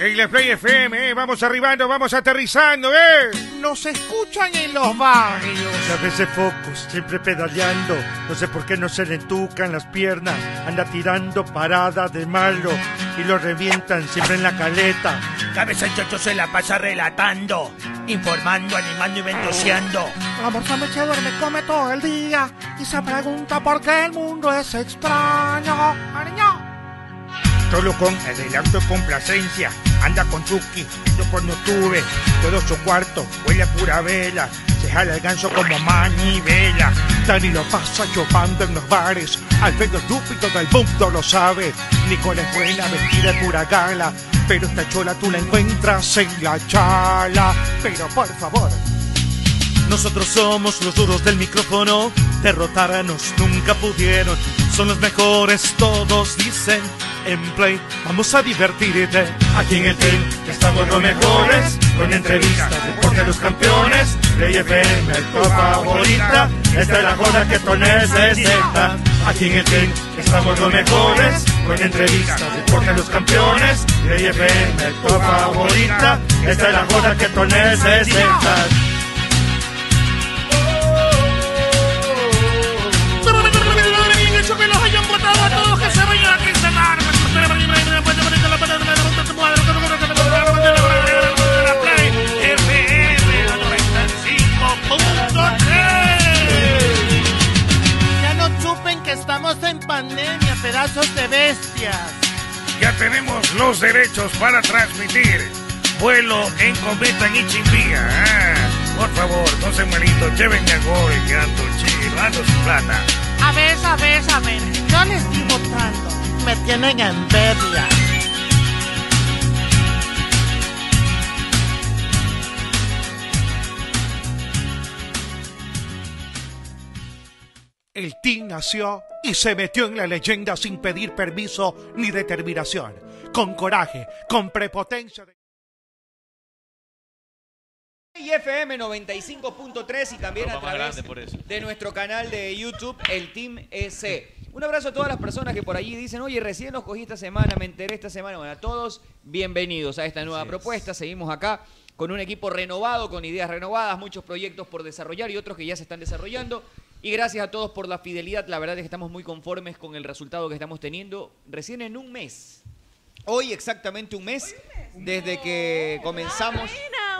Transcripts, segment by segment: En la Play FM, eh, vamos arribando, vamos aterrizando, ¿eh? Nos escuchan en los barrios. A veces focos, siempre pedaleando. No sé por qué no se le entucan las piernas. Anda tirando parada de malo y lo revientan siempre en la caleta. Cabeza el chocho se la pasa relatando, informando, animando y ventoseando. La morsa me se duerme, come todo el día y se pregunta por qué el mundo es extraño. Ariño. Solo con adelanto y complacencia. Anda con Chucky, yo por no tuve. Todo su cuarto huele a pura vela. Se jala el ganso como manivela. Dani lo pasa chupando en los bares. Alfredo estúpido del mundo lo sabe. Nicole es buena, vestida de pura gala. Pero esta chola tú la encuentras en la chala. Pero por favor. Nosotros somos los duros del micrófono, derrotarnos nunca pudieron. Son los mejores, todos dicen. En Play, vamos a divertirte. Aquí en el team estamos los mejores, con entrevistas, deporte de los campeones. Play FM, tu favorita, esta es la joda que tú necesitas. Aquí en el team estamos los mejores, con entrevistas, deporte de los campeones. Play FM, tu favorita, esta es la joda que tú necesitas. que los hayan votado a todos que se vayan a quincenar. Ya no chupen que estamos en pandemia, pedazos de bestias. Ya tenemos los derechos para transmitir. Vuelo en cometa en Ichimbía. Ah, por favor, no se malito, llévenme a gol, que ando chido, ando sin plata. A ver, a ver, a ver. Yo le estoy votando. Me tienen envidia. El team nació y se metió en la leyenda sin pedir permiso ni determinación. Con coraje, con prepotencia. de- Y FM 95.3 y también a Ropa más través grande por eso. de nuestro canal de YouTube, el Team EC. Un abrazo a todas las personas que por allí dicen, oye, recién los cogí esta semana, me enteré esta semana. Bueno, a todos, bienvenidos a esta nueva propuesta. Seguimos acá con un equipo renovado, con ideas renovadas, muchos proyectos por desarrollar y otros que ya se están desarrollando. Y gracias a todos por la fidelidad. La verdad es que estamos muy conformes con el resultado que estamos teniendo recién en un mes. Hoy exactamente un mes desde que comenzamos.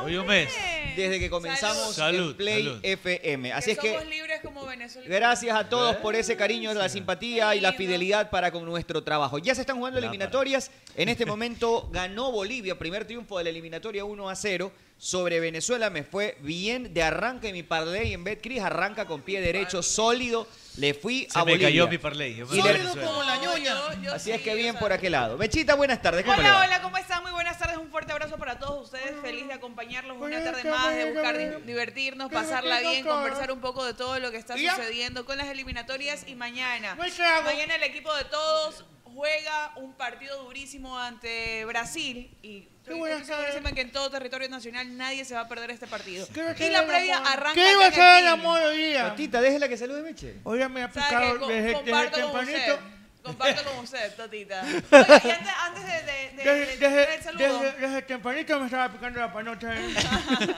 Hoy un mes. Desde que comenzamos Salud, en Play salud. FM. Así es Somos que libres como Venezuela. gracias a todos por ese cariño, la simpatía y la fidelidad para con nuestro trabajo. Ya se están jugando eliminatorias. En este momento ganó Bolivia, primer triunfo de la eliminatoria 1 a 0 sobre Venezuela. Me fue bien de arranque mi parlay en BetCris. Arranca con pie derecho sólido. Le fui Se a me Bolivia. cayó mi parlay. Yo me Y voy a le- Venezuela. la ñoña. Así es que bien por aquel lado. Bechita, buenas tardes. ¿Cómo le Hola, va? hola, ¿cómo están? Muy buenas tardes, un fuerte abrazo para todos Ah. ustedes. Feliz de acompañarlos una tarde más, de buscar di- divertirnos, pasarla bien, conversar un poco de todo lo que está Ya. sucediendo con las eliminatorias y mañana. Muy claro. Mañana el equipo de todos juega un partido durísimo ante Brasil y Qué buena estoy cara. segurísima que en todo territorio nacional nadie se va a perder este partido. ¿Qué va a Y ser la el previa amor? arranca ¿Qué va a acá ser en el el amor hoy día? Totita, déjela que salude, Meche. Oye, me este ha ¿Sabe qué? picado Co- desde, desde comparto con tempranito. usted. Comparto con usted, Totita. Oiga, y antes, antes de, de- de- de- Desde, desde- del saludo. desde- desde tempranito me estaba picando la panota. eh.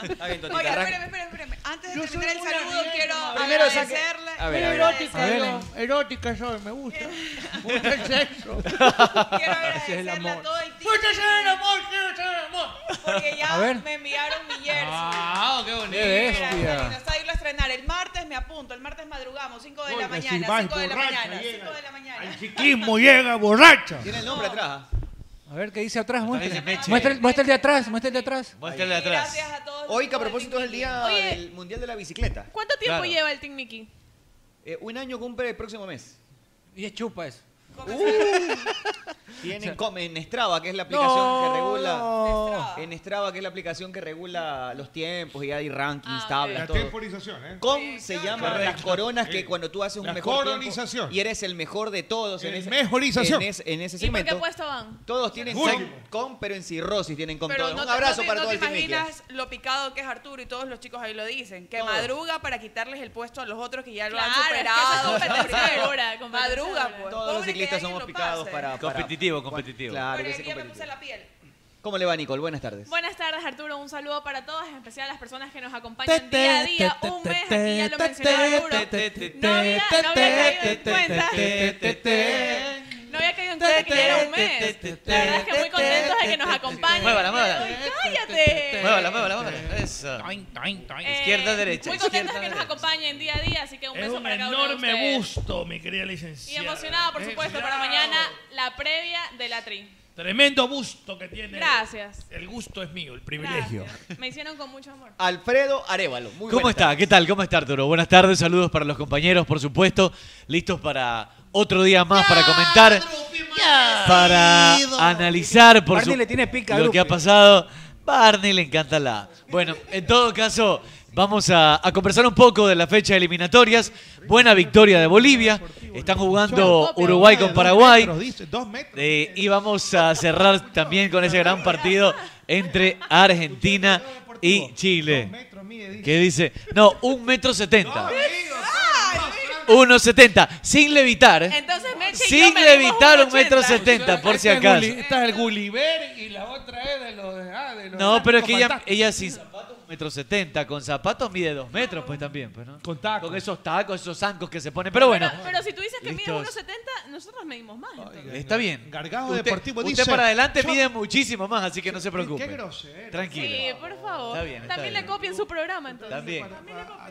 Está bien, Totita. Oiga, arranca. espéreme, espéreme, espéreme. Antes de Yo soy terminar el una saludo, vieja, quiero madre. Primero saque- agradecerle. A ver, Qué a ver. erótica, agradecerle- yo, erótica soy, me gusta. Gusta el Quiero sexo. es el agradecerle amor. a todo el team. Gusta ser el amor, quiero ser el amor. Porque A ya ver. me enviaron mi jersey. Ah, qué bonito. Mira, está lindo, está irlo a estrenar. El martes me apunto, el martes madrugamos, 5 de la Porque si mañana, vas 5 de la borracha, mañana, llega. 5 de la mañana. Al ciclismo llega borracho. Tiene el nombre atrás. A ver qué dice atrás, muestra. dice Meche. Muestra, el- muestra el de atrás, muestra el de atrás. Muéstrale atrás. Gracias a todos. Hoy, que a Todo el propósito es el team día Oye, del Mundial de la Bicicleta. ¿Cuánto tiempo Claro. lleva el Team Nicky? Eh, un año cumple el próximo mes. Y es chupa eso. Uh. Tienen come en Strava, que es la aplicación que regula. no. En Strava, que es la aplicación que regula los tiempos y hay Ah, rankings, ok. tablas, La todo. temporización, ¿eh? Com se llama las coronas que Eh, cuando tú haces un la mejor tiempo coronización. y eres el mejor de todos en El ese, mejorización. en ese, en ese ¿Y por qué segmento. puesto van? Todos tienen Uy. com, com, pero en cirrosis tienen com Pero todos. no un te- abrazo no te- para no todo te el team Mickey. imaginas lo picado que es Arturo y todos los chicos ahí lo dicen. Que Todos. madruga para quitarles el puesto a los otros que ya lo Claro, han es que eso es superado. competencia dura, competencia madruga, dura. pues. Todos los Pobre que ciclistas alguien somos lo picados pase. para, para- Competitivo, competitivo. Claro, Porque que sí, hoy día me puse competitivo. la piel. ¿Cómo le va, Nicole? Buenas tardes. Buenas tardes, Arturo. Un saludo para todos, en especial a las personas que nos acompañan día a día. Un mes, aquí ya lo mencionó Arturo. No había, no había caído en cuenta. No había caído en cuenta que ya era un mes. La verdad es que muy contentos de que nos acompañen. Muévala, muévala. ¡Ay, cállate! Muévala, muévala, muévala. Eso. Eh, Izquierda, derecha. Muy izquierda, contentos de que nos acompañen día a día, así que un Es beso un para cada uno de enorme ustedes. Gusto, mi querida Y licenciada. emocionada, por supuesto, para mañana la previa de la tri. Tremendo gusto que tiene. Gracias. El gusto es mío, el privilegio. Me hicieron con mucho amor. Alfredo Arevalo. Muy ¿Cómo buenas está? ¿Qué tal? ¿Cómo está Arturo? Buenas tardes, saludos para los compañeros, por supuesto. Listos para otro día más para comentar, para analizar, por Barney su- le tiene pica a lo Lupe. que ha pasado. Barney le encanta la. Bueno, en todo caso, vamos a, a conversar un poco de la fecha de eliminatorias. Buena victoria de Bolivia. Están jugando Uruguay con Paraguay. Eh, y vamos a cerrar también con ese gran partido entre Argentina y Chile. ¿Qué dice? No, un metro setenta. Uno setenta. Sin levitar. Entonces, Meche y yo Sin medimos levitar un metro 1,80. setenta, por si acaso. Esta es el Gulliver y la otra es de los. de- ah, de los No, pero es que ella, fantásticos. ella sin zapatos, un metro setenta. Con zapatos mide dos metros, pues también, pues, ¿no? Con tacos. Con esos tacos, esos zancos que se ponen. Pero bueno, Pero, pero si tú dices que mide Listos. 1,70, nosotros medimos más. entonces. está bien. Gargajo usted, Deportivo usted dice, para adelante yo- mide muchísimo más, así que no se preocupe. grosero. Tranquilo. Sí, por favor. Está bien, está También bien. le copien su programa, entonces. También.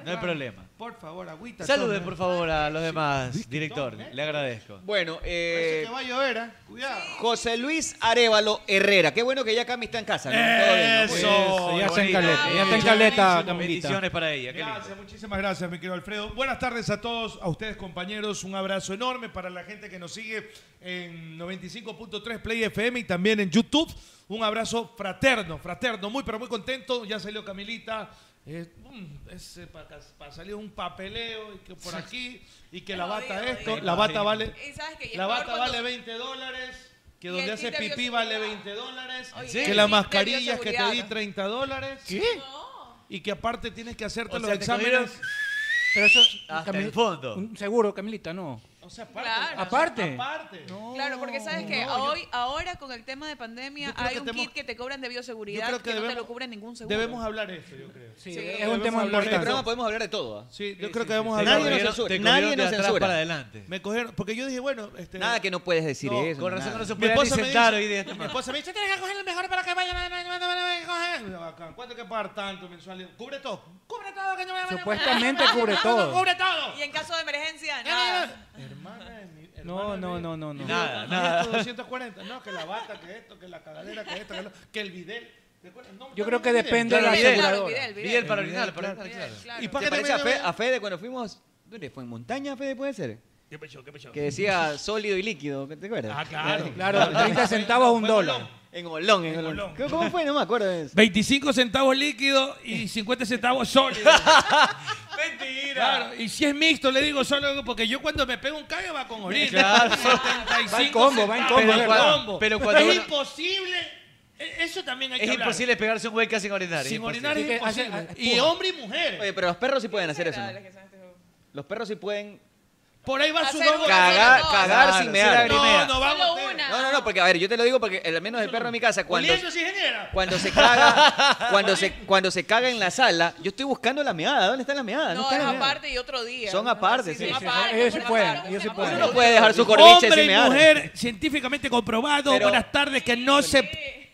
No hay problema. Por favor, agüita. Salude, por favor, a los demás, director. Le agradezco. Bueno, eh, va a llover, ¿eh? Cuidado. José Luis Arevalo Herrera. Qué bueno que ya Cami está en casa. ¿no? Todo bien, ¿no? Pues, Eso, ya está en caleta, ya está en caleta, Camilita. Bendiciones para ella. qué lindo. Gracias, muchísimas gracias, mi querido Alfredo. Buenas tardes a todos, a ustedes compañeros. Un abrazo enorme para la gente que nos sigue en 95.3 Play FM y también en YouTube. Un abrazo fraterno, fraterno, muy pero muy contento. Ya salió Camilita. Eh, mm, es, eh, para, para salir un papeleo y que por aquí y que la bata esto, la bata vale, Y sabes que ya es la peor bata cuando- vale 20 dólares, que Y donde el hace Twitter vio pipí seguridad. vale 20 dólares, Oye, el que Twitter las vio mascarillas que te seguridad. di 30 dólares. Y que aparte tienes que hacerte O los sea, te exámenes. Pero eso. Hasta Camil- el fondo. un Seguro, Camilita, no. O sea, aparte. Claro. Aparte. Claro, porque sabes que no, yo- hoy, ahora con el tema de pandemia, Yo creo hay que un tenemos- kit que te cobran de bioseguridad yo creo que, que no te debemos- lo cubre ningún seguro. Debemos hablar de eso, yo creo. Sí, Sí, es debemos un tema hablar de En este importante. programa podemos hablar de todo. ¿ah? Sí, yo creo que debemos Te hablar de corrieron- nos censura, te nadie corrieron nos de atrás censura. para adelante. Me cogieron, porque yo dije, bueno, este, Nada que no puedes decir eso. Con razón nada. que no se mi puede ni esposa me sentar dice- hoy día. este Mi esposa me dice, tienes que coger el mejor para que vayan a- vayan a- vayan a- vayan a- vayan a- Bacán. ¿Cuánto hay que pagar tanto mensual? Cubre todo. Cubre todo, que no me Supuestamente cubre todo. Cubre todo. Y en caso de emergencia, Ya, nada. ya, ya. Hermana de mi- No, hermana no, de- no, no, no. Nada, Y nada. esto, 240. No, que la bata, que esto, que la cagadera, que esto, que, lo- que el bidel. ¿Te acuerdas? No, Yo no, creo no, que bidel. depende de Claro, la Fidel. aseguradora. Videl, Bien, Videl. para orinar, para orinar, claro. Claro. Y ¿Te págate parece a, media Fe- vez. a Fede cuando fuimos? ¿Dónde fue? ¿En montaña, Fede? ¿Puede ser? ¿Qué pecho, qué pecho? Que decía sólido y líquido. ¿Te acuerdas? Ah, claro. Claro, 30 centavos a un dólar. En Olón. En Olón. ¿Cómo- ¿Cómo fue? No me acuerdo de eso. 25 centavos líquido y 50 centavos sólido. Mentira. Claro, y si es mixto, le digo solo porque yo cuando me pego un callo va con orina. Claro. 75 Va en combo, va en centavos. combo, Pero ¿verdad? combo. Pero cuando es uno- imposible. e- Eso también hay que Es hablar. imposible pegarse un hueca sin orinar. es Sin imposible. orinar es Así que hace- imposible. a- Y espuma. hombre y mujer. Oye, pero los perros sí pueden hacer eso. Agradables ¿no? que sean este juego. Los perros sí pueden Por ahí va su Hacer doble. una- cagar, no, cagar claro, sin sí, mear. la No, no, vamos. Solo una. No, no, no, porque a ver, yo te lo digo porque al menos el perro en mi casa cuando Oliendo se genera. cuando se caga, cuando se cuando se caga en la sala, yo estoy buscando la meada, ¿dónde está la meada? No, está es la meada. aparte y otro día. Son aparte, sí, son sí. aparte, Ellos sí por pueden, favor, ellos sí vamos pueden. Uno a- no puede dejar su corviche Hombre sin y mear. mujer, científicamente comprobado. Pero- Buenas tardes, que no se.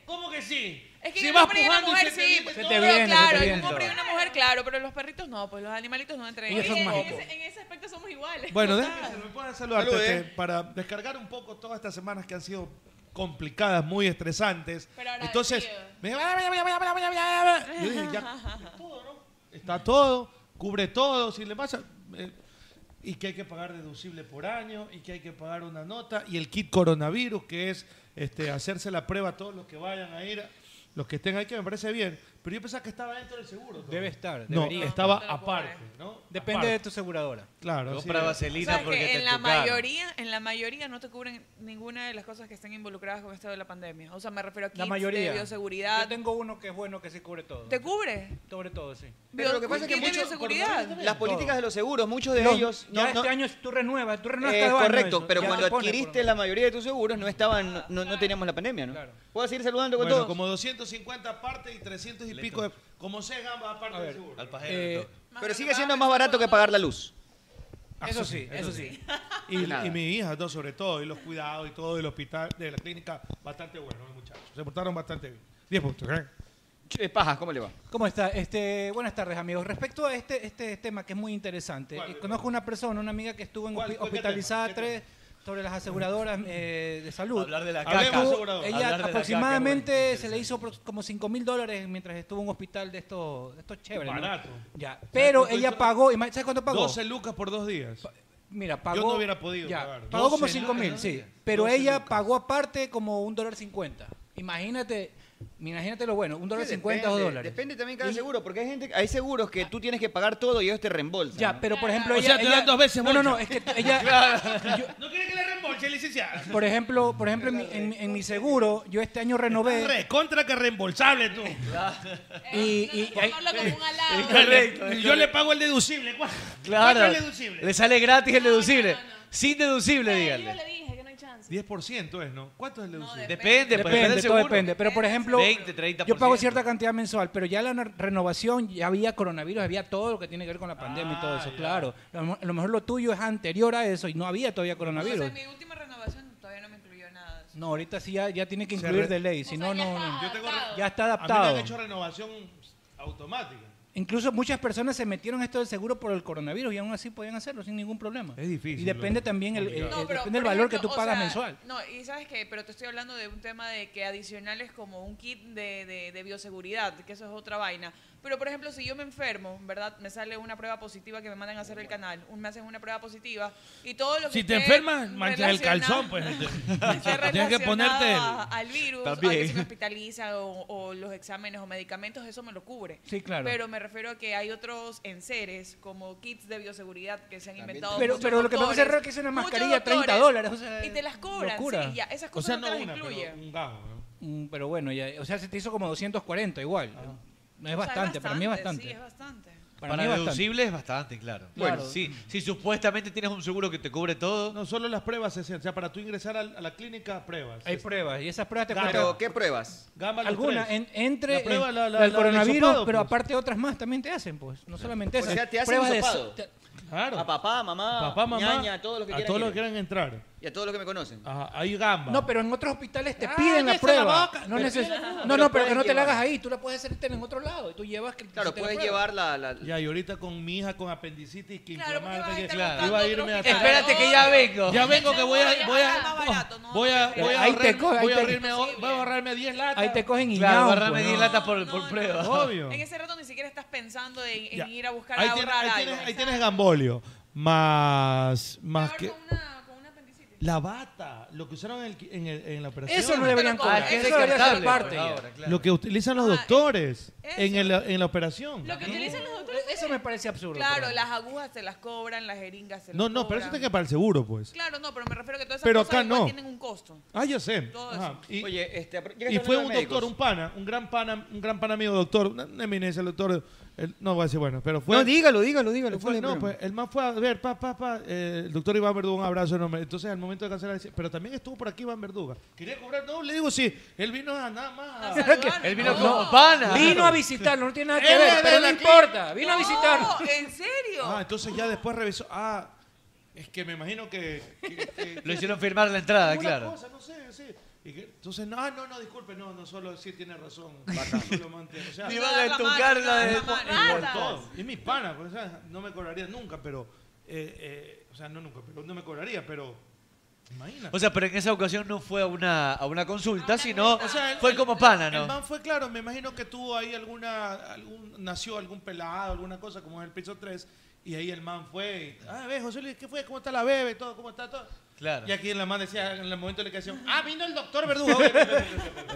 ¿Cómo que sí? Es que Si si vas vas y una pujando y mujer, se te sí. viene Se te pero viene, se claro, te hay viene. un hombre y una mujer, claro, pero los perritos no, pues los animalitos no entran. Ellos en, son en mágicos. ese, en ese aspecto somos iguales. Bueno, O déjame sea, que se me pueda saludarte Salud, este, eh. para descargar un poco todas estas semanas que han sido complicadas, muy estresantes. Pero ahora Entonces, decido. me dijo, "Bla, bla, bla, bla, bla, bla, bla, bla". yo dije, ya, es todo, ¿no? está todo, cubre todo, si le pasa, eh, y que hay que pagar deducible por año, y que hay que pagar una nota, y el kit coronavirus, que es este, hacerse la prueba a todos los que vayan a ir, los que estén ahí, que me parece bien, Pero yo pensaba que estaba dentro del seguro. Debe estar, No, debería. estaba No te lo aparte, pones. ¿no? Depende Aparte. de tu aseguradora. Claro, Yo así para es. vaselina O ¿Sabes porque que te en la tocaron. mayoría, en la mayoría no te cubren ninguna de las cosas que estén involucradas con esto de la pandemia. O sea, me refiero a kits La mayoría. de bioseguridad. Yo tengo uno que es bueno que sí cubre todo. ¿Te cubre? Sobre todo, sí. Pero lo que pasa es que ¿Quién tiene muchos- seguridad? las políticas de los seguros, muchos de No, ellos... ya este año tú renuevas, tú renuevas Eh, cada año correcto, eso, pero ya cuando te pone, por lo adquiriste la mayoría de tus seguros no estaban, no, no teníamos la pandemia, ¿no? ¿Puedo seguir saludando con Bueno, todos? como 250 partes y 300 y pico de... Como se gamba aparte del seguro. Eh, Al pajero y todo. Eh, Pero sigue siendo más barato que pagar la luz. Ah, Ah, Eso sí, eso sí. Y, Nada. y mi hija, no, sobre todo, y los cuidados y todo del hospital, de la clínica, bastante bueno, los muchachos. Se portaron bastante bien. 10 puntos, ¿eh? Paja, ¿cómo le va? ¿Cómo está? Este, buenas tardes, amigos. Respecto a este, este tema que es muy interesante, eh, conozco una persona, una amiga que estuvo en hospi- cuál, qué hospitalizada tema? ¿Qué tres sobre las aseguradoras eh, de salud. Hablar de la Estuvo- caca. Hablemos, Ella hablar de la aproximadamente se le hizo pro- como 5 mil dólares mientras estuvo en un hospital de estos, de estos chéveres. ¿no? Barato. Ya. ¿Sabes Pero cuánto ella hizo? pagó, ima- ¿sabes cuánto pagó? 12 lucas por dos días. Mira, pagó. Yo no hubiera podido ya, pagar. Pagó como 12 5 mil, lucas. sí. Pero 12 ella pagó aparte como un dólar cincuenta. Imagínate, imagínate lo bueno, un dólar Sí, cincuenta o depende, dólares. Ah. Depende también cada seguro, porque hay gente, hay seguros que tú tienes que pagar todo y ellos te reembolsan. Ya, pero por ejemplo, O ella, sea, te ella- dan dos veces No, no, no, bolsa. es que ella. Claro. Ah, No quiere que le reembolse, licenciada. Por ejemplo, por ejemplo en, mi, en mi- en mi seguro, yo este año renové. Contra que reembolsable tú. Y, y- ay- Es correcto, es Yo le pago el deducible. ¿Cuál- Claro. cuál es el deducible? Le sale gratis el deducible. Sin deducible, dígale. le dije que no hay chance. 10% es, ¿no? ¿Cuánto es el deducible? Depende, pues, depende del Depende, todo seguro. depende. Pero por ejemplo, 20, 30%. yo pago cierta cantidad mensual, pero ya la na- renovación, ya había coronavirus, había todo lo que tiene que ver con la pandemia y todo Ah, eso, claro. A lo mo- a lo mejor lo tuyo es anterior a eso y no había todavía O coronavirus. sea, mi última renovación todavía no me incluyó nada. No, ahorita sí ya, ya tiene que Se incluir re- de ley, si no, no, no. Yo tengo re- Ya está A mí adaptado. me han hecho renovación automática. Incluso muchas personas se metieron a esto del seguro por el coronavirus y aún así podían hacerlo sin ningún problema. Es difícil, Y depende loco. también el, Complicado. el- No, el- Pero, depende del por valor que ejemplo, tú o pagas sea, mensual. No, y sabes que, pero te estoy hablando de un tema de que adicional es como un kit de, de- de bioseguridad, que eso es otra vaina. Pero, por ejemplo, si yo me enfermo, ¿verdad? Me sale una prueba positiva que me mandan a hacer el canal, un- me hacen una prueba positiva y todo lo que Si te esté enfermas, manchas el Eh, relacionado- calzón, pues. esté Tienes que relacionado ponerte. el- a- al virus, También. a que se me hospitaliza o, o los exámenes o medicamentos, eso me lo cubre. Sí, claro. Pero me refiero a que hay otros enseres como kits de bioseguridad que se han inventado. Pero- muchos pero lo que me parece doctores, raro es que es una muchos mascarilla, 30 doctores, dólares, o sea, y te las cobran, locura. sí, ya, esas O cosas sea, no, no te las una, pero incluye. Un gajo, ¿no? Mm, Pero bueno, ya, o sea, se te hizo como 240 igual. No es bastante, para mí es bastante. Sí, es bastante. Para, mí es bastante. deducible es bastante, claro. Claro. Bueno, sí, si supuestamente tienes un seguro que te cubre todo. No solo las pruebas, se hacen, o sea, para tú ingresar al- a la clínica, pruebas. Hay pruebas y esas pruebas te Claro, cuentan- ¿qué pruebas? Gama los Alguna, tres. en- entre La prueba, eh, la- la- la del la- la coronavirus, hisopado, pero pues. aparte otras más también te hacen, pues. No solamente O esas. sea, te hacen pruebas de hisopado. te- Claro. A papá, mamá, Papá, mamá, ñaña, a todos los que a quieran todos los ir. que quieran entrar. Y a todos los que me conocen. Ajá, hay gamba. No, pero en otros hospitales te Ah, piden la esa prueba. la boca. no, Te neces- piden la- no, Pero no, pero que no puedes te la hagas llevar. ahí. Tú la puedes hacer en otro lado. y Tú llevas que Claro, puedes llevar la, la- Ya, y ahorita con mi hija con apendicitis que Claro, porque inflamada, vas a que- estar claro, buscando iba a otro irme a hospital. Espérate que ya vengo. Ya vengo que voy a voy a voy a voy a Ahí te ahorrarme- co- ahí voy a te- ahorrarme voy a ahorrarme 10 latas. Ahí te cogen y Claro, ñao, agarrarme pues, 10 no. latas por, por prueba. Obvio. En ese rato ni siquiera estás pensando en, en Ya. ir a buscar Ahí a tienes, ahorrar ahí algo. tienes- ahí tienes gambolio más más que la bata, Ah, lo que usaron en, el- en el- en la operación. Eso no deberían Pero con- cobrar. Ah, es Eso debería ser descartable, parte. pues, ya. ahora, Lo que utilizan Ah, los doctores en, el- en la operación. Lo que utilizan los doctores. E, Eso me parece absurdo. Claro, las agujas te las cobran, las jeringas se las No, no, pero eso te queda para el seguro, pues. Claro, no, pero me refiero a que todas esas Pero cosas acá igual no. tienen un costo. Ah, ya sé. Todo Ajá. eso. Y, Oye, este, apro- ya que y estamos fue hablando de un doctor, médicos. un pana, un gran pana, un gran pana mío, doctor, una una eminencia, el doctor. el- no voy a decir bueno, pero fue. No, dígalo, dígalo, dígalo, Él fue- fuera de no, broma. pues el más fue a ver, pa, pa, pa. eh, el doctor Iván Verduga, un abrazo enorme. Entonces, al momento de cancelar, dice, pero también estuvo por aquí Iván Verduga. Quería cobrar, no, le digo sí. Él vino a nada más. a saludar. Él vino como pana. Vino a visitarlo, no tiene nada que Él ver, es de pero no la importa, clínica. vino a visitarnos. ¿En serio? Ah, entonces ya después revisó. Ah, es que me imagino que. que- que- Lo hicieron firmar la entrada, alguna claro. cosa, no sé, sí. Y que- entonces, no, ah, no, no, disculpe, no, no solo sí tiene razón. Solo mantiene, o sea, Te iban a No, la tocar mano, la no, de- la mano. Y por Ratas. todo. Y mis panas, pues, o sea, no me cobraría nunca, pero. eh, eh, o sea, no nunca, pero no me cobraría, pero. Imagínate. O sea, pero en esa ocasión no fue a una, a una consulta, sino fue como pana, El ¿no? man fue claro, me imagino que tuvo ahí alguna, algún, nació algún pelado, alguna cosa, como en el piso 3, Y ahí el man fue. y, ah, ve, José Luis, ¿qué fue? ¿Cómo está la bebé? Todo, ¿Cómo está todo? Claro. Y aquí la man decía en el momento de la canción, ah, vino el doctor Verdugo. Ve, ve, ve, ve, ve,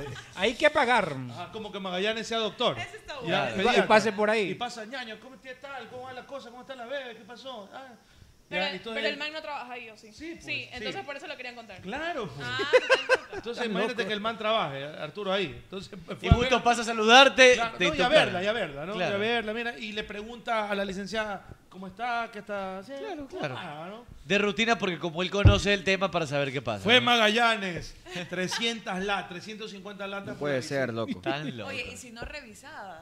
ve. Hay que pagar. Ah, como que Magallanes sea doctor. bueno. Y pediatra. pase por ahí. Y pasa, ñaño, ¿cómo está tal? ¿Cómo va la cosa? ¿Cómo está la bebé? ¿Qué pasó? Ah, Pero, ya, y todo pero ahí- el man no trabaja ahí, ¿o sí? Sí, sí. entonces por eso lo querían contar. Claro, pues. Ah, Entonces Tan imagínate loco. que el man trabaje, Arturo ahí. Entonces, pues, Y fue a justo verla. pasa a saludarte, Claro, te no, y a tocaron. verla, y a verla, ¿no? Y Claro. a verla, mira, y le pregunta a la licenciada, ¿cómo está? ¿Qué está? claro, ah, claro. ¿no? De rutina porque como él conoce el tema para saber qué pasa. Fue ¿no? Magallanes, 300 latas, 350 latas. puede ser, loco. Tan loco. Oye, y si no revisadas.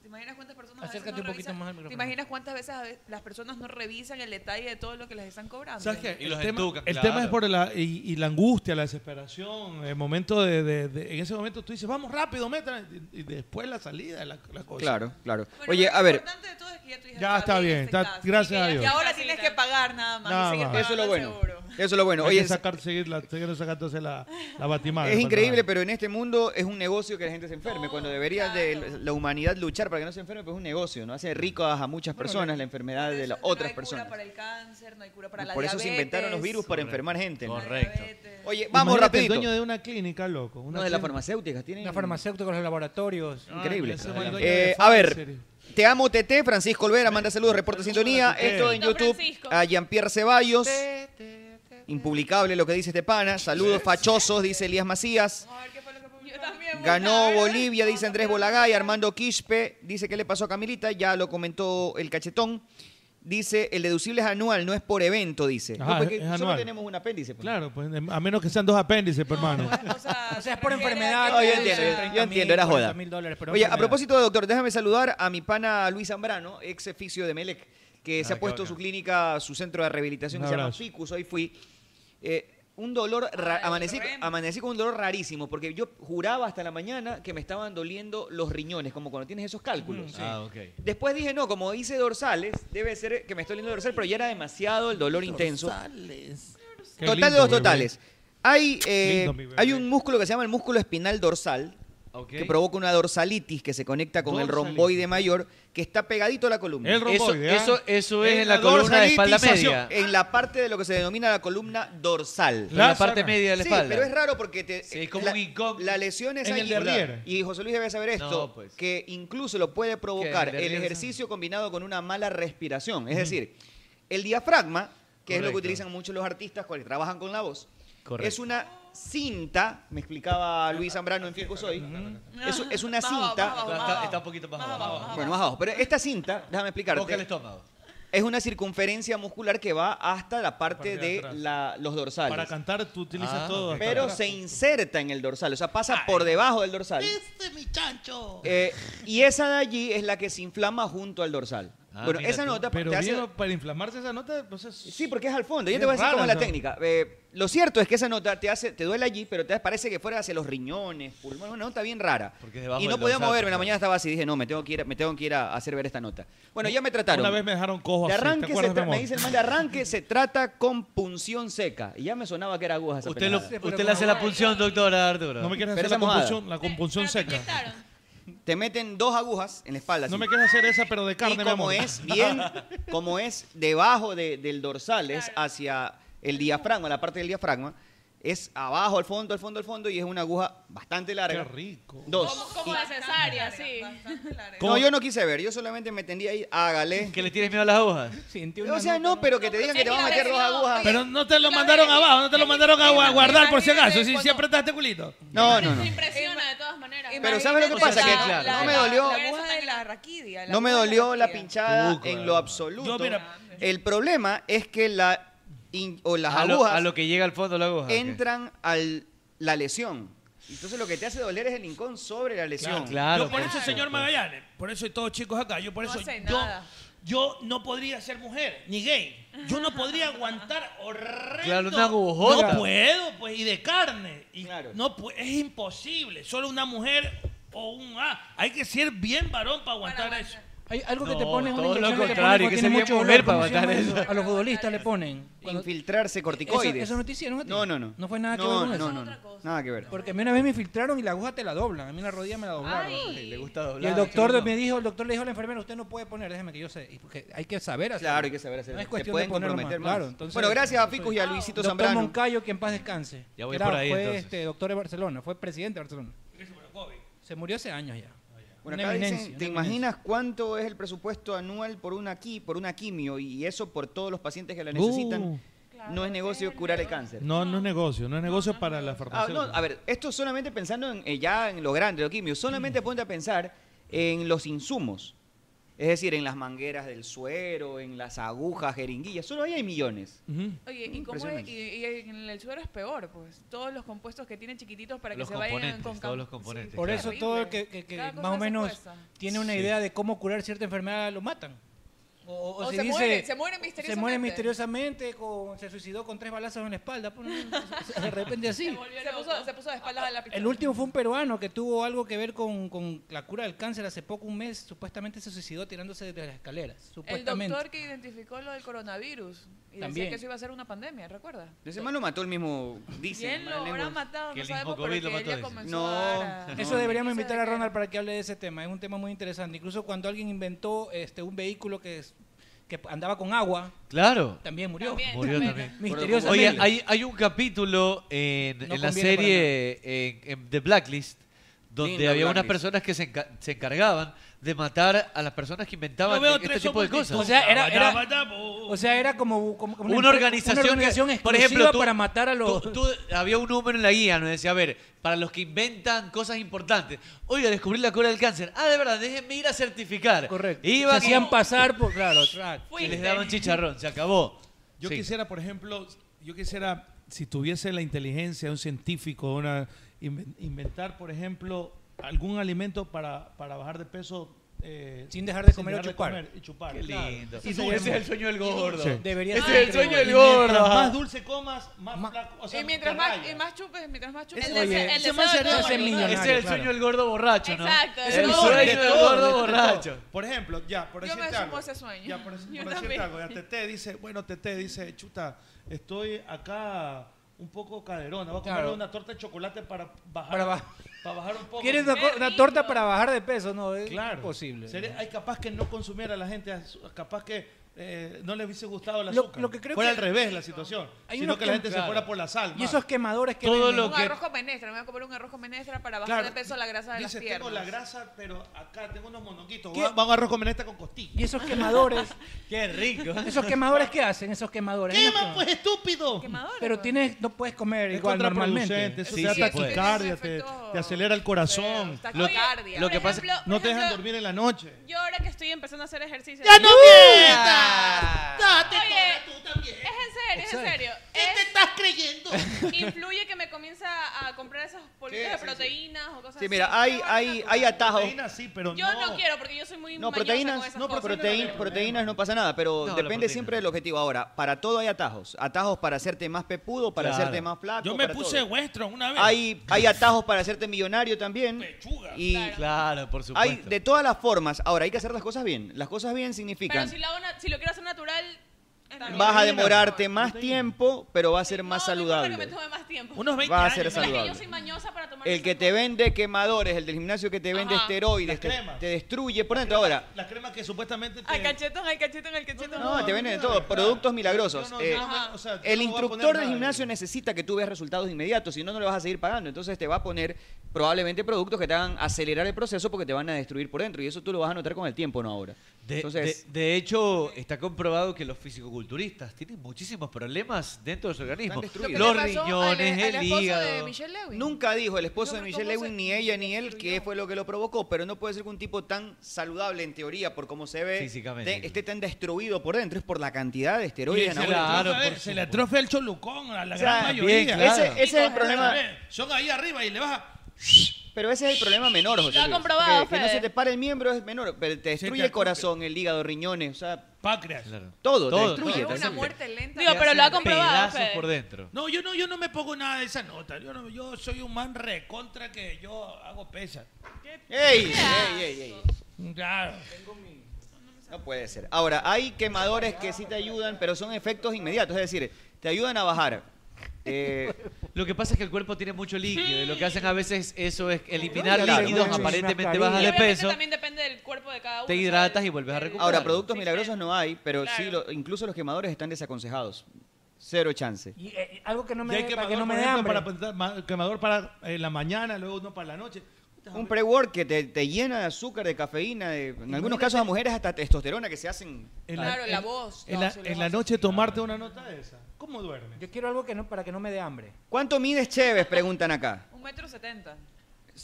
¿Te imaginas cuántas personas a veces Acércate no un poquito revisan? más al micrófono. ¿Te imaginas cuántas veces a ve- las personas no revisan el detalle de todo lo que les están cobrando? ¿Sabes qué? Y los tema, educan, el claro. tema es por la, y, y la angustia, la desesperación, el momento de, de- de- en ese momento tú dices, vamos rápido, métela, y, y después la salida, la, la cosa. Claro, claro. Oye, a ver. Ya está bien, está- gracias a Dios. Y ahora tienes que pagar nada más. y Nada seguir más. Eso es lo pagando bueno. seguro. Eso es lo bueno. Hay Oye, que es- sacar, seguir la, seguir sacándose la, la batimada. es increíble, pero en este mundo es un negocio que la gente se enferme. Cuando Oh, debería de la humanidad luchar para que no se enferme, pues es un negocio, ¿no? Hace ricas a muchas personas la enfermedad de las otras personas. Para el cáncer, no hay cura para la Por eso se inventaron los diabetes. virus para enfermar gente. ¿no? Correcto. Oye, vamos Imagínate rapidito. El dueño de una clínica, loco. Una No, de la clínica. farmacéutica. Tienen... Los farmacéuticos, los laboratorios. Ah, Increíble. ese fue Ah, el dueño Eh, de a ver, Pfizer. te amo TT, Francisco Olvera, manda saludos, reporte sintonía. Esto en YouTube a Jean-Pierre Ceballos. Impublicable lo que dice este pana. Saludos fachosos, dice Elías Macías. Ganó Bolivia, dice Andrés Bolagay. Armando Quispe dice qué le pasó a Camilita. Ya lo comentó el cachetón. Dice, el deducible es anual, no es por evento, dice. No, Ajá, porque es solo anual. tenemos un apéndice. pues. Claro, pues a menos que sean dos apéndices, pues, hermano. O sea, es por enfermedad. No, yo que entiendo, dice yo- 30.000, yo entiendo, era joda. 40.000 dólares, pero Oye, a enfermedad. propósito de doctor, déjame saludar a mi pana Luis Zambrano, ex oficio de Melec, que se Ah, ha qué puesto bacán. su clínica, su centro de rehabilitación Un que se llama abrazo. Ficus, hoy fui. Eh, un dolor, ra- amanecí, amanecí con un dolor rarísimo, porque yo juraba hasta la mañana que me estaban doliendo los riñones, como cuando tienes esos Mm, cálculos. Ah, ok. Después dije, no, como hice dorsales, debe ser que me estoy doliendo dorsal, pero ya era demasiado el dolor intenso. Qué Total lindo, de los bebé. totales. Hay, eh, Lindo, mi bebé. hay un músculo que se llama el músculo espinal dorsal, que provoca una dorsalitis que se conecta con el Dorsalitis. romboide mayor, que está pegadito a la columna. El romboide, Eso- ¿ah? eso- eso es En en la la columna de espalda dorsalización. media. En la parte de lo que se denomina la columna dorsal. En la La parte saca. media de la Sí, espalda. pero es raro porque te, la, la lesión es En el allí. derriere. Y José Luis debe saber esto, No, pues. que incluso lo puede provocar ¿Que el el derriere ejercicio combinado con una mala respiración. Es decir, el diafragma, que es lo que Correcto. utilizan muchos los artistas cuando trabajan con la voz, Correcto. es una cinta, me explicaba Luis Zambrano en Ficus hoy, es, es una cinta... Está, está un poquito más abajo. Bueno, más abajo, pero esta cinta, déjame Boca al explicarte, estómago. es una circunferencia muscular que va hasta la parte Parte de de atrás. la- los dorsales. Para cantar tú utilizas Ah, todo. Pero Claro. se inserta en el dorsal, o sea, pasa por debajo del dorsal. Este mi chancho. Eh, y esa de allí es la que se inflama junto al dorsal. Ah, bueno, mira esa tú. nota Pero te hace... Diego, para inflamarse esa nota, pues es... Sí, porque es al fondo. Yo Es te voy a decir rara cómo es la esa- técnica. Eh, lo cierto es que esa nota te hace, te duele allí, pero te parece que fuera hacia los riñones, pulmones, una nota bien rara. Porque es debajo Y no del podía dorsal, moverme, en la claro. mañana estaba así, dije, no, me tengo que ir, me tengo que ir a hacer ver esta nota. Bueno, ya me trataron. Una vez me dejaron cojo De así, ¿te arranque se acuerdas, tra- mi me amor? dice el mal de arranque se trata con punción seca. Y ya me sonaba que era aguja esa Usted, lo- pendeja. usted le hace la punción, doctora Arturo. No me quieres Pero hacer la esa mojada. compulsión, la compulsión seca. Te meten dos agujas en la espalda. No así. me quieres hacer esa, pero de carne, y mi como amor. es bien, como es debajo de- del dorsal, es hacia el diafragma, la parte del diafragma, es abajo, al fondo, al fondo, al fondo, y es una aguja bastante larga. Qué rico. Dos. Como de cesárea, sí. No, yo no quise ver, yo solamente me tendí ahí, hágale. ¿Que le tienes miedo a las agujas? O sea, no, pero que te digan que te van a meter dos agujas. Pero no te lo mandaron abajo, no te lo mandaron a gua- guardar por si acaso. Si, si apretaste culito. No, no, no. Impresiona de todas maneras. Pero ¿sabes lo que pasa? Que no me dolió, La aguja de la raquidia. la no me aguja de dolió la raquidia. pinchada Tú, claro. en lo absoluto. Yo, mira, El problema es que la in- o las A lo, agujas a lo que llega al fondo la aguja. entran a la lesión. Entonces lo que te hace doler es el rincón sobre la lesión. Claro, yo por eso, señor Magallanes, por eso y todos chicos acá, yo por eso sé yo, nada. yo no podría ser mujer, ni gay. Yo no podría aguantar horrendo. Claro, una agujota. No puedo, pues, y de carne. Y Claro. no pu- es imposible. Solo una mujer o un ah, hay que ser bien varón para aguantar eso. Hay algo que te No, ponen una todo lo inyección que te contrario, ponen que tiene sería mucho mujer olor, ¿cómo para se llama matar eso? eso. A los futbolistas le ponen. Infiltrarse corticoides. Eso, eso no te hicieron a ti. No, no, no. No fue nada que No, ver con no, eso. no, no. Nada que ver. Porque a mí una vez me infiltraron y la aguja te la doblan. A mí la rodilla me la doblaron. Ay, le gusta Y el doblar, doctor chulo. me dijo, el doctor le dijo a la enfermera, usted no puede poner, déjeme que yo sé. Y Porque hay que saber hacerlo. Claro, hay que saber hacerlo. No es Te cuestión pueden de ponerlo comprometer más. más. Claro, entonces, Bueno, gracias a Ficus y a Luisito Doctor Zambrano. Moncayo, que en paz descanse. Ya voy Era- por ahí, Fue entonces. este, doctor de Barcelona, fue presidente de Barcelona. Se murió hace años ya. Bueno, Una acá dicen, eminencia, ¿te una eminencia. imaginas cuánto es el presupuesto anual por una, qui- por una quimio? Y eso por todos los pacientes que la necesitan. Uh. no es negocio curar el cáncer. No, no es negocio, no es negocio para la Ah, farmacéutica. no, a ver, esto solamente pensando en, eh, ya en lo grande, lo quimio, solamente Mm. ponte a pensar en los insumos. Es decir, en las mangueras del suero, en las agujas, jeringuillas. Solo ahí hay millones. Oye, ¿y cómo es? Impresionante. Y, y en el suero es peor, pues. Todos los compuestos que tienen chiquititos para Los que se vayan componentes, con todos los componentes. Por claro. eso todo el que, que- que Cada cosa más o se menos cuesta. tiene una Sí. idea de cómo curar cierta enfermedad lo matan. O, o- o O se, se dice, mueren, se mueren Se mueren misteriosamente. misteriosamente, con- se suicidó con tres balazos en la espalda. pues, no, se- de repente así. Se puso, se puso de espaldas a la pistola. Ah, El último fue un peruano que tuvo algo que ver con, con la cura del cáncer hace poco, un mes, supuestamente se suicidó tirándose de las escaleras. El Supuestamente. doctor que identificó lo del coronavirus y También. decía que eso iba a ser una pandemia, ¿recuerda? Ese man lo mató el mismo, dicen. ¿Quién lo malas habrá lenguas. matado? Que No el mismo sabemos, pero COVID que lo él mató, ya dicen. comenzó No, a dar a- Eso deberíamos invitar a Ronald para que hable de ese tema. Es un tema muy interesante. Incluso cuando alguien inventó este un vehículo que, es- que andaba con agua, Claro. también murió. Murió también. Misteriosamente. Oye, hay, hay un capítulo en, No en conviene la para serie en, en The Blacklist donde Linda había unas Blacklist. personas que se, enca- se encargaban de matar a las personas que inventaban Yo veo este tres tipo de hombres cosas. distintos. O sea, era- era- O sea, era como, como- como una, empre- organización, una que- organización por exclusiva ejemplo, tú- para matar a los... tú- tú- había un número en la guía, nos decía, a ver, para los que inventan cosas importantes. Oiga, descubrí la cura del cáncer. Ah, de verdad, déjenme ir a certificar. Correcto. se hacían pasar por... Claro, track. Y les daban chicharrón, se acabó. Yo Sí. quisiera, por ejemplo, yo quisiera, si tuviese la inteligencia de un científico, una, inven- inventar, por ejemplo, algún alimento para, para bajar de peso. eh, Sin dejar de comer o chupar. y chupar. Qué claro. lindo. Y Ese dulce. es el sueño del gordo. Sí. Debería Ese ser es el sueño del Y gordo. mientras ajá. más dulce comas, más flaco. o sea, Y mientras te más, rayas. y más chupes, mientras más chupes. Ese- Oye, el Ese man se hace millonario, Ese es el claro. sueño del gordo borracho, ¿no? Exacto, Es del el gordo. sueño De del todo, de gordo todo. borracho. Por ejemplo, ya, por Yo me decirte sumo algo. a ese sueño. Ya, por, decir- Yo por decirte también. algo, ya Tete dice, bueno, Tete dice, chuta, estoy acá un poco caderona, voy a comer Claro. una torta de chocolate para bajar, Para para, ba- bajar un poco. ¿Quieres una, co- una torta para bajar de peso? No, es Claro. imposible. Sería- Hay capaz que no consumiera la gente, as- capaz que eh, no le hubiese gustado el Lo- azúcar. lo que creo fuera que- al revés la situación, Hay sino unos que la que- gente se claro. fuera por la sal. Y más. esos quemadores que Todo venden- lo Un que- arroz con menestra, me voy a comer un arroz con menestra para bajar Claro. de peso la grasa de Dice, las piernas. tengo la grasa, pero acá tengo unos monoquitos. ¿Qué? Va, va un arroz con menestra con costillas. Y esos quemadores... Qué rico. ¿Esos quemadores qué hacen? ¿Esos quemadores? Hay unos ¡Quema, pues, estúpido! que- Pero pues. tienes, no puedes comer Es igual normalmente. contraproducente, eso Sí, te da sí, pues. taquicardia, te, te acelera el corazón. Lo- taquicardia. Lo que Por pasa ejemplo, No te dejan dormir en la noche. Yo ahora que estoy empezando a hacer ejercicio. ¡Ya no mientas! Date tú también. Eh, Es en serio, es en serio. ¿Qué te estás creyendo? Influye que me comienza a comprar esas polvitas de proteínas o cosas Sí, así. mira, hay, hay, hay atajos. Proteínas sí, pero Yo no. no quiero porque yo soy muy No, mañosa con proteínas, esas no, cosas. proteín- proteínas no pasa nada, pero No, la depende proteína. siempre del objetivo. Ahora, para todo hay atajos. Atajos para hacerte más pepudo, para Claro. hacerte más flaco. Yo me para puse todo. Westron una vez. Hay, hay atajos para hacerte millonario también. Y Claro, por supuesto. hay de todas las formas. Ahora, hay que hacer las cosas bien. Las cosas bien Pero significan si lo, hago na- si lo quiero hacer natural, también. vas a demorarte más tiempo, pero va a ser más Para que me saludable. tome más tiempo. Unos 20 Va a ser Pero años. es que saludable. yo soy mañosa para tomar El esas que te vende quemadores, el del gimnasio que te vende Ajá. esteroides, te, cremas. te destruye. Por dentro, ahora, Las cremas que supuestamente Al te... cachetón, al cachetón, al cachetón. no, te venden de todo, productos milagrosos. no, Eh, yo no me- o sea, yo El no voy a poner instructor del nada de- gimnasio necesita que tú veas resultados inmediatos, si no, no le vas a seguir pagando. Entonces te va a poner probablemente productos que te hagan acelerar el proceso porque te van a destruir por dentro. Y eso tú lo vas a notar con el tiempo, no ahora. De, Entonces, de- de hecho, está comprobado que los fisicoculturistas tienen muchísimos problemas dentro de su organismo. Están destruidos. Los Lo que le pasó riñones, al- al el esposo de hígado. Michelle Lewin. nunca dijo el esposo Yo de creo Michelle cómo se Lewin, ni ella ni él, qué fue lo que lo provocó. Pero no puede ser que un tipo tan saludable en teoría, por cómo se ve, Físicamente, te- claro. esté tan destruido por dentro. Es por la cantidad de Y se, esteroides le anabólicos. atrofia- se le atrofia el cholucón a la O sea, gran mayoría. bien, claro. Ese- ese es el problema. Son ahí arriba y le baja. Pero ese es el problema menor, José Lo ha Luis. comprobado, que, que no Fede. se te pare el miembro es menor, pero te Se te destruye el atrofia. corazón, el hígado, riñones, o sea, Páncreas. todo, te Todo, destruye. todo. te Es Una destruye. muerte lenta. Digo, pero lo ha comprobado. Pedazos Fede. por dentro. No, yo no, yo no me pongo nada de esa nota. Yo, no- yo soy un man recontra que yo hago pesas. ¡Ey! ¡Ey, ey, ey! Claro. No puede ser. Ahora, hay quemadores que sí te ayudan, pero son efectos inmediatos. Es decir, te ayudan a bajar. Eh, Lo que pasa es que el cuerpo tiene mucho líquido y lo que hacen a veces eso es eliminar Claro. líquidos, Claro. aparentemente Y bajas de obviamente peso, También depende del cuerpo de cada uno. te hidratas y vuelves a recuperar. Ahora, productos milagrosos no hay, pero sí, lo- incluso los quemadores están desaconsejados. Cero chance. Y, eh, algo que no me, Y hay dé- para quemador, que no me por dé ejemplo, hambre. para apuntar- ma- quemador para eh, la mañana, luego uno para la noche. Un pre-work que te, te llena de azúcar, de cafeína, de- en algunos casos a mujeres hasta testosterona que se hacen. En Claro, la voz. En no, la, se en los la hace. noche tomarte una nota de esa. ¿Cómo duerme? Yo quiero algo que no, para que no me dé hambre. ¿Cuánto mides Chévez? Preguntan acá. Un metro setenta.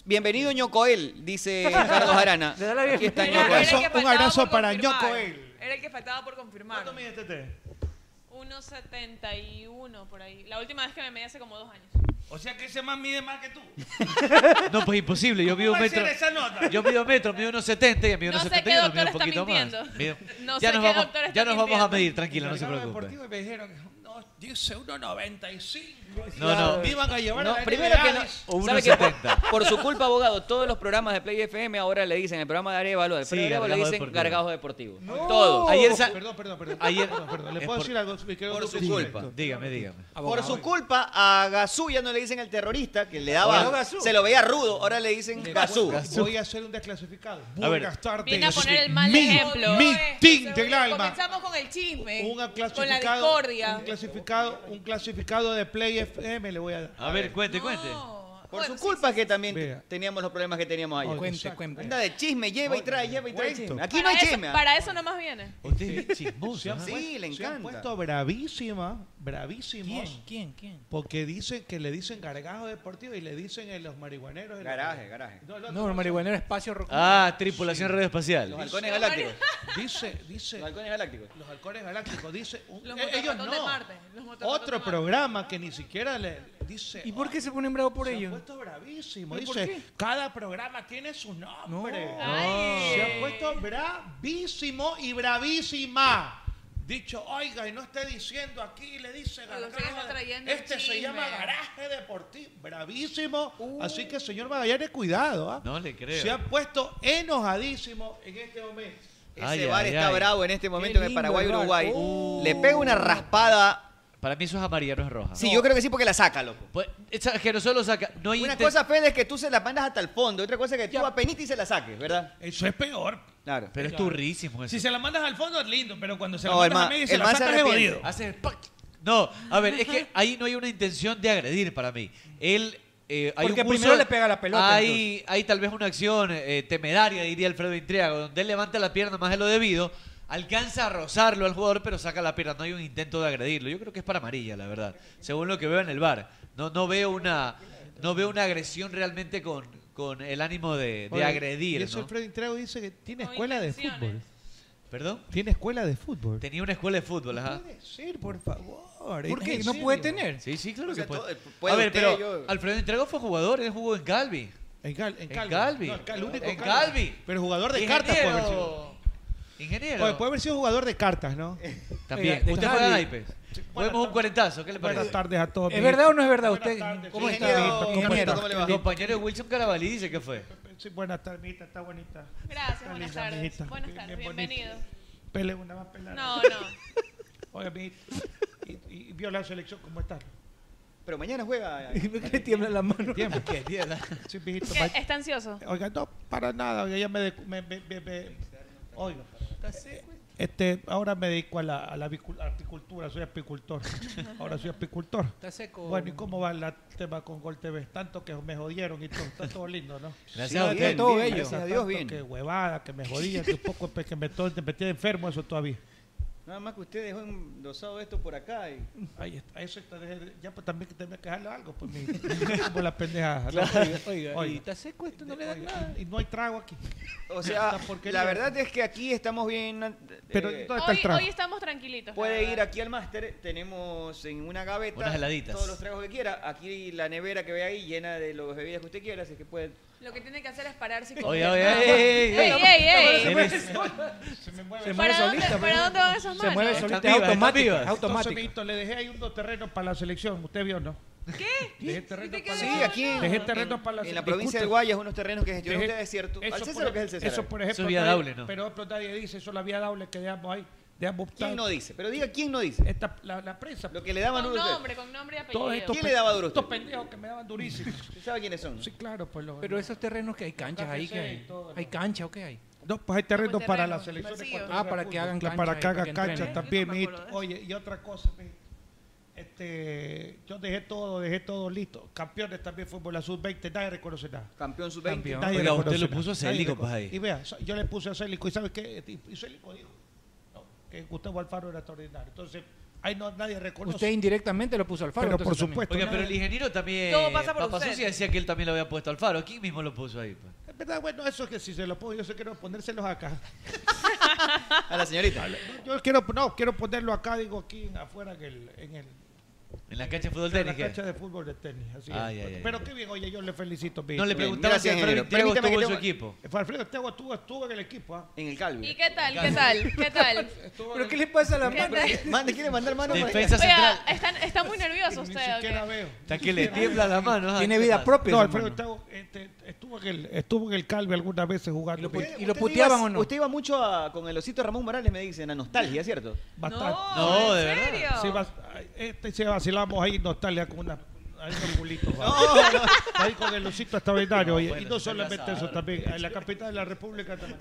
Bienvenido Ñocoel, dice Carlos Arana. Le da la Aquí está Un Ñocoel. abrazo- un abrazo para Ñocoel. Era el que faltaba por confirmar. ¿Cuánto mide este té? 1.71 por ahí. La última vez que me medí hace como dos años. O sea que ese más mide más que tú. No, pues imposible. Yo mido un va a ser metro. esa nota? Yo mido metro, mido unos 70 y ella mido No unos sé 70 qué yo doctor mido un está poquito más. mintiendo. Mido- No ya sé nos qué vamos, doctor está ya nos vamos a mintiendo. medir, tranquila, no se preocupe. deportivo y me dijeron, no, dice 1.95. No, no. Me iban a llevar No, a la primero NBA, que no. dice. O ¿Sabe 1.70. qué? Por su culpa, abogado, todos los programas de Play FM ahora le dicen, el programa de Arevalo, el Sí, programa de Arevalo le Gargajo dicen Deportivo. Gargajo Deportivo. Todo. Ayer sa- Perdón, perdón, perdón. Ayer- perdón, perdón. ¿Le es puedo por- decir algo? Me quedo por con su tu culpa. respecto. Dígame, dígame. Por su culpa, a Gazú ya no le dicen el terrorista, que le daba. Abogado Gazú. Se lo veía rudo, ahora le dicen Gazú. Voy a hacer un desclasificado. A ver. Buenas tardes. Vine a poner soy el mal mi- ejemplo. Mi Esto, team seguro. del alma. Comenzamos con el chisme. Un con la clasificado, discordia. un clasificado, un clasificado de Play FM le voy a dar. A ver, cuente, cuente. No. Por Bueno, su culpa que también Vea. teníamos los problemas que teníamos ayer. Cuente, cuente. Anda de chisme, lleva y trae, lleva y trae Cuento. chisme. Aquí no para, hay eso, chisme. ¿ah? para eso nomás viene. Usted es chismoso. ¿ah? Sí, le Se han encanta. puesto bravísima, bravísimos, ¿Quién? ¿Quién? ¿Quién? porque dicen que le dicen gargajo deportivo y le dicen en los marihuaneros. en los- Garaje, garaje. No, el otro, No, el marihuanero espacio rojo. Ah, tripulación radioespacial. Los halcones galácticos. Dice, Los dice, halcones galácticos. los halcones galácticos, dice, un- Los eh, ellos motorratón de no. Marte. Los motorratón de Otro Marte. programa que ni siquiera le le dice. oh, ¿Y por qué se ponen bravos por Se han ello? puesto bravísimo. ¿Pero por Dice, qué? cada programa tiene su nombre. Ay. Se han puesto bravísimo y bravísima. Dicho, oiga, y no esté diciendo aquí, le dice Pero usted Gargajo, está trayendo Este un se chisme. llama garaje deportivo. Bravísimo. Así que, señor Magallanes, cuidado. ¿ah? No le creo. Se han puesto enojadísimo en este momento. Ese Ay, bar ay, está ay. bravo en este momento en el lindo Paraguay el bar. Uruguay. Uh. Oh. Le pega una raspada. Para mí eso es amarilla, no es roja. Sí, yo creo que sí porque la saca, loco. Pues, es que no solo saca. No hay Una inten- cosa, Fede, es que tú se la mandas hasta el fondo. Otra cosa es que tú apenita y se la saques, ¿verdad? Eso es peor. Claro. Pero es turrísimo eso. Si se la mandas al fondo es lindo, pero cuando se la No, el mandas a man- mí y el se la man se sacas es arrepiente. jodido. Hace el pac. No, a ver, es que ahí no hay una intención de agredir para mí. Él. eh, hay Porque un primero uso- le pega la pelota, Hay, hay tal vez una acción eh, temeraria, diría Alfredo Intriago, donde él levanta la pierna más de lo debido, alcanza a rozarlo al jugador, pero saca la pierna. No hay un intento de agredirlo. Yo creo que es para amarilla, la verdad. Según lo que veo en el bar. No, no, veo, una, no veo una agresión realmente con, con el ánimo de, de Oye, agredir. Y eso ¿no? Alfredo Intriago dice que tiene Con escuela de intenciones. fútbol. ¿Perdón? Tiene escuela de fútbol. Tenía una escuela de fútbol, ajá. Puede ser, por favor. ¿Por es qué? en ¿No serio. puede tener? Sí, sí, claro O sea, que puede. todo- puede a ver, usted, pero yo- Alfredo Entrego fue jugador, él jugó en Calvi. En, Gal, en En Calvi. Calvi. No, en Cal- el único En Calvi. Pero jugador de cartas puede haber sido. Ingeniero. Oye, pues, eh, puede haber sido jugador de cartas, ¿no? También. Oiga, de Usted Calvi. juega naipes. Juguemos un cuarentazo, ¿qué le Buenas parece? tardes a todos. ¿Es mis- verdad o no es verdad? Usted, Buenas tardes, ¿cómo sí, está? Ingeniero, Compañero. Carlito, ¿cómo le va? El compañero de Wilson Carabalí dice que fue. Sí, buenas tardes, mijita, está bonita. Gracias, Está buenas linda, mijita. tardes. Buenas Bien, tardes, bien bonita. bienvenido. Pele una más pelada. No, no. Oye, mijita, y, y vio la selección, ¿cómo está? Pero mañana juega. ¿Y por qué le tiembla la mano? Sí, mijito, ¿Qué? ma- ¿Está ansioso? Oiga, no, para nada. Oiga, ya me, de- me- me- me- me- Oiga. Este, ahora me dedico a la, a la avicu- apicultura, soy apicultor. Ahora soy apicultor. Está seco. Bueno, ¿y cómo va el tema con Gol TV? Tanto que me jodieron y todo, está todo lindo, ¿no? Gracias a bien, usted. todo bien, bello. Gracias a Dios, Tanto bien. Que huevada, que me jodía, que un poco pues, que me, to- me metí enfermo, eso todavía. Nada más que usted dejó endosado esto por acá. Y... Ahí está, eso está, ya pues también que tenía que dejarle algo, pues mi, como las pendejadas. ¿no? Oiga, Oiga. y está seco esto, no le da Oiga, nada. Y no hay trago aquí. O sea, Esta porquería. la verdad es que aquí estamos bien. eh, Pero entonces- ¿Dónde está el Hoy, trago? hoy estamos tranquilitos. la puede ir verdad. aquí al máster. Tenemos en una gaveta Unas heladitas. todos los tragos que quiera. Aquí la nevera que ve ahí llena de las bebidas que usted quiera. Así que puede. Lo que tiene que hacer es pararse y Oye, comer. oye, ey, ey, ¡Ey, ey. ey, ey! Eres- Se mueve ¿Para dónde, solita. pues. ¿Para dónde van esas manos? Se mueve Están solita, es vivas, están automática. vivas. es Entonces, automática. mijito, le dejé ahí un dos terrenos para la selección, usted vio, ¿no? ¿Qué? Dejé terrenos para quedas la- Sí, aquí en- Dejé terrenos en- para en la provincia del Guayas, unos terrenos que gestionan Dejé- ustedes, es cierto. eso Al César por- lo que es el César. Eso, por ejemplo, Eso es vía nadie- doble, ¿no? Pero otro nadie dice, eso es la vía doble que dejamos ahí. Dejamos ¿Quién no dice? Pero diga, ¿quién no dice? la, la prensa. Lo que le daban Con duro a usted. nombre, con nombre y apellido. Todos estos ¿Quién pe- le daba duro a Estos usted? pendejos que me daban durísimos. ¿Usted sabe quiénes son? Sí, claro, pues los... Pero esos terrenos que hay canchas ahí, que Café hay, y todo, hay cancha o qué hay. No, pues hay terrenos para la selección de selección. Ecuador Ah, para de que fútbol. hagan La- cancha. para ahí, que hagan que cancha entrenen. también, mijito. Oye, y otra cosa, mijito. este, yo dejé todo, dejé todo listo. Campeones también fútbol, la sub-20, nadie reconoce nada. Campeón sub-20. Campeón. Oiga, reconoce usted lo nada. puso a Nadie Célico, reconoce. pues, paje. Y vea, so- yo le puse a Célico, ¿y sabes qué? Este, Y Célico dijo no, que Gustavo Alfaro era extraordinario. Entonces, ahí no, nadie reconoce. Usted indirectamente lo puso al faro. Pero por entonces, supuesto. Oiga, pero el nadie- ingeniero también. Todo pasa por Papa usted. Sucia decía que él también lo había puesto al faro. ¿Quién mismo lo puso ahí? pues? Es verdad, bueno, eso es que si se lo pongo, yo sé quiero ponérselos acá. A la señorita. Yo quiero, no, quiero ponerlo acá, digo, aquí en- afuera en el... En el En la cancha de fútbol en tenis. la ¿qué? Ah, cancha de fútbol de tenis. Así Ay, es. ay, ay. Pero qué bien, oye, yo le felicito. No le preguntaba si Alfredo Tebo estuvo en su equipo. Alfredo Tebo estuvo, estuvo en el equipo. ¿ah? En el Calvi. ¿Y qué tal? ¿Qué tal? ¿Qué tal? ¿Pero qué le pasa a la ¿Qué mano? tal? Mande, ¿quiere mandar mano? Defensa Oiga, están- está muy nervioso usted. ¿o qué? Está que le tiembla la mano. ah, Tiene ¿qué vida pasa? propia. No, esa Alfredo mano. Tebo este, estuvo en el, estuvo en el Calvi algunas veces jugando. bien. ¿Y lo Usted puteaban iba- o no? Usted iba mucho a- con el osito Ramón Morales, me dicen, a nostalgia, ¿cierto? Bastante. No, ¿en de verdad. serio? Sí, vas- ay, este se vacilamos ahí nostalgia con una ahí con culitos. va. Ahí con el lucito extraordinario. oye. y bueno, no usted ya solamente sabe, eso, también en la capital de la República también.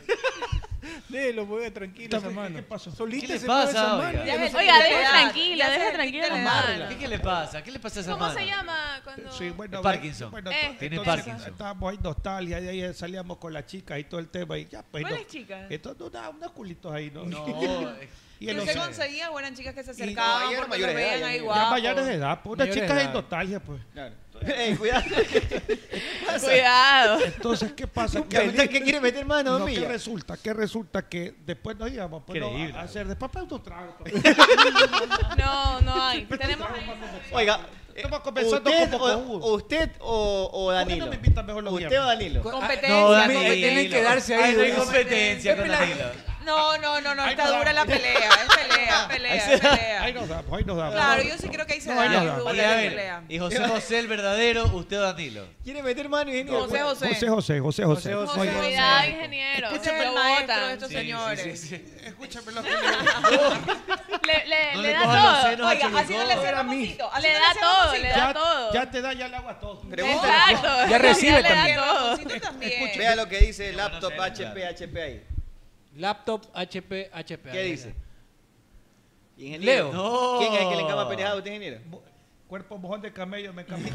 Déjelo, voy pues, tranquilo esa mano. ¿Qué pasó? Solita ¿Qué le se mueve pasa, esa oiga? mano. Ya Yo Oiga, no sé deja por qué. tranquila, deja se tranquila despinta la la mano. ¿Qué, qué le pasa? ¿Qué le pasa a esa ¿Cómo mano? se llama cuando...? Sí, bueno, Es Parkinson. bueno, Eh. entonces, Tiene entonces, Parkinson. Estábamos ahí nostalgia, y ahí salíamos con las chicas y todo el tema. Y ya, pues, ¿Cuáles no. chicas? Entonces, unos culitos ahí, ¿no? No, eh, y el ¿Qué océano. conseguía? Bueno, eran chicas que se Y- acercaban No, ya porque era los mayor de edad, veían ya ahí era- eh, Ya guapos. mayores de edad, pues unas Mayores chicas de en edad. nostalgia, pues. Claro. Ey, cuidado. Cuidado. Entonces, ¿qué pasa? ¿Qué, usted qué quiere meter mano, No, mía? ¿qué resulta? ¿Qué resulta? Que después nos íbamos pues, no, Increíble. a hacer de papá un trago. No, no hay. Pues Tenemos ahí. Oiga, eh, Estamos conversando usted, como con Hugo. o, usted o, o ¿Por qué Danilo. no me invitan mejor los usted o viernes? Danilo. Competencia. No, Dani, Danilo. tienen que darse ahí, Ay, no hay Danilo. competencia con Danilo. No, no, no, no, Ahí está nos dura la damos. pelea, es pelea, es pelea, es Ahí pelea. nos damos, ahí nos damos. Claro, yo sí creo que ahí se No, da, ahí nos es damos. dura Y a la ver, pelea. y José José el verdadero, usted o Danilo. ¿Quiere meter mano, ingeniero? José José. José, José, José, José. José, Oye, Cuidado, ingeniero. Escúchame Lo el maestro botan. de estos Sí, señores. sí, sí, sí. Escúchame la Le, le, No le le da cojan los todo. senos Oiga, al así no le Chiricó. hacía Ramoncito. así Le no da hacía todo, Ramoncito. le da todo. Ya te da ya el agua a todos. Pregúntale. Exacto. Ya le recibe da también. todo. Ramoncito también. Vea lo que dice No, no laptop sé, no, HP, claro. HP ahí. Laptop HP, HP. ¿Qué ahí, dice? ahí. Ingeniero. Leo. No. ¿Quién es el que le encama perejado a usted, ingeniero? Cuerpo mojón de camello me encanta.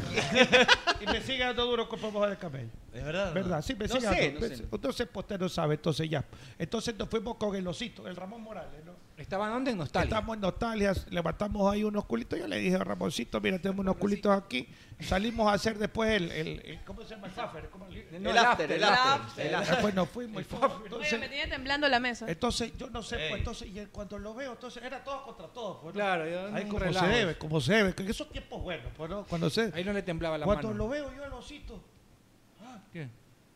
y me sigue dando duro cuerpo mojón de camello. ¿Es verdad? o no? ¿Verdad? Sí, me No sigue sé, dando. no Pues, sé. Entonces, pues usted no sabe, entonces ya. Entonces nos fuimos con el osito, el Ramón Morales, ¿no? ¿Estaba dónde? En Nostalgia. Estamos en nostalgia, levantamos ahí unos culitos. Yo le dije a Ramoncito, mira, tenemos Ah, unos culitos aquí. Salimos a hacer después el, el- el- ¿cómo se llama? El fafer. ¿Cómo le- No, el after, el after. el after. Después nos fuimos. y todo. Oiga, me Entonces, tiene temblando la mesa. entonces, yo no sé, pues, Ey. entonces, y cuando lo veo, entonces era todo contra todos. Pues, ¿no? Claro, yo Ahí no como relajo. se debe, como se debe. que En esos tiempos buenos, pues, ¿no? Cuando se... Ahí no le temblaba la Cuando mano. lo veo yo al osito, ah, ¿Qué?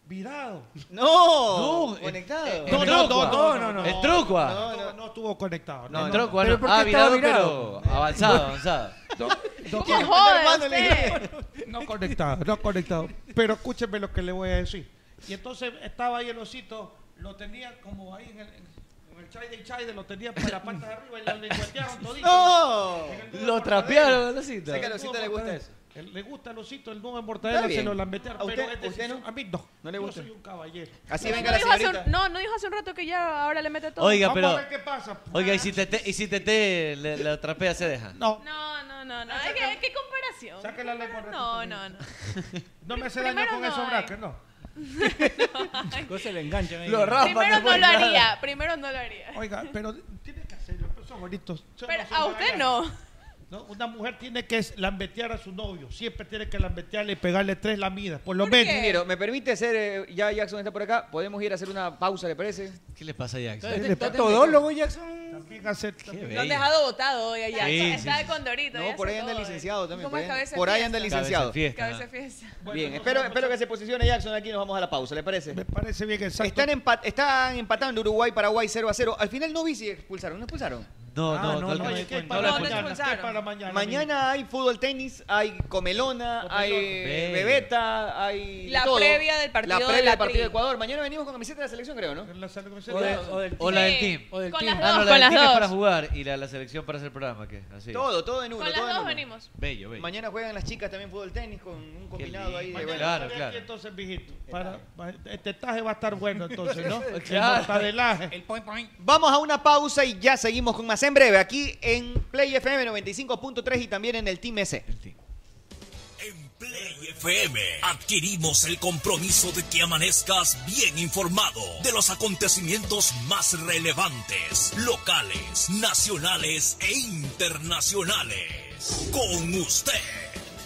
virado. No, No, conectado. El no, truco, no, no, no. El truco. ah. No, no, no estuvo conectado. No, el truco. ah, Pero no. ¿por qué Ah, estaba virado, virado? pero avanzado, avanzado. No, no, ¿Cómo no, jode hermano, le usted? no conectado, no conectado. Pero escúcheme lo que le voy a decir. Y entonces estaba ahí el osito, lo tenía como ahí en el, en el chai de chai, de, lo tenía para la parte de arriba y le lengüetearon todito. No. En el nudo Lo de trapearon, mortadela. Losito. Sé que a El Losito nudo de le gusta mortadela. eso. El- Le gusta el osito, el nudo de mortadela, Está se bien. lo lambetearon. ¿A pero usted- es usted no? decisión- A mí no. ¿No le gusta? Yo soy un caballero. Así No venga la dijo hace un- señorita. no, no dijo hace un rato que ya ahora le mete todo. Oiga, Vamos a pero. ver qué pasa. Oiga, y si te, te- y si te, te- le- la trapea se deja. Ah, No, No, no, no, no. Ah, Es saca- que, ¿Qué comparación? saca la lengua un No, ratito, no, no. no me hace daño primero con no esos hay. braques, no. Cosas se le enganchan ahí. Lo rapa Primero no después lo nada. haría. Primero no lo haría. Oiga, pero tiene que hacerlo, pero son bonitos. Yo Pero no soy a usted galán. no. No, Una mujer tiene que lambetear a su novio. Siempre tiene que lambetearle y pegarle tres lamidas, por lo ¿Por menos. qué? Ingeniero, ¿me permite hacer, eh, ya Jackson está por acá, podemos ir a hacer una pausa, ¿le parece? Este, ¿Qué le pasa a Jackson? Está está todólogo, Jackson. También hacer- Qué también- Lo han bello. dejado botado hoy Ya, allá. Sí, está sí, de condorito. No, ya por ahí hace anda el todo. licenciado también. ¿Cómo Por es ahí, cabeza por ahí anda el fiesta? Cabeza de licenciado. Bien, fiesta, Cabeza ah. de fiesta. espero, espero que se posicione Jackson aquí y nos vamos a la pausa, ¿le parece? Me parece bien exacto. Están, empa- están empatando Uruguay, Paraguay 0 a 0. Al final no vi si expulsaron, no expulsaron. No, Ah, no, no, tal- no, no, es que no, para la- mañana, que expulsaron. para mañana. Mañana hay fútbol tenis, hay comelona, hay Ve. bebeta, hay La de todo. previa del partido La previa de la del partido tri. de Ecuador. Mañana venimos con camiseta de la selección, creo, ¿no? O, de- o del, o la del team. O del con team. las Ah, no, dos, la con del las team es dos. para jugar y la, la selección para hacer el programa. ¿qué? Así. Todo, todo en uno. Con las todo en dos uno. venimos. Bello, bello. Mañana juegan las chicas también fútbol tenis con un combinado ahí de Mañana bueno. estaré aquí entonces, mijito. Para, para- este taje va a estar bueno entonces, ¿no? Claro. El mortadelaje. Vamos a una pausa y ya seguimos con más en breve aquí en Play FM 95.3 y también en el Team S. FM. Adquirimos el compromiso de que amanezcas bien informado de los acontecimientos más relevantes, locales, nacionales e internacionales. Con usted,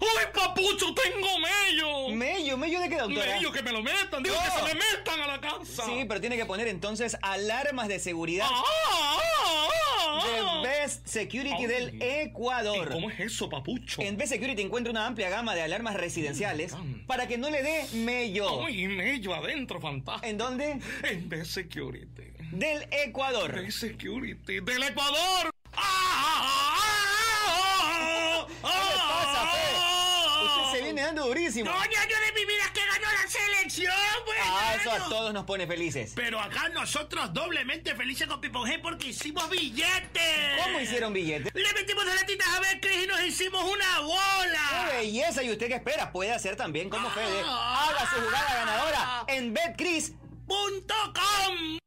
¡Uy, papucho, tengo mello! ¿Mello? ¿Mello de qué, doctora? Mello, que me lo metan. Digo, que No. se me metan a la casa. Sí, pero tiene que poner entonces alarmas de seguridad. Ah, ah, ah, ah. The Best Security Ay. del Ecuador. ¿Y cómo es eso, papucho? En Best Security encuentra una amplia gama de alarmas residenciales para que no le dé mello. Uy, mello adentro, fantástico. ¿En dónde? En Best Security. Del Ecuador. Best Security. ¡Del Ecuador! ¡Ah! ¿Qué pasa, Usted se viene dando durísimo. ¡No, ñaño de mi vida que ganó la selección, güey! Ah, eso ñaño! a todos nos pone felices. Pero acá nosotros doblemente felices con Pipo G porque hicimos billetes. ¿Cómo hicieron billetes? Le metimos dos latitas a ver y nos hicimos una bola. ¡Qué belleza! ¿Y usted qué espera? Puede hacer también como Fede. Ah. Haga su jugada ganadora en BetCris.com.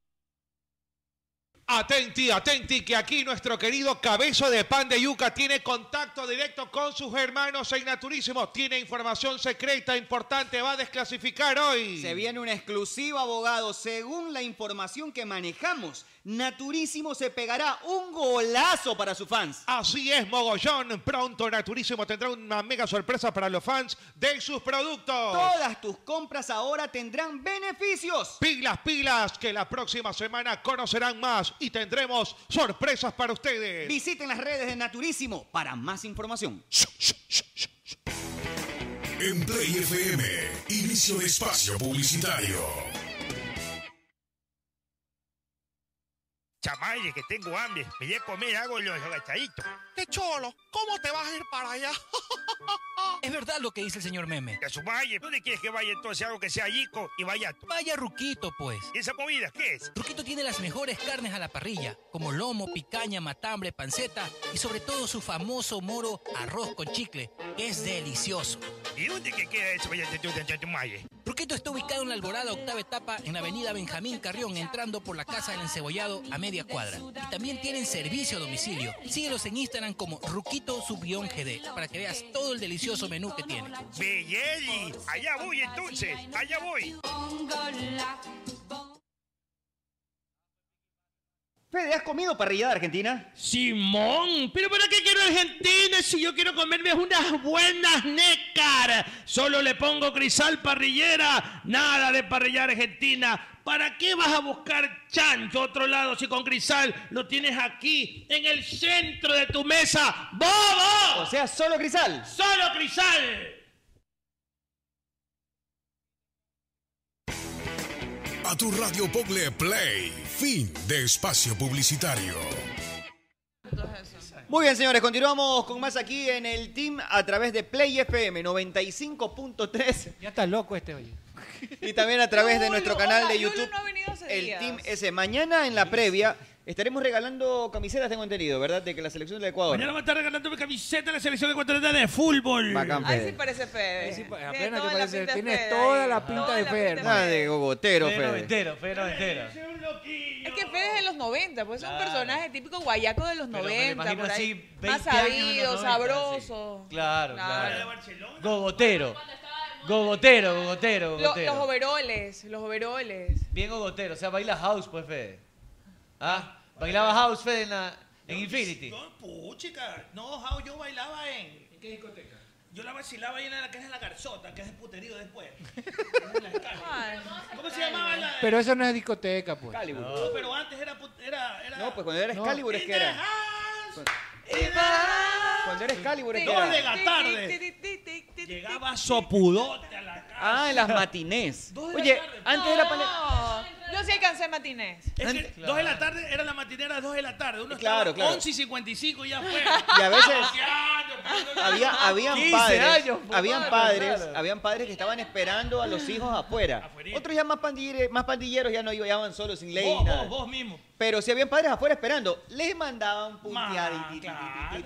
Atenti, atenti, que aquí nuestro querido Cabezo de Pan de Yuca tiene contacto directo con sus hermanos en Naturísimo. Tiene información secreta importante, va a desclasificar hoy. Se viene una exclusiva, abogado. Según la información que manejamos, Naturísimo se pegará un golazo para sus fans. Así es, Mogollón. Pronto Naturísimo tendrá una mega sorpresa para los fans de sus productos. Todas tus compras ahora tendrán beneficios. Pilas, pilas, que la próxima semana conocerán más y tendremos sorpresas para ustedes. Visiten las redes de Naturísimo para más información. En Play FM, inicio de espacio publicitario. Chamaye, que tengo hambre. Me voy a comer, hago los agachaditos. ¡Qué cholo! ¿Cómo te vas a ir para allá? Es verdad lo que dice el señor Meme. Que a su valle. ¿Dónde quieres que vaya entonces? Algo que sea yico y vallato. Vaya Ruquito, pues. ¿Y esa comida qué es? Ruquito tiene las mejores carnes a la parrilla, como lomo, picaña, matambre, panceta y sobre todo su famoso moro arroz con chicle, que es delicioso. ¿Y dónde que queda eso? Vaya, tu- tu- tu- tu- tu malle? Ruquito está ubicado en la Alborada octava etapa en la avenida Benjamín Carrión, entrando por la Casa del Encebollado a media cuadra. Y también tienen servicio a domicilio. Síguelos en Instagram como Ruquito Subión GD para que veas todo el delicioso menú que tiene. Belleli. Allá voy entonces. Allá voy. Fede, ¿has comido parrilla de Argentina? Simón, pero ¿para qué quiero Argentina si yo quiero comerme unas buenas nécar? Solo le pongo crisal parrillera, nada de parrilla argentina. ¿Para qué vas a buscar chancho a otro lado si con crisal lo tienes aquí, en el centro de tu mesa? ¡Bobo! O sea, solo crisal. ¡Solo crisal! A tu radio Poble Play, fin de espacio publicitario. Muy bien, señores, continuamos con más aquí en el team a través de Play FM 95.3 Ya está loco este, oye. y también a través de Lulo, nuestro canal hola, de Lulo YouTube, no ha venido hace el días. Team S. Mañana en la previa Estaremos regalando camisetas, tengo entendido, ¿verdad? De que la selección del Ecuador. Mañana va a estar regalándome camiseta de la selección ecuatoriana de fútbol. Bacán, Ahí sí Fede. parece Fede. sí, pa- Tiene apenas que toda la parece- pinta de tienes Fede toda ahí. la pinta Toda de la Fede. pinta Nada de gogotero, Fede Fede. noventero, Fede noventero. Es que Fede es de los 90, pues es un personaje típico guayaco de los Pero me lo 90, imagino por así, ahí. 20 Más años en sabido, los 90, sabroso. Claro, Claro. claro. Gogotero. Gogotero, gogotero, Lo- los gogotero. overoles, los overoles. Bien gogotero, o sea, baila house, pues, Fede. ¿Ah? Bailaba house, Fede, en, la- en Infinity. Puchica, no, Jao, yo bailaba en. ¿En qué discoteca? Yo la vacilaba ahí en la casa de la garzota, que es el puterío después. En la calle. ¿Cómo se llamaba la.? Pero eso no es discoteca, pues. No, pero antes era. put- era, era... No, pues cuando era Excalibur es que era. Cuando era Excalibur es que Dos de era. la tarde. Llegaba sopudote a la casa. Ah, en las matinés. Oye, pues. antes era pale- No, yo sí alcancé matinés. Es que dos de la tarde era la matinera, dos de la tarde. Uno Claro, estaba claro. 11 y 55 y ya fue. Y a veces- Paseando, poniendo- Había, habían 15 padres, años, po, habían padre, padres, claro. habían padres que estaban esperando a los hijos afuera. Otros ya más pandilleros, más pandilleros ya no iban, ya iban solos sin ley Vos, ni nada. vos, vos mismo. Pero si habían padres afuera esperando, les mandaban punteaditas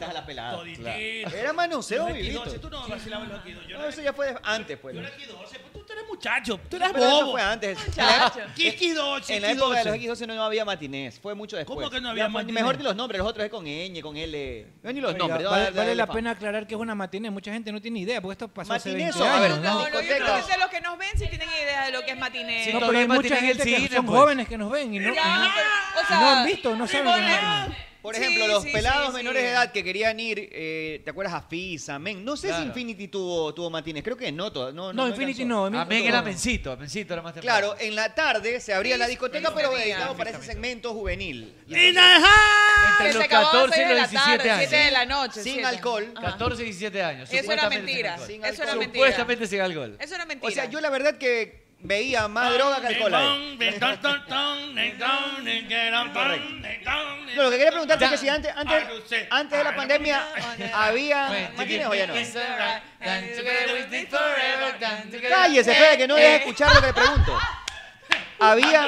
a la pelada. Todititas. Era manoseo Los X12, vivito. Tú no vacilabas los X12, yo No, eso ya fue de- antes, pues. Tú eres muchacho, tú eres Pero eso bobo. fue antes. Muchacho. En la- ¿Qué X12, En la época de los X12? X12 no había matinés, fue mucho después. ¿Cómo que no había Ya fue- matinés? Mejor de los nombres, los otros es con ñ, con L. No es ni los Oiga, nombres. vale, dale- vale dale la pa- pena aclarar que es una matiné. Mucha gente no tiene idea, porque esto pasó hace Matiné 20 son- a ver, años, no, ¿no? No, yo creo que sé los que nos ven si tienen idea de lo que es matinés. No, pero hay mucha gente que son pues. jóvenes que nos ven y no, y no- o sea, no han visto, no saben. lo que es frijoles. matiné. Por Sí, ejemplo, los sí, pelados sí, menores sí. de edad que querían ir, eh, ¿te acuerdas a FISA, men? No sé si Claro. Infinity tuvo, tuvo matines, creo que no. to- no, no, no alcanzó. Amén Ah, era mencito, a mencito era más temprano. Claro, en la tarde se abría la discoteca, pero Fiesta, dedicado fiesta, para ese segmento juvenil. ¡Y la Entre Que se los acababa a 14 seis y de los la tarde, 17 años. siete de la noche, Sin siete. alcohol. Ajá. 14 y 17 años. Eso era supuestamente mentira, sin alcohol. eso era mentira. Supuestamente sin alcohol. Eso era mentira. O sea, yo la verdad que veía más droga que alcohol. ahí. No, lo que quería preguntarte es que si antes, antes, antes de la pandemia pues, había matines o ya no. Eh, Cállese, Fede, que no dejes escuchar Eh, lo que le pregunto. ¿Había,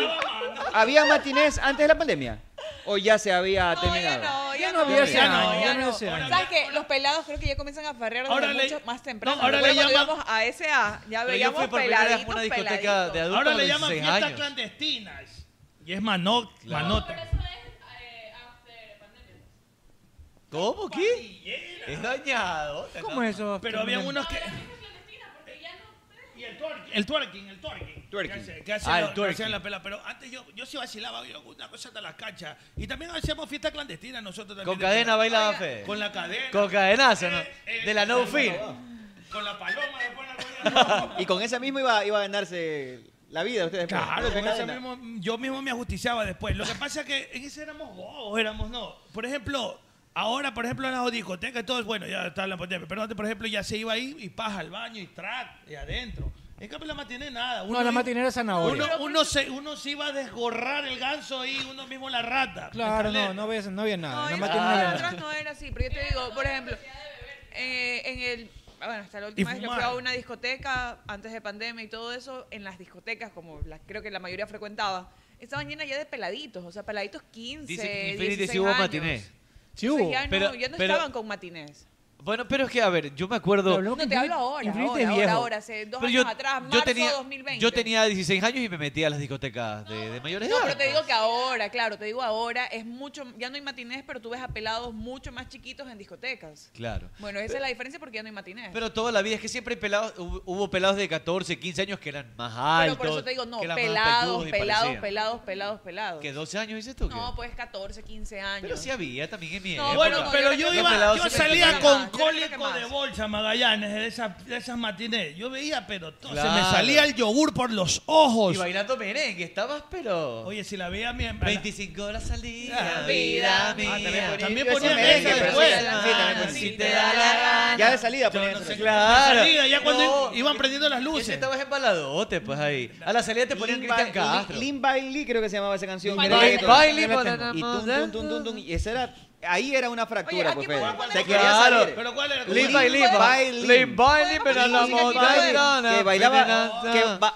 ¿Había matinés antes de la pandemia? ¿O ya se había terminado? No, ya, no había ese año, ya no había ese año. ¿Sabes qué? Los pelados creo que ya comienzan a farrear Ahora desde le- mucho más temprano. No, ahora Recuerdo le cuando llaman- íbamos a SA, ya Pero yo veíamos fui por primera vez a peladitos, una discoteca peladitos. de adultos Ahora a le los llaman 16 fiestas años. clandestinas. Y es manot, manota. ¿Cómo? ¿Qué? Es dañado. ¿Cómo es eso? Pero había unos que... El twerking, el twerking. Twerking. Que hace- que hacen Ah, el lo- que twerking. hacen la pela. Pero antes yo, yo sí vacilaba, yo una cosa hasta las cachas. Y también hacíamos fiestas clandestinas nosotros también. Con cadena bailaba Oiga, Fede. Con la cadena. Con cadenazo, ¿no? eh, De la no fear. Con la paloma después Y con esa misma iba, iba a ganarse la vida ustedes. después. Claro, con Cadena. ese mismo- yo mismo me ajusticiaba después. Lo que pasa es que en ese éramos bobos, éramos no. Por ejemplo, ahora, por ejemplo, en las discotecas, todo es bueno, ya está la pandemia, pero antes, por ejemplo, ya se iba ahí y paja al baño y track, y adentro. En cambio, la matiné nada. No, la iba- matiné era zanahoria. Uno, uno se, uno se iba a desgorrar el ganso y uno mismo la rata. Claro, Escalera. no, no había, no había nada. No, la yo matiné creo Ah. que era atrás nada. no era así, pero yo te digo, por ejemplo, eh, en el... ah, Bueno, hasta la última vez que fui fumar. a una discoteca, antes de pandemia y todo eso, en las discotecas, como las, creo que la mayoría frecuentaba, estaban llenas ya de peladitos, o sea, peladitos 15, Dice que en 16 Infinity sí hubo años. matiné. Sí Entonces ya no, Pero- ya no pero- estaban con matinés. Bueno, pero es que, a ver, yo me acuerdo... No, te hablo ahora, Infinity ahora, es ahora, viejo. ahora, hace dos Pero años atrás, marzo tenía, 2020. yo tenía 16 años y me metía a las discotecas de, de mayores de No, edad. pero te digo que ahora, claro, te digo ahora, es mucho, ya no hay matinés, pero tú ves a pelados mucho más chiquitos en discotecas. Claro. Bueno, esa es la diferencia porque ya no hay matinés. Pero toda la vida, es que siempre hay pelados, hubo, hubo pelados de 14, 15 años que eran más Pero altos. por eso te digo, no, que eran más pelados, peludos y pelados, parecían. pelados, pelados, pelados. ¿Que 12 años dices tú? No, pues 14, 15 años. Pero sí había también en mi No, época. Bueno, Eh, pero yo, Los iba, pelados yo siempre salía tenían- con yo creo que cólico de más. bolsa, Magallanes, de esas, de esas matinés. Yo veía, pero todo, se me Claro. salía el yogur por los ojos. Y bailando merengue, estabas pero... Oye, si la veía a mi 25 horas al día, Ah, vida vida mía. mía. También Yo ponía ese merengue, merengue pero después. sí, sí, también ponía. Si te da la gana. Ya de salida ponía no eso. sé, La claro. salida, ya cuando No, i- iban prendiendo las ese luces. estabas embaladote, pues ahí. A la salida te ponían Cristian Castro. Lean Bailey creo que se llamaba esa canción. Lean que era Bailey, reggaetón. Bailey, Yo la para tengo. la Y tum, moda. tum, tum, tum, tum, Y esa era, ahí era una fractura, pues, Fede. Se quería Claro. salir. Pero ¿cuál era? Lean Bailey, Bailey, Lean Bailey, pero a la Lean Bailey, moda. que bailaba- que ba-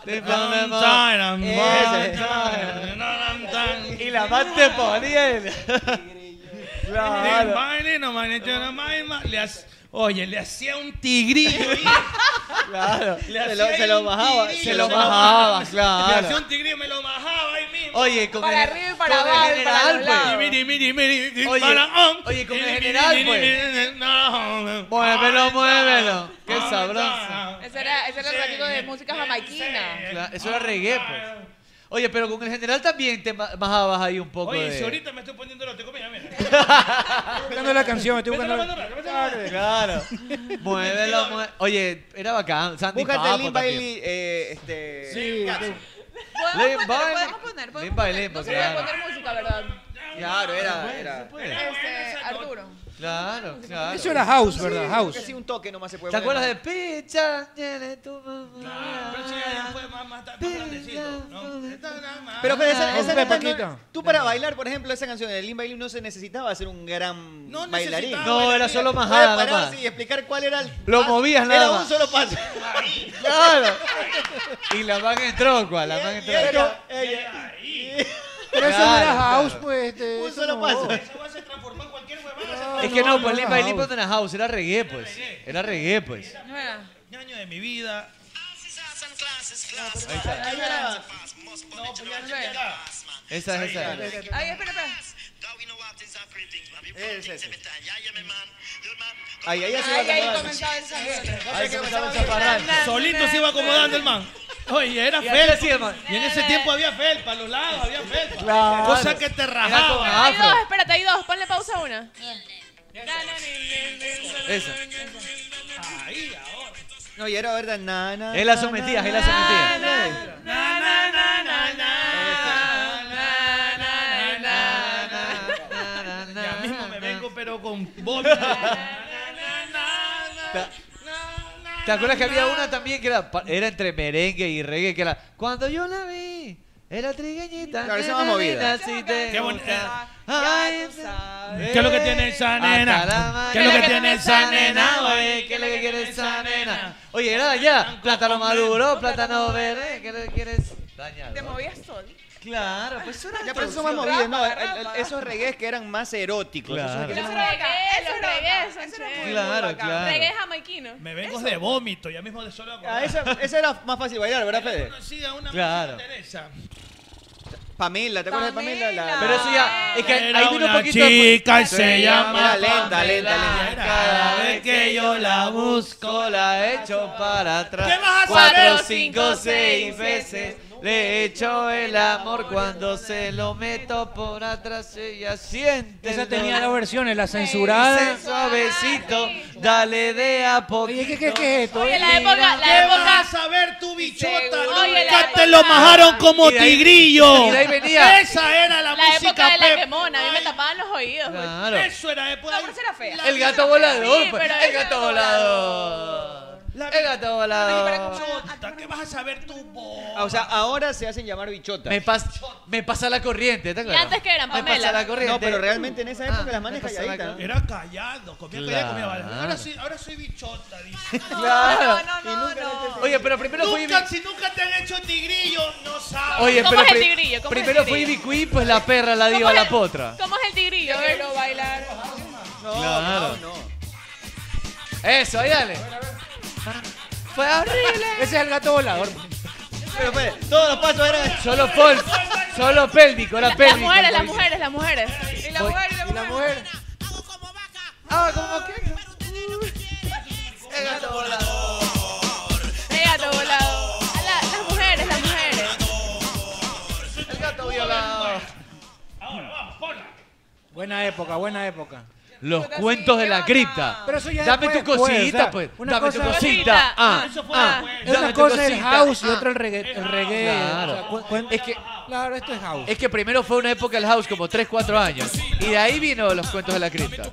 Ese. Y la más te ponían. En el Claro. baile, no manches, no manches, le hac- Oye, le hacía un tigrillo. ¿eh? Claro. Le Se hacía lo- ahí se lo un bajaba, tigrillo, se lo bajaba, claro. Le hacía un tigrillo, me lo bajaba ahí mismo. Oye, con Para el- arriba y para con el abajo y para general, los pues. lados. Y mire, mire, mire, y Oye, para- oye, con el y mire, general, mire, pues. mire, no, no. Muévelo, muévelo. Qué sabroso. Ese era, ese era el ratito de música jamaiquina. Claro, Eso era reggae, pues. Oye, pero con el general también te ma- bajabas ahí un poco Oye, de... si ahorita me estoy poniendo la tecomía, mira. buscando la canción, estoy Vete buscando la mano, vete la mano. Claro. Muévelo, mué- Oye, era bacán. Sandy Búscate Papo Lin también. Bailey, eh, este... Sí, Cazzo. Lim Podemos poner, Bailey. podemos poner, podemos Lim poner. Bailey, No se porque puede era- poner música, ¿verdad? Claro, era... era. Este, Arturo. Claro, claro. Eso era house, ¿verdad? Sí, House. creo que sí, un toque nomás se puede ¿Te poner. acuerdas de Pizza? Tiene tu mamá. Pero Fede, esa, Ah, esa hombre, neta no- Paquito. tú para bailar, por ejemplo, esa canción de Lin Bailey no se necesitaba ser un gran bailarín. necesitaba No, era bailarín. solo majada Puedes parar nomás. así y explicar cuál era el Lo paso. movías nada Era más. un solo paso. Claro. Y la van entró, ¿cuál? La van entró. Pero, eh, Pero eso no Claro, era house, claro. pues. De, Un eso solo no. paso. Es que no, pues era Lim Bailey house. pues, no era house, era reggae, pues. Era reggae, pues. Ñaño de mi vida. Ahí está. Ahí era. No, pues ya no está. Esa es esa. Ay, espera, espera. Ese, ese. Ahí, ahí se Ay, ahí va a comenzaba el sangre. Ahí se comenzaba a Solito se iba acomodando el man. Oye, era Y así felpa. hacía el man. Y en ese tiempo había felpa, a los lados había felpa. Claro. Cosa que te Era con rajaba. Hay afro. dos, espérate, hay dos. Ponle pausa a una. Esa. Ahí, ahora. No, y era verdad. Na, na, Él la na, sometía, na, él la na, sometía. na. Na, na, na, na, na. Ya mismo me vengo, pero con bolsa. Ta- ¿Te acuerdas que había una también que era, pa- era entre merengue y reggae? Que era. Cuando yo la vi, era trigueñita. Claro, esa nena, más movida. nena, si te Qué gusta. bonita. Ay, ¿Qué es lo que tiene esa nena? ¿Qué es lo que tiene esa nena? güey? ¿Qué es lo que quiere esa nena? Oye, era ya. Plátano maduro, plátano verde. ¿Qué es lo que quieres? Dañado. Te movías solito. Claro, pues era Ya por eso más movidas, no, el- el- esos reggaes que eran más eróticos. esos Claro. que- Los era bacán, reggae, eso los era reggae, bacán, Sánchez. muy Claro, bacán. claro. Reggae jamaiquino. Me vengo de vómito, ya mismo de solo Ah, esa, esa era más fácil bailar, ¿verdad, Fede? Conocí a una Claro. María Teresa. Pamela, ¿te acuerdas de Pamela? La- Pero eso ya. Es que Era ahí vino un una poquito. chica y se Era llama lenta, lenta, lenta. Cada vez que yo la busco, la echo para atrás. ¿Qué vas a Cuatro, hacer? cinco, seis veces. Le echo el amor cuando se lo meto por atrás. Ella siente. Esa el tenía dolor. dos versiones, la Dice censurada. suavecito, dale de a poquito. Oye, ¿qué, qué, qué es esto? Oye, la Mira, época, ¿Qué la vas a época. saber tu bichota? seguro. Oye, la Nunca te época- lo majaron como Y de ahí- tigrillo. y de ahí venía. Esa era la, La música época de la Pep. quemona, a mí me tapaban los oídos. güey. Claro. Eso era época. No, pero esa era fea. El gato volador, Sí, pues. pero el ese gato gato volador. El gato volador. Bichota, ¿Qué vas a saber tu voz? Ah, o sea, ahora se hacen llamar bichotas. Me, pas- me pasa la corriente, ¿te acuerdas? ¿Y antes qué eran, Me pasa Pamela? la corriente. No, pero realmente en esa época Ah, las manes me pasó la calladitas. ¿no? Era callado, comía callado, comía Claro. bala. Ahora soy, ahora soy bichota, dice. Claro. No, no, no, no, no. Oye, pero primero fue Nunca, si nunca te han hecho tigrillo, no sabes. Oye, ¿Cómo pero es el pri- tigrillo? ¿Cómo es el primero fue tigrillo? Ivy Queen, pues la perra, la diva, es la el- potra. ¿Cómo es el tigrillo? A ver. Pero bailar. No, no, Claro. no. Eso, ahí dale. Fue horrible. Ese es el gato volador. Pero Fede, todos los pasos eran. Solo pol, solo pélvico, era Las pélvico. mujeres, las mujeres, las mujeres. Y la mujer, y la mujer. Ah, como que. El gato volador. Reggae volado. A la- Las mujeres, las mujeres. El gato volador. Buena época, buena época. Los cuentos de la cripta. Pero eso ya Dame tu después, pues, o cosita, sea, pues. una Dame tu cosa- cosita. Ah, Eso fue ah. después. Dame Una tu cosa es el cosita. house y Ah. otra el reggae. El reggae. Claro. O sea, cu- cu- Es que- claro, esto es house. Es que primero fue una época el house, como 3, 4 años. Y de ahí vino los cuentos de la cripta.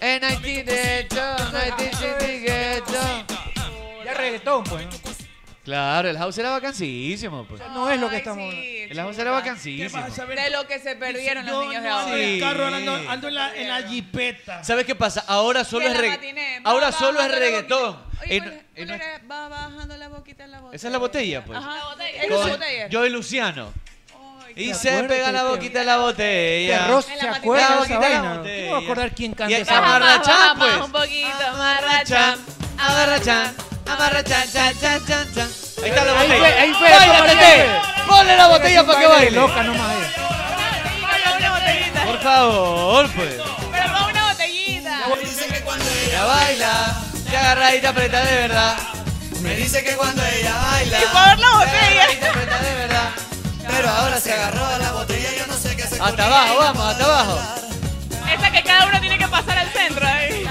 En 1988, 1988. Ya reggaetón, pues. Claro, el house era vacancísimo. Pues. No es lo que Ay, estamos sí, hablando. El house era chicas. ¿Qué vacancísimo. vas a saber? De lo que se perdieron los Yo niños de no ando ahora. en el Sí. carro, ando, ando en, la, en la jipeta. ¿Sabes qué pasa? Ahora solo Que es la reggaetón. matiné, va Ahora bajando solo es la reggaetón. boquita. Oye, Y no- ¿cuál es- y no- cuál era? va bajando la boquita en la botella. Esa es la botella, pues. Ajá, La botella. Es Con la botella. Joey Luciano. Ay, Y se pega la boquita en la botella. Ross se acuerda de La esa boquita en la vaina. botella. ¿Cómo voy a acordar quién canta Y esa amarra vaina? chan, pues. un poquito, Amarra chan, amarra chan, amarra chan, chan, chan, chan, chan. Ahí está la Ahí botella. fue, ahí fue, Baila, compadre. Tete. Ponle la botella para que Baile baile. loca nomás ahí. Por favor, pues. Pero con una botellita. Ella baila, se agarra y te aprieta de verdad. Me dice que cuando ella baila, Y por la se botella. agarra y te aprieta de verdad. Pero ahora se agarró a la botella, yo no sé qué se Hasta abajo, vamos, hasta abajo. Esa que cada uno tiene que pasar al centro ¿eh? ahí.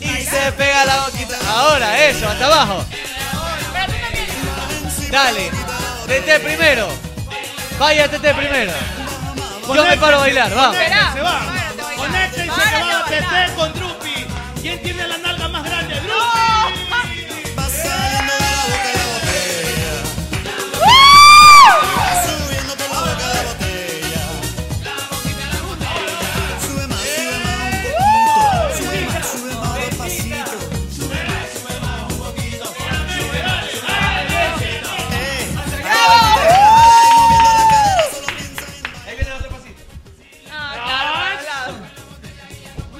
Y se pega la boquita. Ahora, eso, hasta abajo. Dale, Tete primero. Vaya Tete primero. Yo me paro a bailar, vamos. este Se va. Conectense que va TT con Drupi. ¿Quién tiene la nalga más grande? ¡Drupi!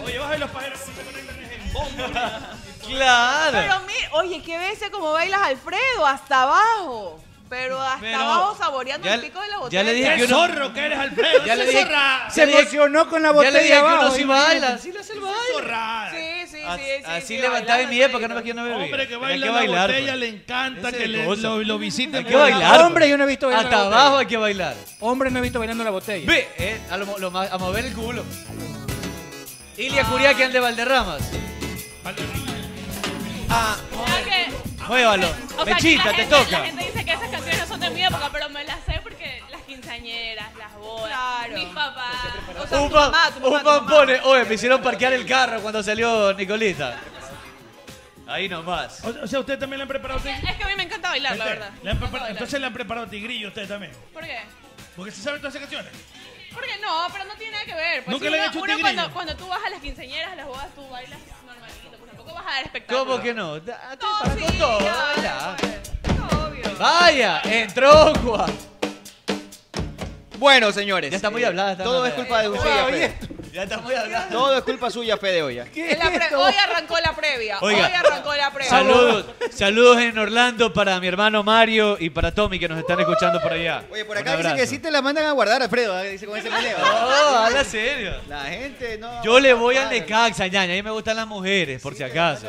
Oye, baja los pajeros que se conectan en bomba. Pero mira, oye, qué besa como bailas Alfredo, hasta abajo. Pero hasta Pero abajo saboreando ya- el pico de la botella. Ya le dije ¡Qué que uno- zorro que eres, Alfredo! Ya ¡Ese le dije- zorra! ya le dije- Ya le dije que uno abajo, sí imagínate. baila, sí le hace el baile. Sí, sí, Así- sí. Así levantaba en mi época, no me quiero no bebía. Hombre, que Tenía baila la bailar, botella, pues. le encanta Ese que le, cosa. lo, lo visiten. Hay que por- bailar. Hombre, yo no he visto bailando Hasta la botella. abajo hay que bailar. Hombre, no he visto bailando la botella. Ve, eh, a, lo- lo más- a mover el culo. Ilia Curiaquian de Valderramas. Ah, muévalo. Ah. O sea, aquí Mechita, la te gente- toca. La gente dice que esas canciones no son de mi época, pero me las sé porque las quinceañeras, las bodas, mis papás. O sea, Un, tu pan, mamá, tu un mamá, tu pan mamá. pone. Oye, me hicieron parquear el carro cuando salió Nicolita. Ahí nomás. O, o sea, ustedes también le han preparado tigrillo. Es que a mí me encanta bailar, la Este, Ustedes, verdad. le han preparado- entonces le han preparado tigrillo a ustedes también. ¿Por qué? Porque se saben todas esas canciones. Porque no, pero no tiene nada que ver. Pues ¿Nunca si le han uno- hecho un uno tigrillo? cuando, cuando tú vas a las quinceañeras, a las bodas, tú bailas normalito. Pues tampoco vas a dar espectáculo. ¿Cómo que no? Da- te No, parco sí, todo, ya, baila. Vaya, entró Juan. Bueno, señores. Ya está muy hablada esta Todo es madre. culpa de Oye, suya, oye, Fede. Ya está muy hablando. Todo es culpa suya, Fede, hoy. En la pre- hoy arrancó la previa. Oiga. Hoy arrancó la previa. Saludos, saludos en Orlando para mi hermano Mario y para Tommy que nos están escuchando por allá. Oye, Por acá dice que sí te la mandan a guardar, Alfredo. ¿eh? Dice con ese peleo. Oh, No, habla serio. La gente no. Yo le voy al Necaxa, ñaña. A mí me gustan las mujeres, por si acaso.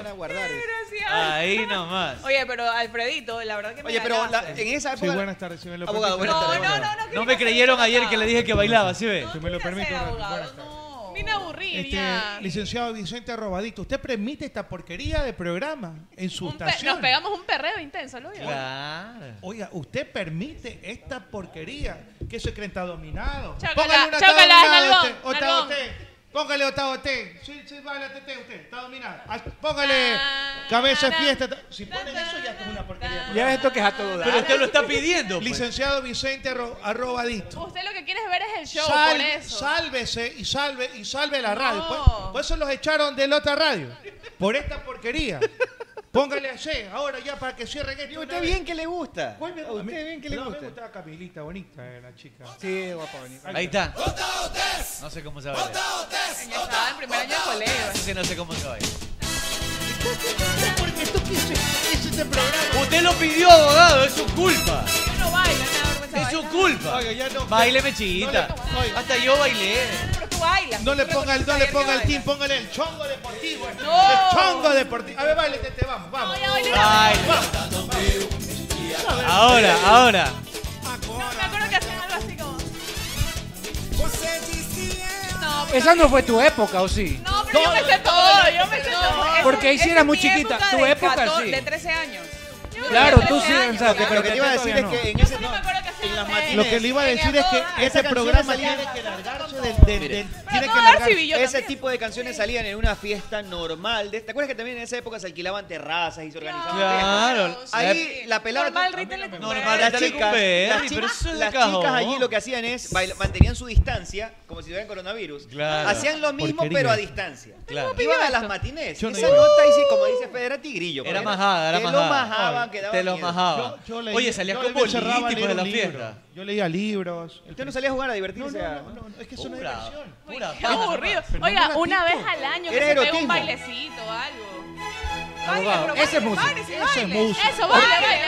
Ahí nomás. Oye, pero Alfredito, la verdad que me Oye, pero la- ganaste. en esa Sí, época. buenas tardes, si me lo Abogado, permite. buenas tardes. No, abogado. No me creyeron ayer que le dije que bailaba, ¿sí ve? Si me lo permite, sea Rafa, abogado, buenas tardes. Vine a aburrir Este, ya. licenciado Vicente Robadito, ¿usted permite esta porquería de programa en su Un pe- Nos estación? pegamos un perreo intenso, lo vio. Oiga, usted permite esta porquería. ¿Qué se creen? ¿Está dominado? Chócala, Póngale una chócala, dominada nalgón, usted, o está nalgón. usted. Póngale otra usted. Sí, sí, baila tete usted. Está dominado. Ah, Póngale Ah, cabeza fiesta. ta- Si ponen eso ya esto es una porquería. Ya esto que es a todo dar. Pero Ah, usted lo está pidiendo. pues. Licenciado Vicente Arro- Arrobadito. Usted lo que quiere es ver es el show, Sal- por eso. Sálvese y salve y salve la radio. pues. No. Por, por eso los echaron de la otra radio. Por esta porquería. Póngale a C ahora ya para que cierren esto. Usted bien que le gusta. Oye, a Usted mí- bien que le no, gusta. Me gustaba Camilita, bonita era la chica. Sí, guapa, bonita. Ahí está. No sé cómo se baila. Ya estaba en primer año de colegio. Eso sí no sé cómo se baila. Porque tú quisiste este programa. Usted lo pidió, abogado. Es su culpa. Yo no bailo, nada, Es su culpa. Oiga, ya no. Baile mechita. Hasta yo bailé. Pero tú bailas. No le Tú ponga el, no reconoces le ayer ponga que el team, póngale el chongo deportivo. este. No. El chongo deportivo. A ver, baile, te, vamos, vamos. Baile. Ahora, ahora. No, me acuerdo que hacían algo así como. No, pero- Esa no fue tu época, ¿o sí? No, pero yo me sé todo, yo me sé todo. Esa- Porque ahí sí esa eras muy es mi chiquita, época tu de época 14 sí. De 13 años. Claro, tú sí, 13 años, exacto. claro. Lo que te iba a decir es Todavía que no. en ese Lo que le iba a decir es que ese programa tiene que largarse del, del- Mire. del- Tiene tiene que largarse. Ese tipo de canciones salían en una fiesta normal. de- ¿Te acuerdas que también en esa época se alquilaban terrazas y se organizaban Claro, fiestas? Ahí la pelada... Normal Rita le Normal, las dale chicas, cumbe, las Eli, chi- pero eso es de las cajón. chicas allí lo que hacían es baila- mantenían su distancia como si tuvieran coronavirus. Claro. Hacían lo mismo Porquería. pero a distancia. Claro. Iban a las matinés. Yo no Esa iba. nota hice como dice Fede, era tigrillo. Era porque majada, era te majada. lo majaban, que daba Te lo miedo. majaba. Yo- yo leí- Oye, salías yo con me encerraba a políticos leer de un la libro. fiesta. Yo leía libros. ¿Usted no salía a jugar a divertirse? No, no, no, no, es que es una Pura. diversión. Pura Qué paja, aburrido. nomás. Pero Oiga, no una gatito. vez al año que Era se pegue un erotismo. bailecito o algo. Abogado, pero ese es baile, música. baile, sí, Eso es baile. música. Eso, baile, Baile, baile,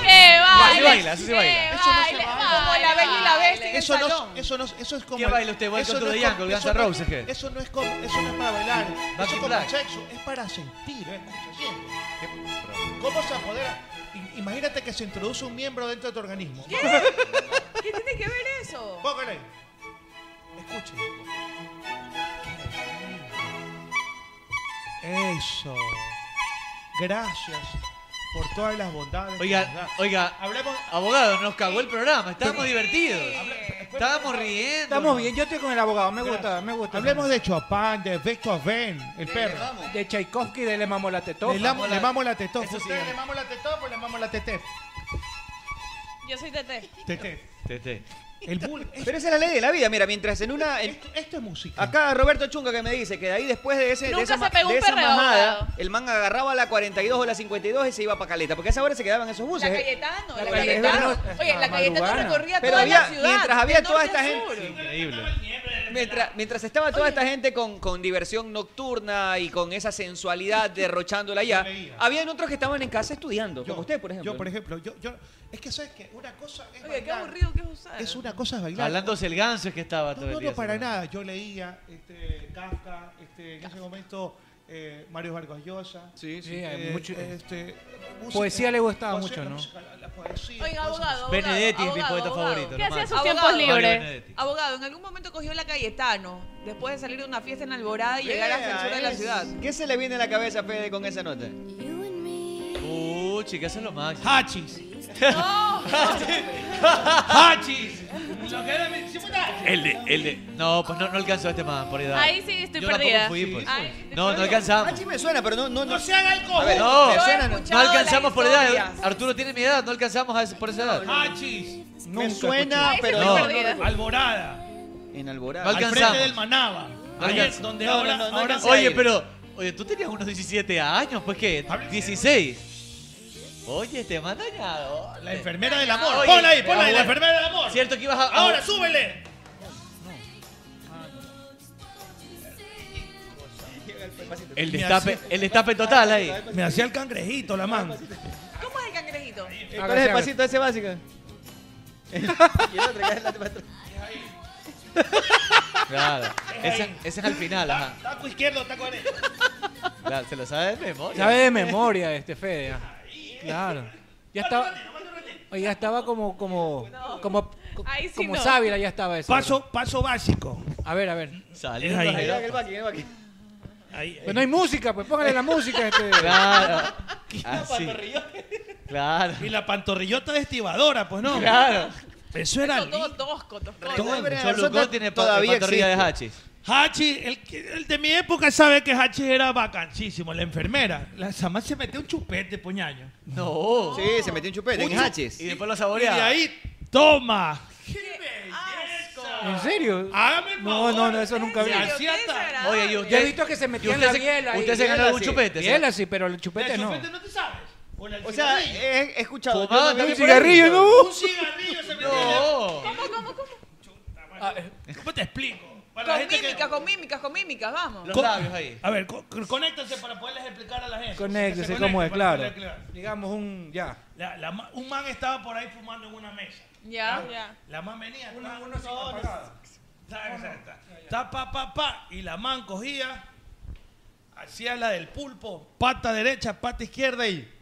baile, que baile. Así baila, así se que baila. baile, Como baile, la Bella y la baile. Bestia en el Eso salón. no, eso no, eso es como. ¿Qué baila usted? ¿Baila eso con no todo es de como- Django, eso Guns N' no- Roses, qué? Eso no es como, eso no es para bailar. Back Eso in es como Black. el sexo, es para sentir, es como se siente. ¿Cómo se apodera? I- Imagínate que se introduce un miembro dentro de tu organismo. ¿Qué tiene que ver eso? Póngale. Escuche. Eso. Gracias por todas las bondades. que nos Oiga, da. oiga, abogado, nos cagó el programa. Estábamos divertidos. Estábamos riendo. Estamos bien, yo estoy con el abogado, me gusta, me gusta. Hablemos de Chopin, de Beethoven, el perro. De Tchaikovsky, de Le Mamo la Tetó. Le lamo- le mamo la tetó. Eso sí Ustedes es. le mamo la tetó, pues le mamo la teté. Yo soy Tete. Teté. Tete. El bull. Pero esa es la ley de la vida. Mira, mientras en una. en- Esto es música. Acá Roberto Chunga que me dice que de ahí después de, ese, de Nunca esa, se ma- pegó un de esa perreo, abogado. majada, el man agarraba la 42 o la 52 y se iba para Caleta, porque a esa hora se quedaban esos La buses. eh. Cayetano, la, La Cayetano. Cayetano. Oye, la Ah, Cayetano madrugada. recorría Pero toda la había- ciudad. mientras de había toda norte esta a gente- sur. Increíble. Mientras, mientras estaba toda esta gente con, con diversión nocturna y con esa sensualidad derrochándola allá, habían otros que estaban en casa estudiando, como usted, por ejemplo. Yo, por ejemplo, yo, yo, es que sabes que una cosa es Oye, qué bailar. aburrido que es usar. Es una cosa es bailar. Hablándose el ganso es que estaba todo No, el no, día. no, para nada. Yo leía este, Kafka, este, en ese momento eh, Mario Vargas Llosa. Sí, sí. hay mucho- este, Poesía le gustaba poesía, mucho, la ¿no? música, la- la poesía, Oiga, cosas abogado, abogado, Benedetti es mi abogado, poeta abogado. favorito, ¿Qué lo hacía en mato. sus tiempos Abogado. libres? Benedetti. Abogado, en algún momento cogió la Cayetano después de salir de una fiesta en Alborada y llegar a la Vea, censura de la es- ciudad. ¿Qué se le viene a la cabeza, Fede, con esa nota? Uh, chica, eso es lo máximo. Hachis. Hachis. Lo que era mi- sí, puta. El de, el de. No, pues no, no alcanzó este más por edad. Ahí sí estoy Yo tampoco perdida. fui, pues. Ahí sí estoy No, no perdida. alcanzamos. Ah, sí me suena, pero no, no, no. No se haga el A ver, cojudo. No, me suena, no. no alcanzamos las por edad. historias. Arturo tiene mi edad, no alcanzamos a ese- por esa edad. Ah, Hachis. Me suena, pero No. no. perdida. Alborada. En Alborada. No Al alcanzamos. frente del Manaba. Ahí es alcanzamos. donde No, ahora, no, no, no ahora alcanzamos. Oye, pero. Oye, tú tenías unos 17 años, pues qué. 16. Oye, te manda dañado. la enfermera del amor. Oye, ponla ahí, ponla ahí, pero la bueno. enfermera del amor. Cierto que ibas a. Ahora, súbele. El destape, el destape total ahí. Me hacía el cangrejito, la man. ¿Cómo es el cangrejito? ¿Cuál es el pasito ese básico? Y el otro, que es la- Claro. Ese, ese es al final, ajá. Taco izquierdo, taco derecho. Claro, se lo sabe de memoria. Sabe de memoria este Fede. ah. Claro. Ya estaba. Oye, ya estaba como como como Ahí sí como no. sábila ya estaba eso. Paso, paso básico. A ver, a ver. Saliendo Es ahí. ahí. El baqui, el baqui. Ahí, Pues no hay música, pues póngale la música este. Claro. Así. Claro. Y la pantorrillota destivadora, pues no. Claro. Eso era Todo tosco, tosco. Cholucón tiene pa- Todavía pantorrilla de existe. hachis. Hachi, el, que- el de mi época sabe que Hachi era bacanísimo, la enfermera. La Samán se metió un chupete, puñaño. No. Sí, se metió un chupete en haches. Y después lo Y de saboreaba. ahí, toma. ¿En serio? Hágame el No, no, favor. no, eso nunca vi. Se hacía ta- Oye, y Yo he usted. visto que se metía en usted la se- biela. usted y- se ganó biela algún sí. chupete, Biela sí, pero el De chupete no. chupete no te sabes. O, la- el O sea, cigarrillo. he, he escuchado. Fumaba yo no- de Un un cigarrillo, un no. cigarrillo se metió. No. Oh. Ah, eh, ¿Cómo te explico? Para la Con gente que- mímicas, con mímicas, con mímicas, vamos. Los Co- labios ahí. A ver, co- co- conéctense para poderles explicar a la gente. Que Conéctese se como conecten para es, claro. poderles explicar. Digamos un ya. La- la ma- un man estaba por ahí fumando en una mesa. Ya, ya. La man venía. Uno, uno se Ta, pa, pa, pa. Y la man cogía, hacía la del pulpo, pata derecha, pata izquierda y.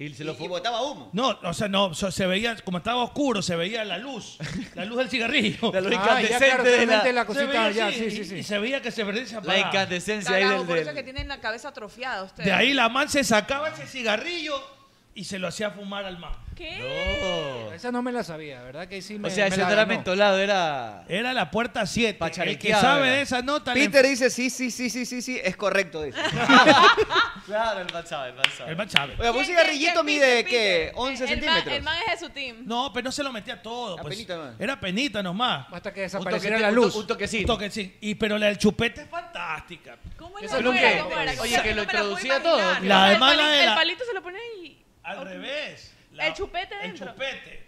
Y se Y, lo y fumó. botaba humo. No, o sea, no, so- se veía, como estaba oscuro, se veía la luz, la luz del cigarrillo. La luz Ah, ya, incandescente claro, de solamente la, la Se veía cosita, ya, así, sí, y- sí, Y sí. se veía que se perdía esa la incandescencia ahí Carajo, del. por eso es que del- tienen la cabeza atrofiada ustedes. De ahí la man se sacaba ese cigarrillo y se lo hacía fumar al man. ¿Qué? No. Esa no me la sabía, ¿verdad? Que sí me, O sea, me ese la no era ganó. mentolado, era. Era la puerta 7. El que Pacharequeado sabe era. de esa nota, le- Peter dice, sí, sí, sí, sí, sí, sí, es correcto. Dice. Claro, el manzado, el manzado. el man sabe. Oiga, un ¿Quién, cigarrillito quién, quién, mide, Peter, ¿qué? Peter? 11 El man- centímetros. El man es de su team. No, pero no se lo metía todo. La pues. penita nomás. Era penita nomás. Ah, Hasta que Un toque- desapareciera la un to- luz. Un toquecito. Un toque, sí. Y, pero la del chupete es fantástica. ¿Cómo Eso era? ¿Cómo nunca- era? ¿Cómo era? Oye, que lo No me la puedo introducía imaginar. todo. La El de mala pali- de la- El palito se lo ponía y... Al revés. el chupete dentro.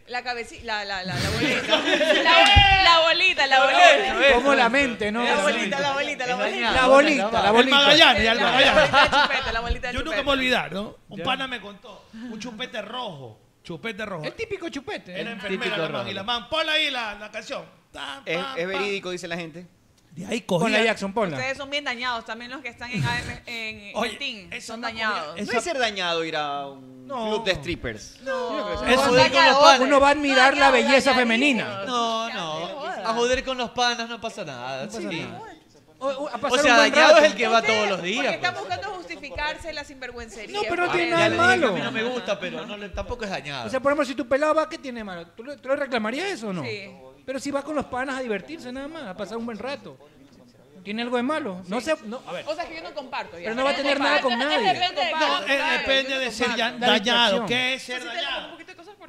La cabecita, la, la, la, la bolita. la, la bolita, la Ah, bolita. Como la mente, ¿no? La bolita, la bolita, la bolita. La bolita, la bolita. El Magallanes, ya el La Magallanes. bolita de chupete, la bolita de Yo nunca me chupete. voy a olvidar, ¿no? Un Ya. pana me contó, un chupete rojo, chupete rojo. El típico chupete. Era El enfermera típico la man, rojo. y la man, ponla ahí la, la canción. Tan, Es, pam, es pam. verídico, dice la gente. De ahí cogía- Ponla, Jackson, Ustedes son bien dañados, también los que están en, AM, en, Oye, en Team. son dañados. No es ser dañado ir a un club de strippers. No. Eso Uno- de con los padres. uno va a admirar la belleza femenina. No, no. A joder con los panas no pasa nada. sí. pasar O sea, un buen dañado rato. es el que va todos los Porque días. están buscando justificarse la sinvergüencería. No, pero no pues. tiene Ah, Ya nada de le dije que malo. A mí no me gusta, pero no le- tampoco es dañado. O sea, por ejemplo, si tú pelabas, ¿qué tiene de malo? ¿Tú le, tú le reclamarías eso o no? Sí. Pero si vas con los panas a divertirse nada más, a pasar un buen rato. ¿Tiene algo de malo? No sé, no, a ver. O sea, que yo no comparto. ya. Pero no va a tener Yo nada con comparto, nadie. depende de- No, eh, claro, depende yo no de ser ya- comparto. dañado. distracción. ¿Qué es ser Sí, dañado?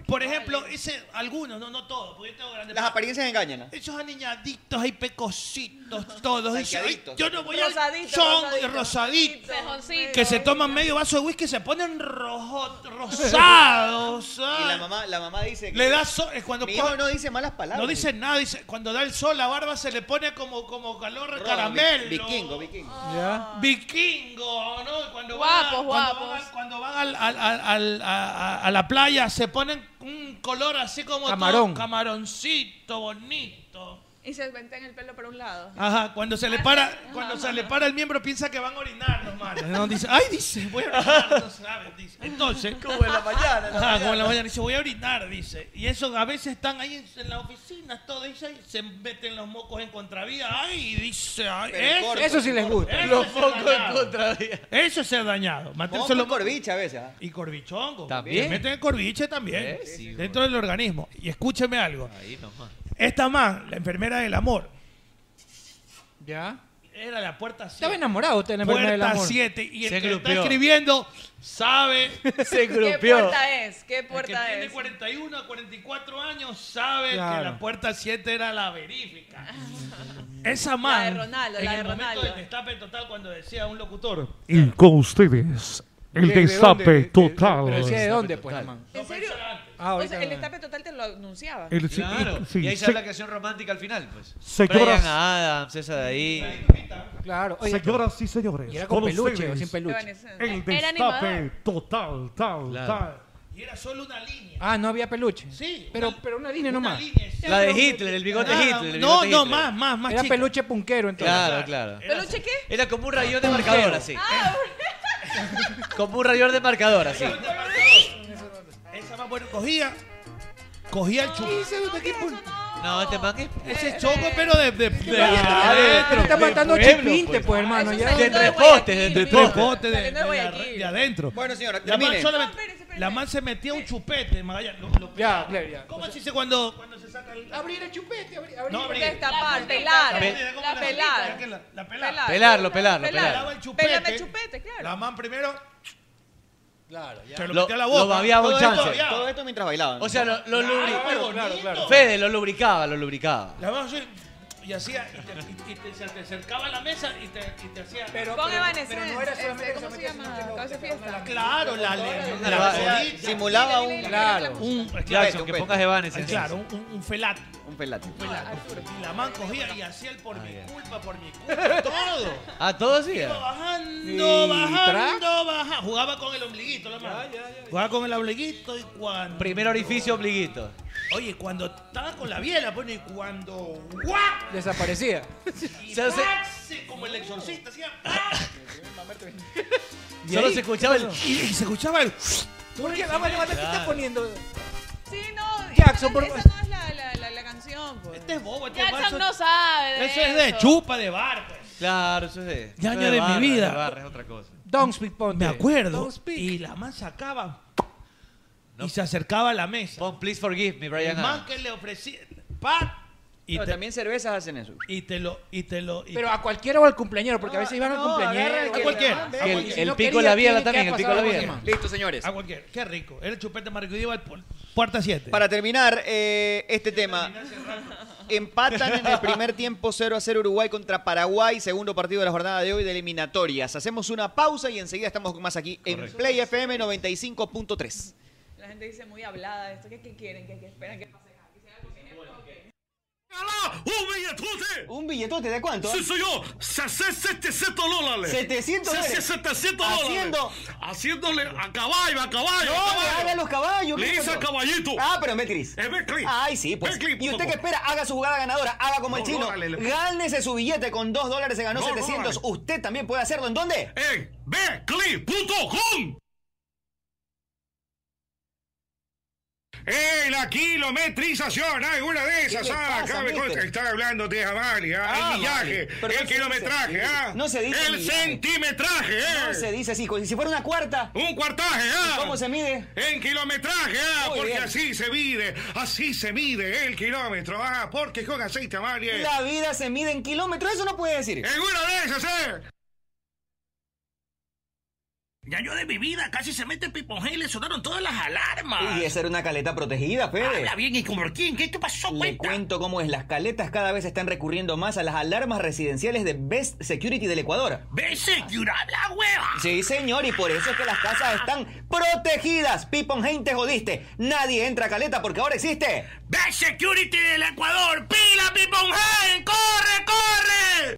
Por ejemplo, ese, algunos, no, no todos, porque yo tengo grandes. Las apariencias engañan. Esos aniñaditos hay pecositos, todos. Dicen, "Ay, yo no voy al Rosadito, chongo y rosadito. rosadito. Pejoncito. Que se toman medio vaso de whisky y se ponen rojo, rosados. Y la mamá, la mamá dice que Le da sol. Es cuando mi hijo pon- no dice malas palabras. No dice nada, dice, cuando da el sol la barba se le pone como, como calor Roda, caramelo. vi- Vikingo, vikingo. Vikingo, ¿no? Cuando Guapos, van, a- guapos. Cuando van, cuando van al- al- al- al- a, a- a la playa se ponen un color así como todo Camarón. camaroncito bonito. Y se venten el pelo para un lado. Ajá, cuando se le para, cuando se le para el miembro piensa que van a orinar los manos. No, dice, ay, dice, voy a orinar, no sabes, dice. Entonces, Como en la mañana, en Ajá, como la en mañana. la mañana, dice, voy a orinar, dice. Y eso a veces están ahí en, en las oficinas, todo eso, y se meten los mocos en contravía. Ay, dice, ah, ay, Pero eso, corto, Eso sí les gusta. eso Los es mocos en dañado. contravía. Eso es ser dañado. Vamos Matarse con los mocos. corviche a veces. ¿ah? Y corbichongo. También. Se meten el corviche también. Eh, sí, dentro del organismo. Y escúcheme algo. Ahí nomás. Esta man, la enfermera del amor, ¿Ya? era la puerta 7. Estaba enamorado usted en la enfermedad del Puerta amor. 7. Y el Se que grupeó. está escribiendo sabe. Se ¿Qué puerta es? ¿Qué El puerta que es? tiene 41 a 44 años sabe Claro. que la puerta 7 era la verífica. Esa La de man. Ronaldo, en la el de momento Ronaldo. del destape total, cuando decía un locutor. Y con ustedes, el ¿De- de destape dónde? total. Pero decía de dónde, pues, Germán. ¿En serio? Ah, Ah, o sea, el destape total te lo anunciaba. El- sí, Claro. sí, y ahí sí. sale la canción romántica al final, pues. Señoras- Brian Adams, esa de ahí. Claro. Señoras y señores, ¿Y era con peluche ustedes, o sin peluche? El Era destape animador. total, tal, tal. Y era solo una línea. Ah, no había peluche. Sí. Pero, pero una línea nomás. La de Hitler, el bigote Ah, Hitler. el no, bigote no, Hitler. más, más, más Era chica. peluche punquero, entonces. Claro, claro. ¿Peluche qué? Era como un rayón de marcador, así. Ah, Como un rayón de marcador, así. Esa man, bueno, cogía. Cogía el chupete. No, este man es... Eh, Ese chongo, pero de. de, de- adentro. Está de matando pueblo, chipinte, pues, hermano. Ya. De tres postes, de tres postes, de, de, Guayaquil. de adentro. Bueno, señora, la man, termine. solamente- la man se metía un chupete, Magallanes. Lo, lo ya, claro, ya. ¿Cómo se dice cuando, cuando se saca el. Abrir el chupete, abrir. abrir. No, abrir. Destapar, La pelar, puntita, la la pelar. puntita, la- la pelar. Pelar. Pelarlo, pelarlo, Pelaba pelarlo. el chupete. Pélame el chupete, claro. La man primero. Claro, ya. Se lo, Lo- metía a la boca. lo babeaba un Todo esto chance. babeaba. Todo esto mientras bailaban. O sea, lo, lo lubri- Claro, claro, claro. Fede lo lubricaba, lo lubricaba. La man así, y hacía. Y te, y te- se te acercaba a la mesa y te, y te hacía. Pero, Con pero, Evanescence. pero no era este, solamente ¿Cómo se llama? Cabeza de fiesta. Claro, la la- lengua. la- Simulaba un. Claro. Un, Pues Claro, que pongas Evanescence. Claro, un, un, un felato. Un pelate. Un felato. Y la man cogía y hacía el por mi culpa, por mi culpa, todo. Ah, todo así. Iba era? bajando, Y bajando, bajando. Jugaba con el ombliguito, la man. Jugaba con el ombliguito y cuando. Primer orificio obliguito. Oye, cuando estaba con la biela, bueno, y cuando. ¡guau! Desaparecía. Y Se hace- ¡pac! como el exorcista, hacía. ¡pac! Solo se escuchaba el... Y y se escuchaba el. ¿Por qué? Vamos, vamos, ¿qué estás Claro. poniendo? Sí, no. Jackson, esa, por- esa no es la, la, la, la canción. Pues. Este es bobo, este es Jackson falso. no sabe. de Eso es de chupa de bar, pues. Claro, eso es de... Ya eso año de mi barra, vida. de barra, es otra cosa. Don't speak ponte. Me acuerdo. Don't speak. Y la man sacaba y se acercaba a la mesa. Pon Please Forgive Me, El Brian man Adams. que le ofrecía. ¡Pat! Y Pero te, también cervezas hacen eso. y te lo. Y te lo y Pero a cualquiera o al cumpleañero, porque a veces iban al no, agarra el cumpleañero. a cualquiera. a Que el, cualquiera, el no pico quería, la tiene que biela también, el pasar pico la algo biela. así, Listo, señores. a cualquiera. Qué rico. Era el chupete marco y iba al pu- puerta 7. Para terminar eh, este tema, empatan en el primer tiempo 0 a 0 Uruguay contra Paraguay, segundo partido de la jornada de hoy de eliminatorias. Hacemos una pausa y enseguida estamos más aquí en Play FM 95.3. La gente dice muy hablada, esto que, quieren, que, esperan que pase. ¡Un billetote! ¿Un billetote de cuánto? Sí, soy yo. Se hace 700 dólares. 700 Se hace dólares. 700 dólares. Haciendo- Haciéndole a caballo, a caballo. No, le a caballo. haga los caballos. Le ¿qué hice pasó? al caballito. Ah, pero en Betcris. En Betcris. Ay, sí, pues. Betcris, y punto usted com. que espera, haga su jugada ganadora, haga como el No, chino. no, dale, le- Gánese su billete con 2 dólares, se ganó No, no, 700. usted también puede hacerlo. ¿En dónde? En Betcris.com. ¡Eh, la kilometrización! ¡Hay una de esas! ¿Qué le ¡Ah! pasa, Cabe mister? consta- Están hablando de Amalia, Ah, el millaje, vale. Pero el no se kilometraje, dice así. ¿ah? No se dice ¡El millaje. centimetraje, eh! No se dice así. Si fuera una cuarta. ¡Un cuartaje, ah! ¿Y ¿Cómo se mide? En kilometraje, ah, Muy porque bien. así se mide, así se mide el kilómetro, ah, porque con aceite Amalia. La vida se mide en kilómetros, eso no puede decir. ¡En una de esas, eh! Ya yo de mi vida casi se mete Piponje y le sonaron todas las alarmas. Y esa era una caleta protegida, Fede. Habla bien, ¿y como quién? ¿Qué te pasó, Le cuento cómo es. Las caletas cada vez están recurriendo más a las alarmas residenciales de Best Security del Ecuador. ¡Vese, cura la hueva! Sí, señor, y por eso es que las casas están protegidas. Piponheim, te jodiste. Nadie entra a caleta porque ahora existe. Best Security del Ecuador, pila Piponje, corre, corre.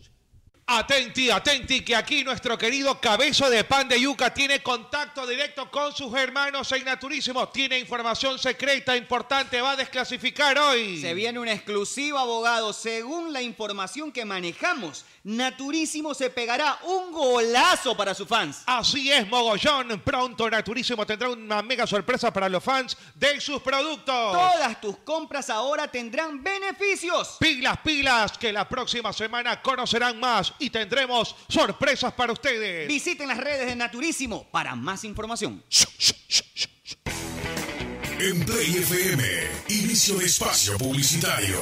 Atenti, atenti, que aquí nuestro querido Cabezo de Pan de Yuca tiene contacto directo con sus hermanos en Naturísimo. Tiene información secreta importante, va a desclasificar hoy. Se viene una exclusiva, abogado. Según la información que manejamos, Naturísimo se pegará un golazo para sus fans. Así es, Mogollón. Pronto Naturísimo tendrá una mega sorpresa para los fans de sus productos. Todas tus compras ahora tendrán beneficios. Pilas, pilas, que la próxima semana conocerán más y tendremos sorpresas para ustedes. Visiten las redes de Naturísimo para más información. En Play FM, inicio de espacio publicitario.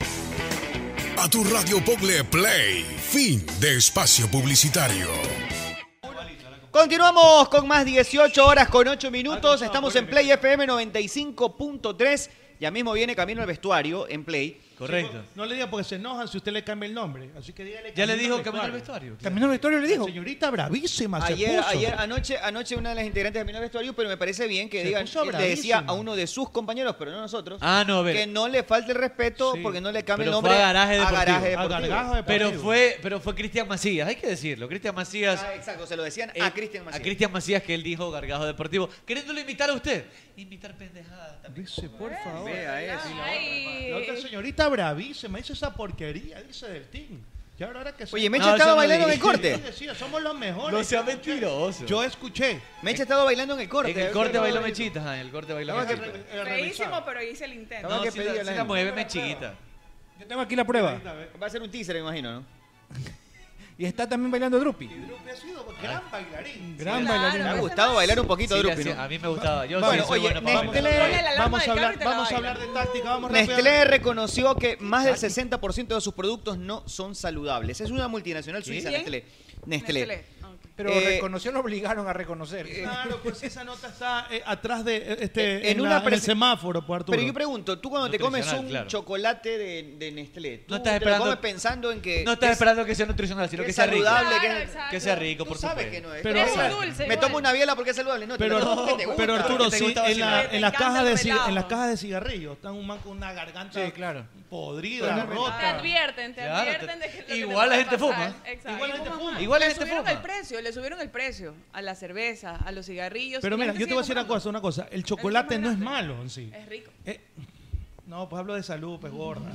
A tu radio Pogle Play, fin de espacio publicitario. Continuamos con más 18 horas con 8 minutos. Estamos en Play FM 95.3. Ya mismo viene camino al vestuario en Play. Sí, No le diga porque se enojan si usted le cambia el nombre. Así que dígale Ya le dijo Camino al vestuario. Camino al vestuario le dijo. Señorita Ah, bravísima se Ayer, puso. ayer anoche, anoche una de las integrantes de Camino al vestuario, pero me parece bien que Se digan, puso le decía bravísima. a uno de sus compañeros, pero no a nosotros, Ah, no, a ver. que no le falte el respeto porque no le cambie el Pero nombre fue a Garaje Deportivo. Garaje Deportivo. Pero fue, pero fue Cristian Macías, hay que decirlo. Cristian Macías. Ah, exacto, se lo decían eh, a Cristian Macías. A Cristian Macías que él dijo Gargajo Deportivo. Queriéndolo invitar a usted. Invitar pendejadas también. por favor. Vea eso. La otra señorita bravísima hizo esa porquería, dice del team. Y ahora, ahora que soy- Oye, Mecha No, estaba eso no bailando le en el dije. corte. Sí, decía, somos los mejores. mentiroso. Yo escuché. Mecha estaba bailando en el corte. En el corte bailó Mechita, ajá, en el corte bailó Estaba que- Mechita. Feísimo, pero hice el intento. No, sí la- sí la mueve Mechita. Yo tengo aquí la prueba. Va a ser un teaser, me imagino, ¿no? Y está también bailando Drupi. Gran bailarín. Gran bailarín. Sí, claro, Me ha ese gustado man- bailar un poquito Sí, le Drupi, hacía- ¿no? A mí me gustaba. Yo Bueno, sí soy oye, bueno para Nestlé- bailar. Ponle la alarma Vamos del a hablar, carro y te la vamos a baila. hablar de táctica, vamos Nestlé reconoció que más del 60% de sus productos no son saludables. Es una multinacional ¿Qué? suiza, ¿Quién? Nestlé. Nestlé. Nestlé, ok. Pero Eh, reconoció, lo obligaron a reconocer. Claro, pues si esa nota está eh, atrás de eh, este, En en, una la- en presen- el semáforo, pues, Arturo. Pero yo pregunto, tú cuando te comes Nutricional, un claro. chocolate de, de Nestlé, tú No estás te esperando- lo comes pensando en que No estás que es esperando que sea nutricional, sino que que es sea rico. saludable, que- Claro, exacto. que sea rico, Tú por sabes supuesto. que no es. Pero- Pero, Es un dulce me igual. tomo una biela porque es saludable. No, te Pero, lo tomas porque te gusta. pero Arturo, porque te sí, gusta en, la- vacilar. en las cajas de, ci- en las cajas de cigarrillos está un man con una garganta podrida, Te rota. advierten, te Claro, te- advierten de que lo que Igual te la puede gente pasar. fuma. Exacto. Igual la Y gente fuman. fuma. Igual la le gente subieron fuma. el precio, le subieron el precio a la cerveza, a los cigarrillos. Pero y la mira, gente yo te sigue voy a decir una comprando. cosa, una cosa. El chocolate no es malo en sí. Es rico. Eh, no, pues hablo de salud, pues gorda.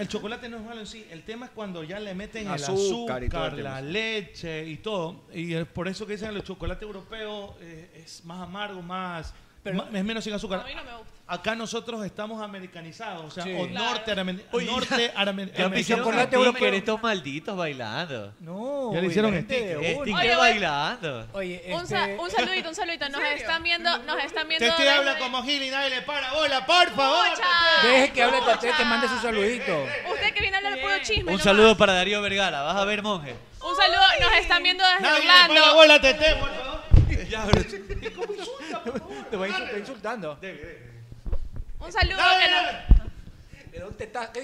El chocolate no es malo en sí. El tema es cuando ya le meten Azúcar el y todo el azúcar, tema. la leche y todo. Y es por eso que dicen los chocolates europeos eh, es más amargo, más... ma- es menos sin azúcar. Acá nosotros estamos americanizados, o sea, Sí. o Claro. norte, aramen- norte aramen- Ya me hicieron americanizado. chocolate europeo. estos malditos bailando. No. Ya le hicieron obviamente, este, de sticker. una. Sticker Oye, voy- bailando. Oye, este- Un, sa- un saludito, un saludito. Nos están viendo, nos están viendo. Te estoy desde- hablando como Gil y nadie le para. Hola, por favor. Escucha, Deje que hable escucha. Tatel, que mande su saludito. Usted que viene a hablar puro chisme. Un nomás. saludo para Darío Vergara. Vas a ver, monje. Un saludo, nos están viendo desde Nadie le Orlando. para la bola a Tete, por Ya, bro. Te voy a insultar insultando. Un saludo. Dale, que nos- Le da un tetazo.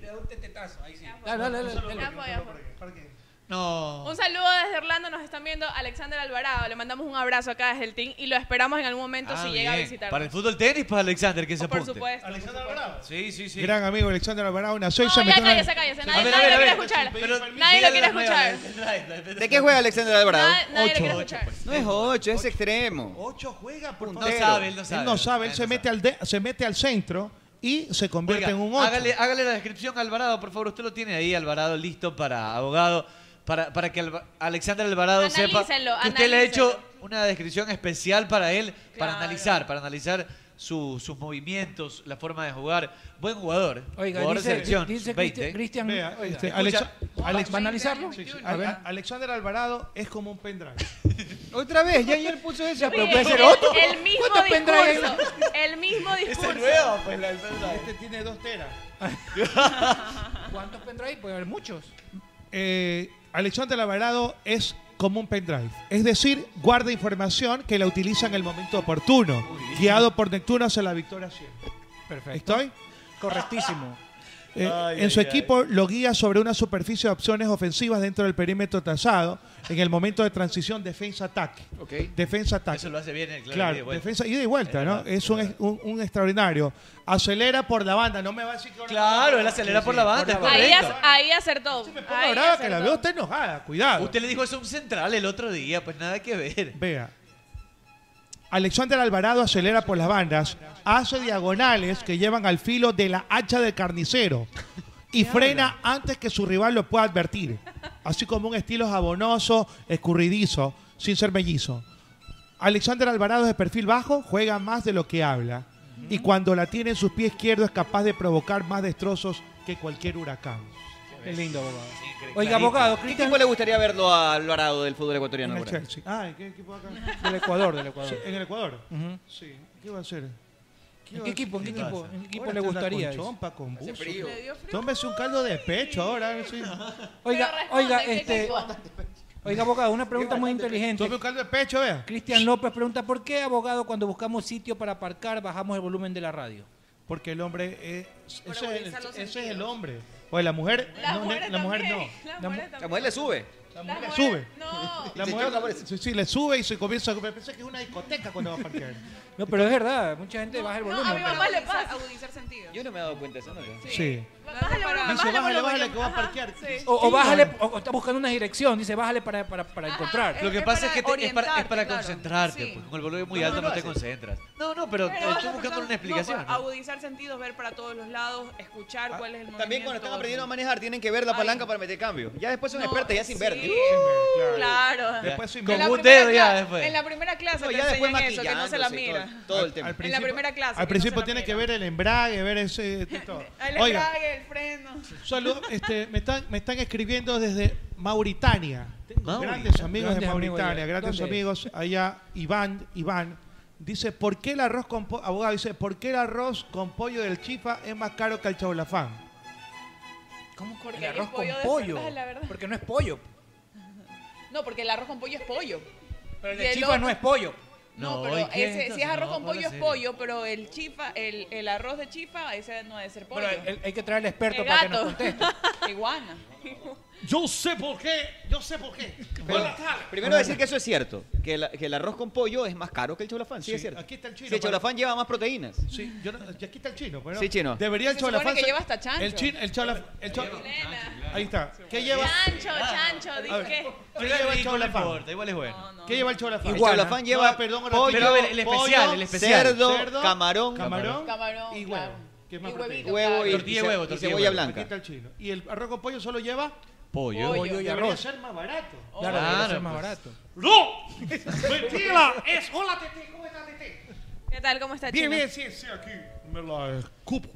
Le da un tetetazo. Ahí sí. Dale, dale, dale, dale. pues, Ya fue, ya fue. No. Un saludo desde Orlando, nos están viendo Alexander Alvarado. Le mandamos un abrazo acá desde el team y lo esperamos en algún momento Ah, si llega a bien. visitarnos. Para el fútbol tenis, para Alexander, que se Por apunte. supuesto. Sí, sí, sí. Gran amigo Alexander Alvarado, una No, soy ya cállese, cállese. Nadie, nadie lo quiere escuchar. nadie lo quiere escuchar. ¿De qué juega Alexander Alvarado? Nadie- nadie lo quiere escuchar. pues. No es 8, es extremo. 8 juega por favor. Él no sabe, él se mete, al de- se mete al centro y se convierte Oiga, en un 8. Hágale, hágale la descripción a Alvarado, por favor. Usted lo tiene ahí, Alvarado, listo para abogado. Para, para que Alva- Alexander Alvarado sepa que usted Analícenlo, le ha analícenlo. hecho una descripción especial para él, para analizar, para analizar su- sus movimientos, la forma de jugar. Buen jugador, Oiga, jugador dice- de selección. dice 20. Cristian- Vea, Oiga. este, Escucha, Alex- ¿va Alex- a analizarlo? Sí, sí. A A- ver. a- Alexander Alvarado es como un pendrive. Otra vez, ya ayer puso eso. Oye, el- El mismo ¿Cuántos pendrive discurso. El mismo discurso. Este tiene 2 teras. ¿Cuántos pendrive? Puede haber muchos. eh, Alexander Alvarado es como un pendrive. Es decir, guarda información que la utiliza en el momento oportuno. Guiado por Neptuno hacia la victoria siempre. Perfecto. ¿Estoy? Correctísimo. Eh, Ay, en su ay, equipo lo guía sobre una superficie de opciones ofensivas dentro del perímetro trazado en el momento de transición defensa-ataque. Ok. Defensa-ataque. Eso lo hace bien, eh, claro, ida y Claro, vuelta. defensa ida y vuelta, ¿no? Es un, un- un extraordinario. Acelera por la banda, no me va a decir que... ahora- Claro, él acelera por la banda, es Ahí, correcto. ac- ahí acertó. Ahí brava que acertó. la veo usted enojada, cuidado. Usted le dijo eso a un central el otro día, pues nada que ver. Vea. Alexander Alvarado acelera por las bandas, hace diagonales que llevan al filo de la hacha del carnicero y frena antes que su rival lo pueda advertir. Así como un estilo jabonoso, escurridizo, sin ser mellizo. Alexander Alvarado es de perfil bajo, juega más de lo que habla. Y cuando la tiene en sus pies izquierdos es capaz de provocar más destrozos que cualquier huracán. Qué lindo, abogado. Oiga, abogado, ¿qué equipo le gustaría verlo a Alvarado del fútbol ecuatoriano? En el ahora? Chelsea. Ah, ¿en qué equipo acá? Del Ecuador, del Ecuador. Sí, en el Ecuador. Sí. ¿Qué va a hacer? ¿En va qué a- equipo, en qué equipo, pasa? en qué equipo Ahora le está gustaría, Con dice? chompa, con Hace buzo. frío. Le Tómese un caldo de pecho ahora. sí. Oiga, oiga, este. Bastante Oiga, abogado, una pregunta muy inteligente. Tome un caldo de pecho, vea. Cristian López pregunta: ¿Por qué, abogado, cuando buscamos sitio para aparcar, bajamos el volumen de la radio? Porque el hombre es. Ese es el, agudizar los ese es el hombre. O la mujer. Las no, ne- mujeres la mujer no. también, las mu- mujeres La mujer le sube. La mujer le mujeres- sube. No. La Se mujer choca por eso. sí, sí, le sube y se comienza a. Pensé que es una discoteca cuando va a parquear. No, pero es verdad, mucha gente baja el No, volumen. a mi mamá le pasa. pasa. Agudizar sentido. Yo no me he dado cuenta de eso, ¿no? Sí. Bájale, Dice, bájale, bájale, volumen. bájale, que va a Ajá, parquear. sí. O, o bájale, o, o está buscando una dirección, dice bájale para, para, para encontrar. Lo que pasa es que te- es para, es para orientarte, claro. concentrarte. Sí. pues, con el volumen muy No, no alto lo no, te haces. concentras. No, no, pero, eh, estoy las buscando personas- una explicación. no, pues, agudizar sentidos, ver para todos los lados, escuchar cuál es el movimiento. También cuando están aprendiendo a manejar tienen que ver la palanca para meter cambio. Ya después son No, expertas, ya sin ver. sí. Uh, Claro. Después se En inventa. la Con un primera dedo ya cla- después. En la primera clase No, te ya después enseñan eso, que no se la maquillándose y mira. todo- todo el tema. En la primera Al clase. que no se principio la tiene mira. que ver el embrague, ver ese. todo. El Oiga, embrague, el freno. Salud, este, me, están, me están escribiendo desde Mauritania. Tengo Mauri. Grandes amigos Grandes de amigos Mauritania, allá. grandes ¿Dónde? amigos allá. Iván, Iván dice, ¿por qué el arroz con po- abogado dice, ¿por qué el arroz con pollo del chifa es más caro que el chaulafán? ¿Cómo Porque el arroz hay con pollo de pollo? cerdas, la verdad. Porque no es pollo. No, porque el arroz con pollo es pollo. Pero el Y de chifa no otro- es pollo. No, pero ese, si es arroz con pollo es pollo, pero el chifa, el, el arroz de chifa, ese no debe ser pollo. Bueno, el- el- hay que traer al experto El para que nos gato. conteste. Iguana. Yo sé por qué, yo sé por qué. Buenas tardes. Primero decir que eso es cierto, que, la- que el arroz con pollo es más caro que el cholafán, sí, Sí, es cierto. aquí está el chino, Sí, el pero- cholafán lleva más proteínas. Sí, yo no- aquí está el chino, pero- Sí, chino. pues, Debería el Se supone cholafán que ser- lleva hasta chancho. El chin, el cholaf- el chol- Ahí está. ¿Qué lleva? Chancho, Ah. chancho, A ver, dije. ¿Qué lleva el cholafán? igual es bueno. ¿Qué lleva el cholafán? El cholafán lleva No, perdón, pollo, ratito. Pero a ver, el especial, el especial. cerdo, camarón. camarón, Camarón, y huevo. claro. ¿Qué más Y proteína? huevito, Huevo claro. y- Tortilla de huevo, y tortilla de cebolla huevo. blanca. Aquí está el chino. Y el arroz con pollo solo lleva Pollo. y arroz. ser más barato. Oh. Claro, debería Claro, ser más pues. barato. ¡No! ¡Mentira! Es hola, Tete, ¿cómo estás, Tete? ¿Qué tal? ¿Cómo está, Bien, Chino? bien, sí, sí, aquí. Me la escupo.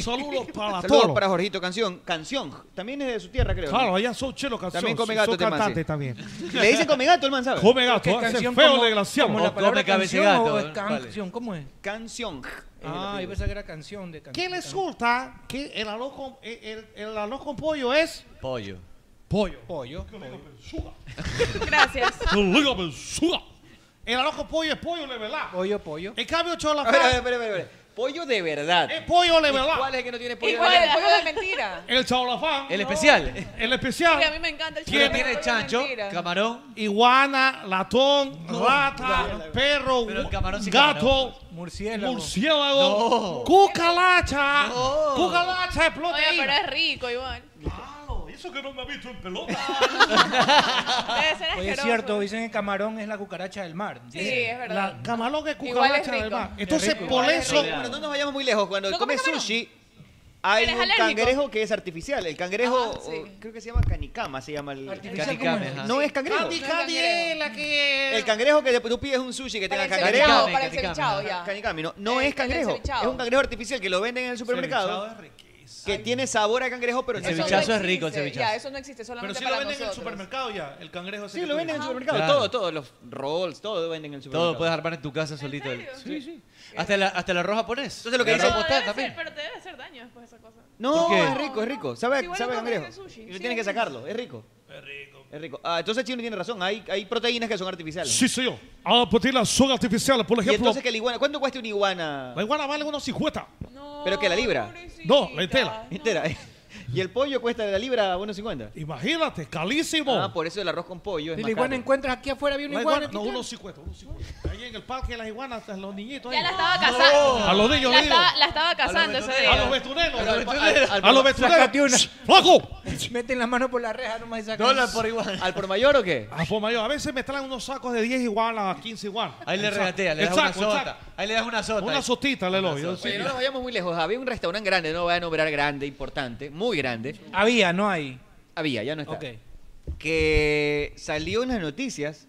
Saludos para Saludos todos. para Jorgito Canción. Canción, también es de su tierra, creo. Claro, ¿no? allá son chelo canción. También come son- gato son este man, cantante sí. también. Le dicen come gato, el man sabe. Come gato, ¿Qué ¿eh? Ese canción feo como- desgraciado. como O la palabra come cabeza de canción gato, o ¿eh? es can- Vale. ¿Cómo es? Canción. Eh, Ah, yo pensé que era canción de canción. ¿Qué les gusta que el arroz con, el, el- el arroz con pollo es? Pollo. Pollo. Pollo. Gracias. El arroz con pollo es pollo de verdad. Pollo, pollo. En cambio, A ver, a ver, cholafán espera, espera, espera. Pollo de verdad. es pollo de ¿Y verdad. ¿Cuál es el que no tiene pollo Y de cuál es el verdad? pollo de mentira. El cholafán. El especial. El Sí, a mí especial. me encanta el Tiene, chino, pero tiene es chancho, mentira. camarón. Iguana, latón, No. rata, perro, Pero el camarón sí gato, murciélago. murciélago, No. cucalacha. No. Cucalacha es Oye, pero proteína. es rico igual. Eso que no me ha visto en pelota. Debe ser Oye, es asqueroso. cierto, dicen que camarón es la cucaracha del mar. Sí, Dicen. es verdad. La camarón es Igual es cucalacha rico. del mar. Es Entonces, rico. por Igual es eso. rico. Pero no nos vayamos muy lejos. Cuando ¿No comes comes camarón? sushi, hay ¿Eres un alérgico? cangrejo que es artificial. El cangrejo, Ajá, sí. o- creo que se llama canicama, se llama el... Artificial, Canicama, ¿cómo es? ajá. No es cangrejo. Candy, No es Candy cangrejo. es la que. El cangrejo que tú pides un sushi que Para tenga el cangrejo. cevichado, Canicame, para el canicame. cevichado, ya. Canicami, no, no El- es cangrejo. el cevichado. Es un cangrejo artificial que lo venden en el supermercado. Que tiene sabor a cangrejo, pero El no es Eso no cevichazo es existe, rico, el cevichazo. Ya, eso no existe Pero solamente si lo para venden en el nosotros. supermercado ya, el cangrejo ese Sí, que lo tú venden en el dices. supermercado. Claro. Todo, todo. Los rolls, todo venden en el supermercado. Todo puedes armar en tu casa solito. el- serio? Sí, sí. Hasta la, hasta el arroz japonés. Entonces lo que El dice- arroz No, postal debe también. ser, pero te debe hacer daño después de esa cosa. No, ¿Por qué? es rico, es rico. Sabe, Si igual sabe lo a comes en cangrejo. el sushi, Y no sí, tienes que es sacarlo, es rico. Es rico. Ah, entonces Chino tiene razón. Hay, hay proteínas que son artificiales. Sí, señor. A partir la soga artificial, por Y ejemplo. entonces que la iguana, ¿cuánto cuesta una iguana La iguana vale unos 50. No, Pero que la libra. pobrecita. No, la entera. entera? y el pollo cuesta de la libra 1.50. Imagínate, calísimo. Ah, por eso el arroz con pollo es Y más la iguana caro. encuentras aquí afuera, había una La iguana. iguana, no, unos 50, unos 50. Ahí en el parque de las iguanas, hasta los niñitos. Ya ahí. la estaba casando. A los niños la, le digo. estaba, la estaba casando ese A los día. vestureros. Pero al- al- al- A Ah, los Sácate una. vestureros. ¡Flaco! Meten las manos por la reja nomás y sacan. Dólar por igual. ¿Al por mayor o qué? Ah, por mayor, a veces me traen unos sacos de 10 iguanas, 15 iguanas. Ahí le El regatea, le el das una saco, el sota. saco. Ahí le das una sota. Una ahí. sotita le doy. yo sota. sí. Oye, no nos vayamos muy lejos. Había un restaurante grande, no voy a nombrar grande, importante, muy grande. Había, no hay. Había, ya no está. Ok. Que salió en las noticias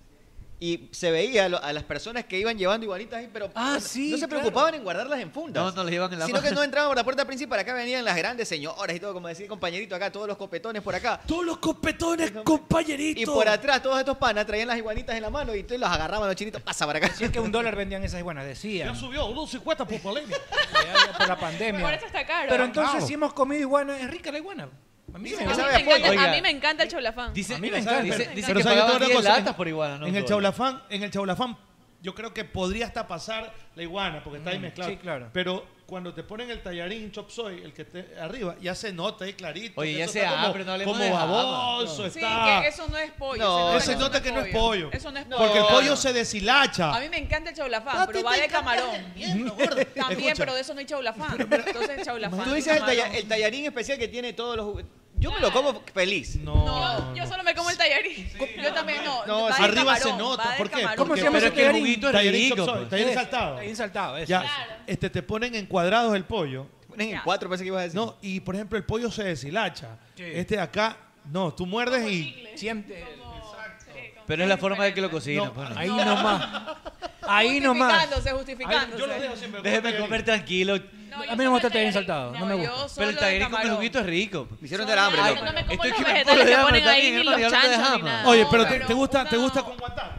y se veía a lo- a las personas que iban llevando iguanitas ahí, pero Ah, no- sí, no se claro. preocupaban en guardarlas en fundas. No, no les llevan en la Sino mano. que no entraban por la puerta principal, acá venían las grandes señoras y todo, como decía el compañerito acá, todos los copetones por acá. Todos los copetones, compañerito. Y por atrás todos estos panas traían las iguanitas en la mano y entonces los agarraban los chinitos, pasa para acá. Si es que un dólar vendían esas iguanas, decían. Ya subió, unos 50 por polémica. ya Por la Por pandemia. eso está caro. Pero entonces Claro. si hemos comido iguana, es rica la iguana. A mí sí a, me mí gusta. sabe me a pollo. encanta, a mí Oiga. me encanta el cholafán. Dice, A mí me dice- encanta. dice- dice Pero que ¿sabes pagaban otra 10 cosa? latas por igual. en el chaulafán, en el chaulafán, yo creo que podría hasta pasar la iguana, porque está ahí Mm, mezclado. sí, claro. Pero cuando te ponen el tallarín chop soy, el que esté arriba, ya se nota ahí clarito. Oye, que ya eso se está como- abre, no hablemos Como de jama. baboso Sí, está. que eso no es pollo. No, nota ese nota que no es pollo. Eso no es pollo. porque el pollo No. se deshilacha. A mí me encanta el chaulafán, No, a ti pero te va de encanta camarón. También, Escucha. pero de eso no hay chaulafán. Entonces, chaulafán. Tú dices el, camarón. talla- el tallarín especial que tiene todos los... jugu- Yo me lo como feliz. Yo, yo solo me como el tallarín. Yo también no. No, va de arriba se camarón, nota, va de ¿por qué? camarón. ¿Cómo se llama Pero ese es que el tallarín? juguito es Tallarín chop rico. soy, pues. tallarín saltado. Ahí saltado, eso. Ya, Claro. este, te ponen en cuadrados el pollo. Ponen en cuatro, parece que ibas a decir. No, y por ejemplo, el pollo se deshilacha. Sí. Este de acá, no, tú muerdes y. Siente. Pero es la forma de que lo cocinan. No, pues, no. Ahí nomás. Ahí nomás. Justificándose, justificándose. Yo lo dejo siempre. Déjeme comer tranquilo. No, yo A mí no me solo gusta el tallarín saltado, no me yo gusta. solo Pero el tallarín con el camarón. juguito es rico. pues. Me hicieron tener hambre. Ay, loco. no me como Estoy los que me vegetales muero de que hambre ponen ahí, también, ni hermano, los y hablando de chanchos ni jama. nada. Oye, pero No, te, pero te gusta, te no. gusta con guantán.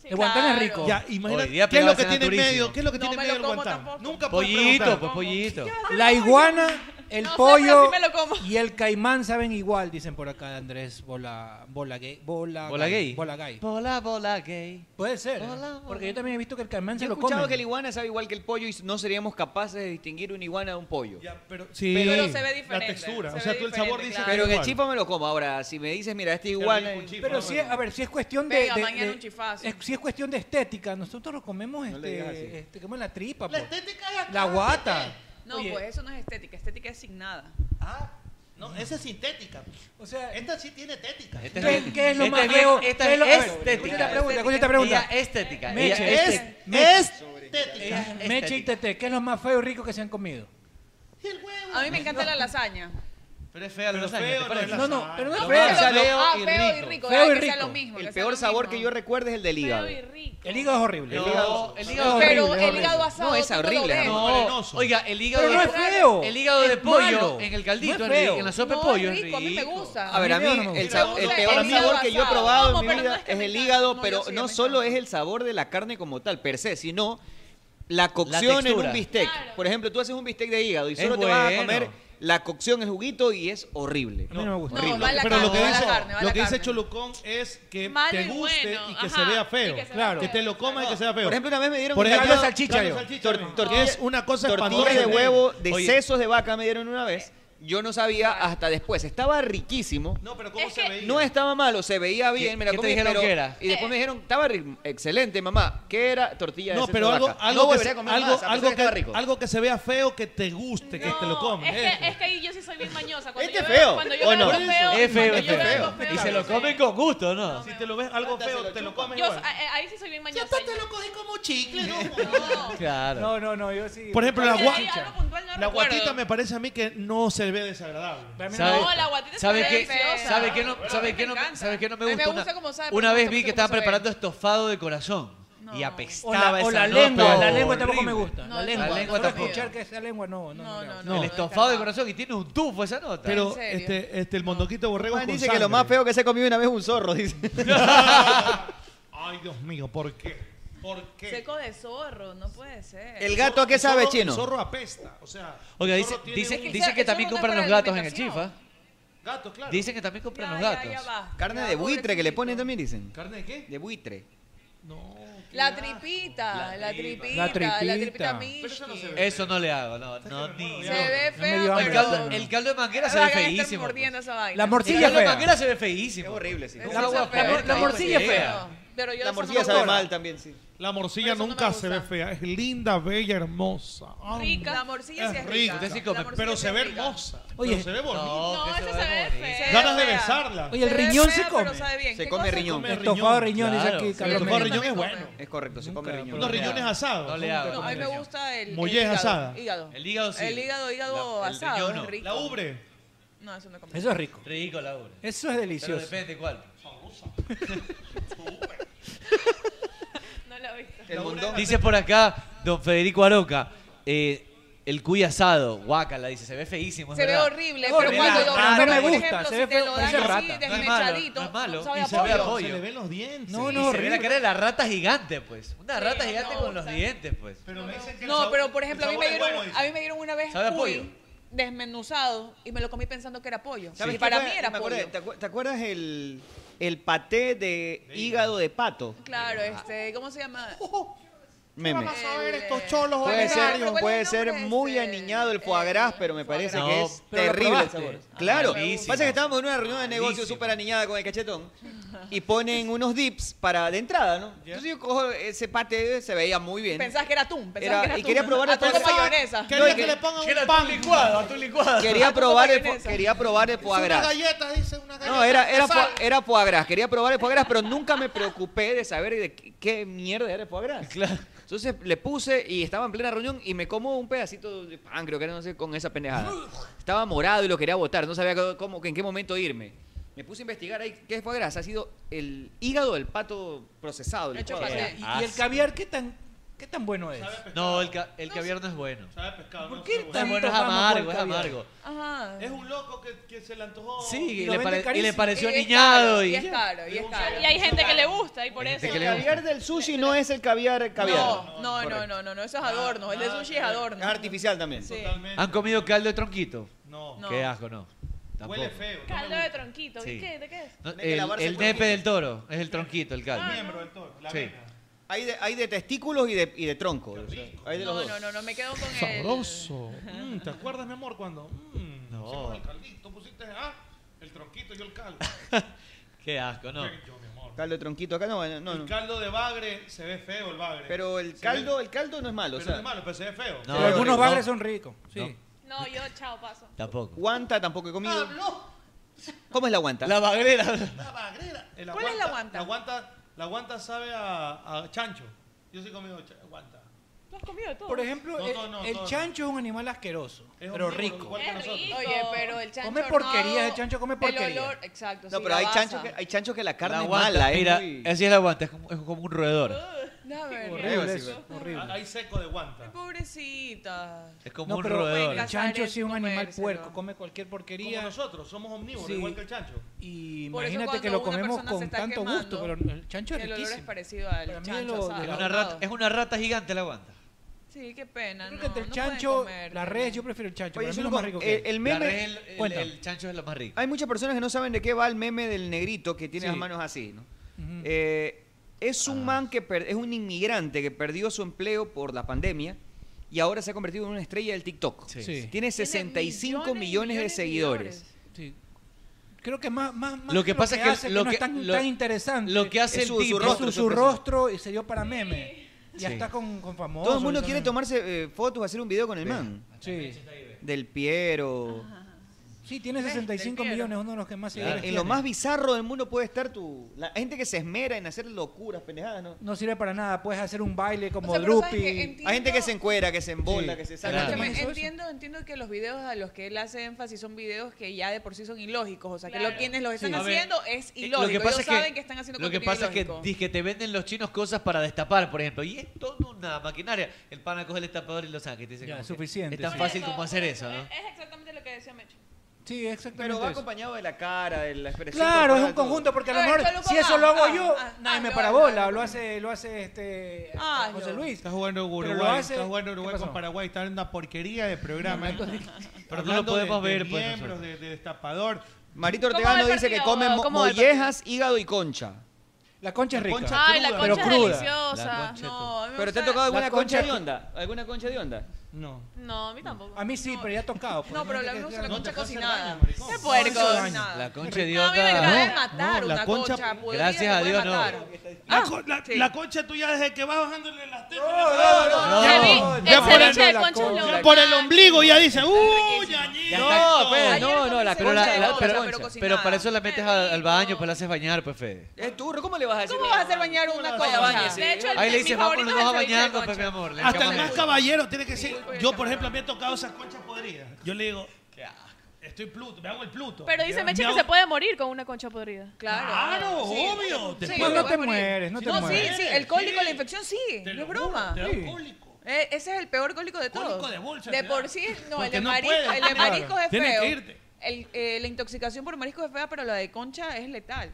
Sí, El guantán es claro. rico. Ya, imagínate, Hoy día ¿qué es lo que pegado tiene en cenar medio? durísimo. ¿Qué es lo que No tiene en me medio el lo como guantán? tampoco. Nunca puedes pues, Pollito, preguntar. pues pollito. La iguana El No sé, pero pollo sí me lo como. y el caimán saben igual, dicen por acá Andrés Bola, bola gay. Bola, ¿Bola gay? Bola gay. Bola, bola gay. Puede ser. ¿eh? Bola, bola. Porque yo también he visto que el caimán Yo se he lo escuchado come. que el iguana sabe igual que el pollo y no seríamos capaces de distinguir un iguana de un pollo. pero, sí, Pero se ve diferente, la textura, se o sea, ve tú el sabor diferente, dices claro. que Pero es que igual. chifa me lo como. Ahora, si me dices, mira, este iguana. Pero sí, a ver, si es cuestión de, Venga, de- mañana de- un chifazo. es- si es cuestión de estética, nosotros lo comemos le digas así. este, este, comemos la tripa, La po. estética es acá, la guata. No, Oye. pues eso no es estética. Estética es sin nada. No, esa es sintética. O sea, esta sí tiene tética. ¿Qué, qué es Este lo más bien- feo? esta ¿Qué es lo- a ver, estética. escucha la pregunta, escucha la pregunta. Ella estética, Meche, ella es- estética. Meche. Es Ella es Meche y Tete, ¿qué es lo más feo y rico que se han comido? A mí me encanta la lasaña. Pero es fea la Pero lasaña. feo no ¿te es parece? lasaña. No, no, pero no es Lo fea. más Ah, feo ah, y feo y rico. rico. Feo ah, y que sea rico. lo mismo. El que sea peor lo sabor mismo. que yo recuerdo es el del hígado. El hígado es horrible. El hígado- el hígado es pero horrible, el horrible. hígado asado No, es tú no lo horrible, ves. hermano. No, oiga, el hígado Pero no de es feo. El hígado de Es pollo malo. en el caldito, No es en el- feo. en la sopa de No, pollo. es rico, a mí me gusta. A ver, a mí Hígado no me el, gusta. sa- el gusta peor el sabor hígado que yo he asado. probado No, en mi pero no vida es que es me el hígado, encanta. No, pero yo sí, no me solo es el sabor de la carne como tal, per se, sino la cocción en textura. un Ah, bistec. Por ejemplo, tú haces un bistec de hígado y Es solo te vas a bueno. comer la cocción, el juguito y es horrible. no me gusta. Horrible. va la Pero lo carne, que va la dice, carne, va lo la que dice carne. Cholucón es que Malo te y guste bueno, y que se ajá, vea y feo. que se vea claro. Que feo. te lo comas y que se vea feo. Por ejemplo, una vez me dieron Por un ejemplo, caldo caldo- de salchicha, Tor- amigo. tortilla- Es una cosa tortilla espantosa. de huevo, de Oye. sesos de vaca me dieron una vez. Yo no sabía hasta después. Estaba riquísimo. No, pero ¿cómo se veía? No estaba malo, se veía ¿Qué- bien. Me la qué te comí, dijeron pero- que era? Y Eh. después me dijeron, estaba ri- excelente, mamá. ¿Qué era? Tortilla de No, sesos pero de algo, vaca. algo, no que, volveré se- a comer algo, más, a pesar algo, que estaba que, rico. algo que se vea feo, que te guste, que te lo comes. Es que, es que ahí yo sí soy bien mañosa. Cuando Este yo es veo, feo, Cuando ¿o yo veo no? algo feo, Es feo, cuando es yo veo feo. algo feo, Y se lo sí. comen con gusto, ¿no? Si te lo ves algo feo, te lo comes Yo, igual. a- a- ahí sí soy bien mañosa. te lo cogí como chicle, ¿no? Claro. No, no, no, yo sí. Por ejemplo, la, gua- la recuerdo. guatita me parece a mí que no se ve desagradable. ¿Sabe- No, la guatita ¿sabe está qué- deliciosa. ¿Sabe qué no, sabe qué no, sabe qué no me A mí me gusta? gusta Una- cómo sabe, una, pero no me vez gusta vi que cómo estaban se ve. preparando estofado de corazón y O la, apestaba o esa la no, lengua, pero la lengua tampoco me horrible. gusta. la lengua, tampoco. tampoco. escuchar que esa lengua no, no, no. no, El estofado de corazón y tiene un tufo esa nota. Pero este, este, el mondoquito borrego Juan con dice que lo sangre. más feo que se comió una vez es un zorro, dice. Ay, Dios mío, ¿por qué? ¿Por qué? Seco de zorro, no puede ser. El gato a qué sabe, chino. El zorro apesta. O sea, Oiga, el dice, zorro tiene dice, un- dice que el zorro también no es compran para los gatos en el alimentación. chifa. Gato, claro. Dicen que también compran los Ya, ya, gatos. ya va. Carne Ya, de pobre buitre que le chiquito. ponen también, dicen. ¿Carne de qué? De buitre. La tripita, la tripita, la tripita, la tripita Mishki. Eso no le hago, no, no ni. Se ve me dio feo, hambre. El caldo, el caldo de Ah, manguera se ve Van a estar feísimo. pues. mordiendo esa vaina. La El morcilla caldo de fea. manguera se ve feísimo. Es horrible, sí. Eso es feo. La morcilla es fea. Pero yo La eso no morcilla me sabe gusta. mal también, sí. La morcilla nunca se ve fea. Es linda, bella, hermosa. Ay, Rica. La morcilla sí Es es rica. rica. Usted sí come, La morcilla Pero sí se es ve rica. hermosa. Oye. Pero se ve bonita. No, eso se ve feo. Ganas de fea. besarla. Oye, el Se ve riñón fea, se come. Pero sabe bien. Se ¿Qué come cosa? riñón. Come Estofado de riñón, dice Claro. aquí Sí, Carlos lo Estofado de Mejía. riñón es come. bueno. Es correcto, se come riñón. Unos riñones asados. No le nunca hago. No, come a mí me riñón. gusta el. el Mollejos hígado, asada. Hígado. El hígado sí. El hígado, hígado La- el asado. riñón no. es rico. La ubre. No, eso no como. Eso es rico. Rico la obra. Eso es Pero delicioso. depende cuál. No lo he visto. El mondongo. Dice por acá don Federico Aroca, eh, el cuy asado, guácala, dice, se ve feísimo. es Se ve verdad. horrible, No, pero no cuando me lo gusta, pero no me por gusta, se ejemplo, si ve te feo, lo parece dan así rata. No es malo, desmechadito, no es malo. sabe Y a se ve a pollo. pollo. Se le ven los dientes. No, no, Y se ve la horrible. cara de la rata gigante, pues. Una Sí, rata no, gigante no, con los está- dientes, pues. Pero me dicen que el No, sabor- pero por ejemplo, a el mí me sabor es dieron, bueno, a dicen. mí me dieron una vez ¿Sabe a cuy pollo? desmenuzado y me lo comí pensando que era pollo. ¿Sabes Y qué para fue? mí era Me acordé, pollo. ¿Te acuer- te acuerdas el, el paté de hígado de pato? Claro, este, ¿cómo se llama? Ah. Oh, Meme. vas a ver estos cholos Puede ser, Pero ¿cuál es puede el ser nombre muy eh, ese? aniñado el foie gras, pero me parece gras. que No, es pero lo terrible el probaste. sabor. Ah, Claro, malísimo. pasa que estábamos en una reunión de negocio Malísimo. súper aniñada con el cachetón y ponen unos dips para de entrada, ¿no? Entonces yo cojo ese paté, se veía muy bien. Pensabas que era tú, Era- pensabas que era y tú. quería probar atún con después- mayonesa. Yo Quería que- que le pongan Era un tu pan. licuado, a tu licuado. Quería probar el, fo- mayonesa. quería probar el foie Una gras. galleta, dice, una galleta. No, era, de era, sal. foie, era foie gras. Quería probar el foie gras, pero nunca me preocupé de saber de qué, qué mierda era el foie gras. Entonces le puse y estaba en plena reunión y me como un pedacito de pan, creo que era, no sé, con esa pendejada. Estaba morado y lo quería botar. No sabía cómo, cómo- en qué momento irme. Me puse a investigar ahí qué es foie gras. Ha sido el hígado del pato procesado. Hecho licuado. paté. Y- Y el caviar, ¿qué tan, qué tan bueno es? No, el, ca- el caviar no es bueno. Sabe a pescado, ¿Por no qué sabe No es tanto bueno, es vamos por el amargo, es caviar? amargo. Ajá. bueno. Es un loco que, que se le antojó. Sí, Y y lo le, venden pare- y le carísimo. pareció Y es niñado caro, y... Y es caro, y es caro. Y hay gente que le gusta y por Ah, eso. El caviar del sushi no es el caviar caviar. No, Ah, no, no, no, no, no, eso es adorno. El de sushi es adorno. Es artificial también. Sí. ¿Han comido caldo de tronquito? No. Qué asco, no. Tampoco. Huele feo. Caldo de tronquito. Sí. ¿Y qué? ¿De qué es? No, Tiene que el lavarse el el nepe tronquito. del toro, es el tronquito, el caldo. El miembro del toro, la Hay de, hay de testículos y de, y de tronco. o sea, hay de los No, dos. no, no, no, me quedo con el... Sabroso. Mm, ¿Te acuerdas, mi amor, cuando? mm, No. hicimos el caldito, pusiste ah, el tronquito y yo el caldo. Qué asco, no. Caldo de tronquito acá no, no, no. El caldo de bagre se ve feo el bagre. Pero el Se caldo, ve- el caldo no es malo. pero o sea. no es malo, pero se ve feo. No, Pero algunos no. bagres son ricos. Sí. No, yo chao, paso. Tampoco. Guanta tampoco he comido. ¡Hablo! ¿Cómo es la guanta? La bagrera. La bagrera. El ¿Cuál es la La guanta, la guanta sabe a, a chancho. Yo sí he comido cha- guanta. ¿Tú has comido todo? Por ejemplo, No, el, todo no, el todo no. chancho es un animal asqueroso, Es pero omnívoro, rico. igual que nosotros. Oye, pero el chancho Come horneado, porquerías, el chancho come El porquería. olor, exacto. No, sí, pero la hay basa. chanchos que, hay chanchos que la carne La es guanta, mala. es mira, muy- así es la guanta, es como, es como un roedor. No, a ver. Horrible Horrible eso, eso. Ah, Hay seco de guanta. Pobrecita. Es como No, un pero roedor. el chancho sí es un animal comérselo. puerco, come cualquier porquería. Como nosotros, somos omnívoros, Sí. igual que el chancho. Y Por eso imagínate que lo cuando una comemos persona se con está tanto quemando, gusto, pero el chancho es El olor es riquísimo. parecido al Para mí chancho lo- asado. Es una, rata, es una rata gigante la guanta. Sí, qué pena. Creo no, que entre el no pueden chancho, comer. la res, yo prefiero el chancho. Oye, para mí yo es lo loco, más rico que el- hay. el meme- La res, eh, el- el- Cuenta. el chancho es lo más rico. Hay muchas personas que no saben de qué va el meme del negrito que tiene Sí. las manos así, ¿no? Eh, es Ah. un man que per- es un inmigrante que perdió su empleo por la pandemia y ahora se ha convertido en una estrella del TikTok. Sí. Sí. Tiene 65 millones, de seguidores. Sí. Creo que más, más, más Lo que pasa es que hace lo no que- es tan, lo- tan interesante. lo que hace es el su tipo- rostro, su rostro y se dio para meme. Ya Sí. está con, con famosos. Todo el mundo y quiere también. tomarse eh, fotos, hacer un video con el Ve. man. Sí. Del Piero. Sí, tiene 65 millones, uno de los que más En, seguidores en lo tiene. más bizarro del mundo puede estar tu la gente que se esmera en hacer locuras, pendejadas, ¿no? No sirve para nada, puedes hacer un baile como O sea, pero ¿sabes Drupi. qué? Entiendo- Hay gente que se encuera, que se embola, Sí. que se Pero saca. escúchame, Pues entiendo, entiendo que los videos a los que él hace énfasis son videos que ya de por sí son ilógicos. O sea, que Claro. lo, quienes los Sí. están A ver, eh, haciendo es ilógico. Lo que pasa Ellos es que, saben que están haciendo lo que contenido pasa es que, ilógico. dizque te venden los chinos cosas para destapar, por ejemplo. Y es toda una maquinaria. El pana coge el destapador y lo saca. y te dice Ya, como que suficiente. Es tan Sí. fácil como hacer eso, ¿no? Es exactamente lo que decía Mecho. Sí, exactamente. Pero va eso. acompañado de la cara, de la expresión. Claro, es corporal, un todo. conjunto, porque a lo A ver, mejor Chalupa, si eso lo hago ah, yo, ah, nadie ah, me lo parabola, hago. lo hace, lo hace este Ah, José lo- Luis. Está jugando Uruguay, Pero lo hace- está jugando ¿Qué Uruguay pasó? con Paraguay, está en una porquería de programa. Pero no lo podemos ver, pues, miembros, de, de destapador. Marito ¿Cómo Ortegano va el dice que partido? come mo- ¿Cómo va el mollejas, hígado y concha. La concha es rica. concha Ay, la cruda. concha Pero es cruda. deliciosa. La concha No, a mí me ¿Pero te ha gusta- tocado alguna La concha, concha- de onda? ¿Alguna concha de onda? No. No, a mí tampoco. A mí sí, pero ya ha tocado. pues. No, pero la que- luz es la no concha te hace cocinada. daño, ¡Qué maricón. puerco! No, eso daño. cocinada. La concha de No, a mí me onda. acaba de No, matar no, la una concha- concha. podrida, Gracias te a puede Dios, no. matar. La, Ah, co- la- sí. la concha tuya desde que va bajándole las tetas. No. Ceviche- Ya El por ceviche de el- concha es lo ya por el más. ombligo ya dice, ¡uh, Yañi! Ya no, está. pues, Fede, Ayer no, no, comí la, pero, ceviche la- de la- concha, pero, pero pero cocinada. para eso la metes al, al baño, pues la haces bañar, pues Fede. Eh, ¿Es turro? ¿Cómo le vas a decir? ¿Cómo vas a hacer bañar una concha? De hecho, el- Ahí le mi dices, vamos favorito los es dos a el ceviche de bañarnos, pues mi concha. pues, amor. le Hasta echamos el más leche. caballero tiene que ser. Disculpe, Yo, ya por me ejemplo, me he tocado esas conchas podridas. Yo le digo, ¿qué asco? Estoy Pluto, me hago el Pluto. Pero dice Me Meche que hago- se puede morir con una concha podrida. Claro. Claro, Sí. obvio. Sí, Después Pues no te te puede morir. mueres, no te No, sí, mueres. sí, el cólico, Sí. la infección, sí, te no lo es juro, broma. Te da Sí. cólico. Eh, Ese es el peor cólico de todos. Cólico de bolsa, te da. por sí, no, el Porque de no marisco, puedes. el de Claro. marisco es Tienes feo. que irte. El, eh, la intoxicación por marisco es fea, pero la de concha es letal.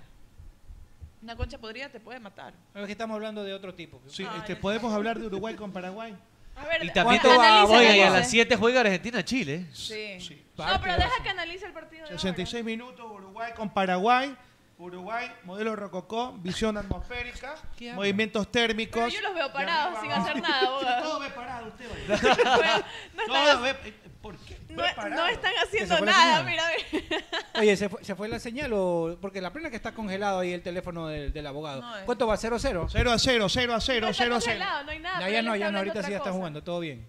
Una concha podrida te puede matar. Es que estamos hablando de otro tipo. Sí, este, podemos hablar de Uruguay con Paraguay. A ver, Y también te ¿Cuánto va? analiza, Oiga, y a analiza. las 7 juega Argentina-Chile. Sí. No, pero deja que analice el partido. de ahora. 66 minutos, Uruguay con Paraguay. Uruguay, modelo rococó, visión atmosférica, movimientos Pero térmicos. yo los veo parados sin hacer nada, abogado. Todo ve parado, usted va. No Todo están, ve- eh, ¿Por qué? no- Ve parado. no están haciendo fue la nada, señal. mira, a ver. Oye, ¿se fue, se fue la señal o...? Porque la plena que está congelado ahí el teléfono del, del abogado. No, es- ¿Cuánto va? ¿0-0? 0 a 0, 0 a 0, Pero está 0 a 0. congelado, no hay nada. No, pero ya él está no, ya no, hablando ahorita otra sí ya está cosa. jugando, todo bien.